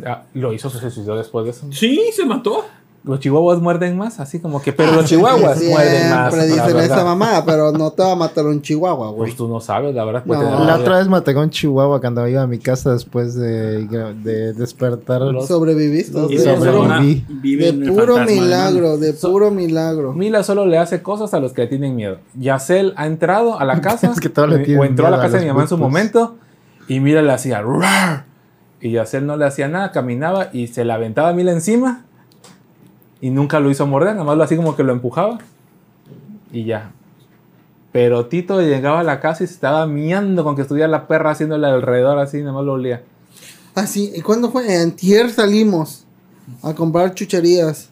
ah, lo hizo, se suicidó después de eso.
Sí, se mató.
Los chihuahuas muerden más, así como que, pero los chihuahuas muerden más.
Ah, Siempre
la
dicen
verdad.
esa mamá, pero no te va a matar un chihuahua, güey.
Pues tú no sabes, la verdad. puede
No.
Ah,
tener-
La otra vez maté a un chihuahua cuando iba a mi casa después de, de despertar.
Sobreviviste.
Y
Y
güey.
esa
sobre-
persona
sobreviví.
vive
De
en el
puro
fantasma de
milagro, de
So-
puro milagro.
Mila solo le hace cosas a los que le tienen miedo. Yacel ha entrado a la casa eh,
Es que todos le tienen
o entró a la
miedo a
casa
los
de mi mamá en su
pulpos.
momento y Mila le hacía "Rar". y Yacel no le hacía nada, caminaba y se la aventaba a Mila encima y nunca lo hizo morder, nada más lo así como que lo empujaba y ya. Pero Tito llegaba a la casa y se estaba miando con que estuviera la perra haciéndole alrededor así, nada más lo olía.
Ah, sí, ¿y cuándo fue? Antier salimos a comprar chucherías.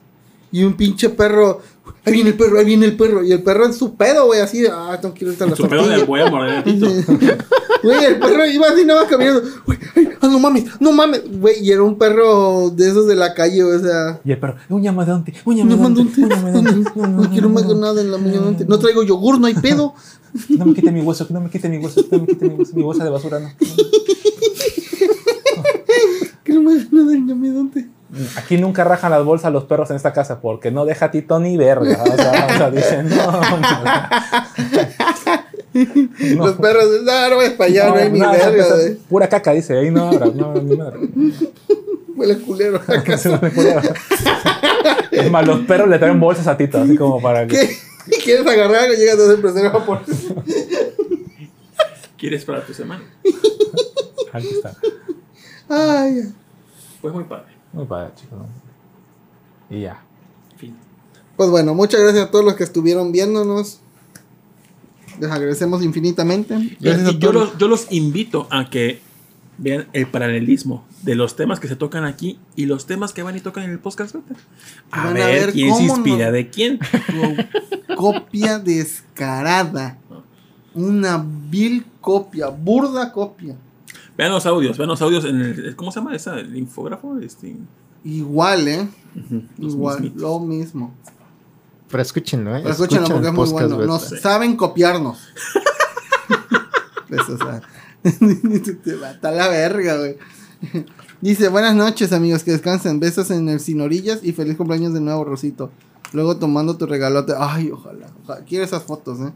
Y un pinche perro. Ahí viene el perro, ahí viene el perro. Y el perro en su pedo, güey, así. Ah, no quiero irte a
Mano.
la
Su perro
tortilla.
le voy a morder el pito.
Güey, el perro iba así nada más caminando. Güey, ay, ah, no mames, no mames. Güey, y era un perro de esos de la calle, o sea.
Y el perro, un llamadonte, un
No mando
llamadonte,
un té,
un llamadonte.
no, no quiero más nada en la mañana. No traigo yogur, no hay pedo.
No me quite mi hueso, no me quite mi hueso, no me quite mi hueso, mi bolsa de basura no.
Quiero más nada en la mañana.
Aquí nunca rajan las bolsas los perros en esta casa porque no deja Tito ni verga. O sea, o sea, dicen, no, no,
Los perros, no, no vayas para allá, no, hay ni
no,
verga, eh.
no,
güey.
Pura caca, dice, ahí no habrá, no habrá ni madre.
Huele culero.
Se me ocurrió. Es más, los perros le traen bolsas a Tito, así como para que.
¿Qué? ¿Quieres agarrar que llegas a ser empresario japonés?
¿Quieres para tu semana?
Aquí está.
Ay,
Fue muy padre.
Muy padre, chicos. ¿no? Y ya.
Fin.
Pues bueno, muchas gracias a todos los que estuvieron viéndonos. Les agradecemos infinitamente.
Y-
Gracias
y
a
yo,
todos.
los, yo los invito a que vean el paralelismo de los temas que se tocan aquí y los temas que van y tocan en el podcast beta. A,
Van a
ver,
ver
quién se
cómo
inspira
nos-
de quién.
Co- copia descarada. Una vil copia, burda copia.
Vean los audios, vean los audios en el. ¿Cómo se llama esa? ¿El infógrafo? Este,
Igual, ¿eh?
los
Igual,
mismitos.
lo mismo.
Pero escúchenlo, ¿eh?
Pero escúchenlo
Escuchen
porque
el
es muy
podcast
bueno.
beta.
Nos saben copiarnos. Eso, o sea, te mata la verga, güey. Dice, buenas noches, amigos, que descansen. Besos en el sin orillas y feliz cumpleaños de nuevo, Rosito. Luego tomando tu regalote. Ay, ojalá. ojalá. Quiero esas fotos, ¿eh?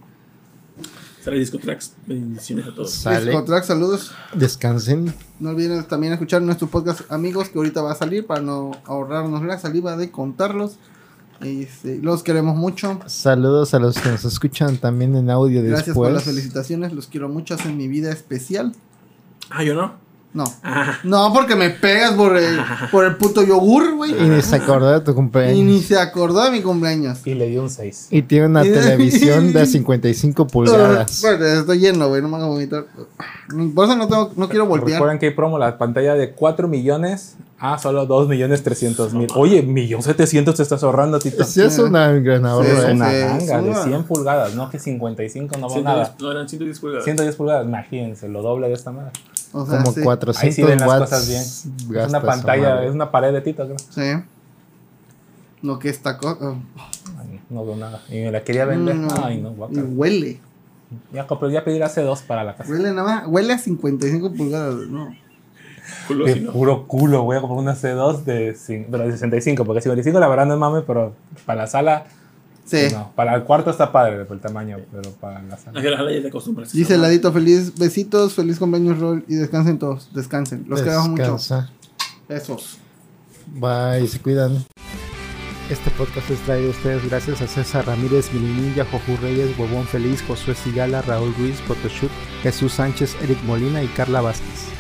Sale Disco Tracks. Bendiciones a todos.
Sale.
Discotrack, saludos.
Descansen.
No olviden también escuchar nuestro podcast amigos que ahorita va a salir para no ahorrarnos la saliva de contarlos. Este, los queremos mucho.
Saludos a los que nos escuchan también en audio
Gracias por las
después.
felicitaciones. Los quiero mucho. Hacen mi vida especial.
Ah, yo no.
No.
Ah,
No, porque me pegas por el, por el puto yogur, güey.
Y ni se acordó de tu
Y ni
cumpleaños.
se acordó de mi cumpleaños.
Y le di un 6.
Y tiene una televisión de 55 pulgadas.
Bueno, estoy lleno, güey. No me hagas vomitar. Por eso no, tengo, no quiero voltear.
Recuerden que hay promo la pantalla de 4 millones a solo 2 millones 300 mil. Oye, millón 700 te estás ahorrando, Tito.
Sí, es una gran ahorro,
Sí,
Es
¿eh?
una
sí,
ganga
es
de
una-
100 pulgadas, no que 55 no va
110
nada.
no, eran 110 pulgadas.
110 pulgadas, imagínense, lo doble de esta manera.
O sea,
Como
sí,
400
Ahí sí ven las
Pues watts.
cosas bien. Es
gasta
una
esa
pantalla, ¿eh?
madre.
es una pared de Tito, creo.
sí. Lo que ah, esta cosa.
Ay, No veo nada. Y me la quería vender.
Mm, No.
Ay, no,
Y
guaca.
huele.
Ya compré, ya pedí hace dos para la casa.
Huele nada más, huele a 55 pulgadas, no.
Culo,
De
si no.
puro culo, voy a comprar una C2 de, cin- pero de 65, porque 55 la verdad no es mame, pero para la sala,
Sí.
Pues no. Para el cuarto está padre por el tamaño, pero para la
Ah,
sala.
que la jala ya te acostumbras.
Dice el ladito feliz, besitos, feliz cumpleaños Rol y descansen todos, descansen.
Pues,
Los queremos mucho.
Descansa.
Besos.
Bye, se cuidan. Este podcast es traído a ustedes gracias a César Ramírez, Milinilla, Joju Reyes, Huevón Feliz, Josué Sigala, Raúl Ruiz, Photoshop, Jesús Sánchez, Eric Molina y Carla Vázquez.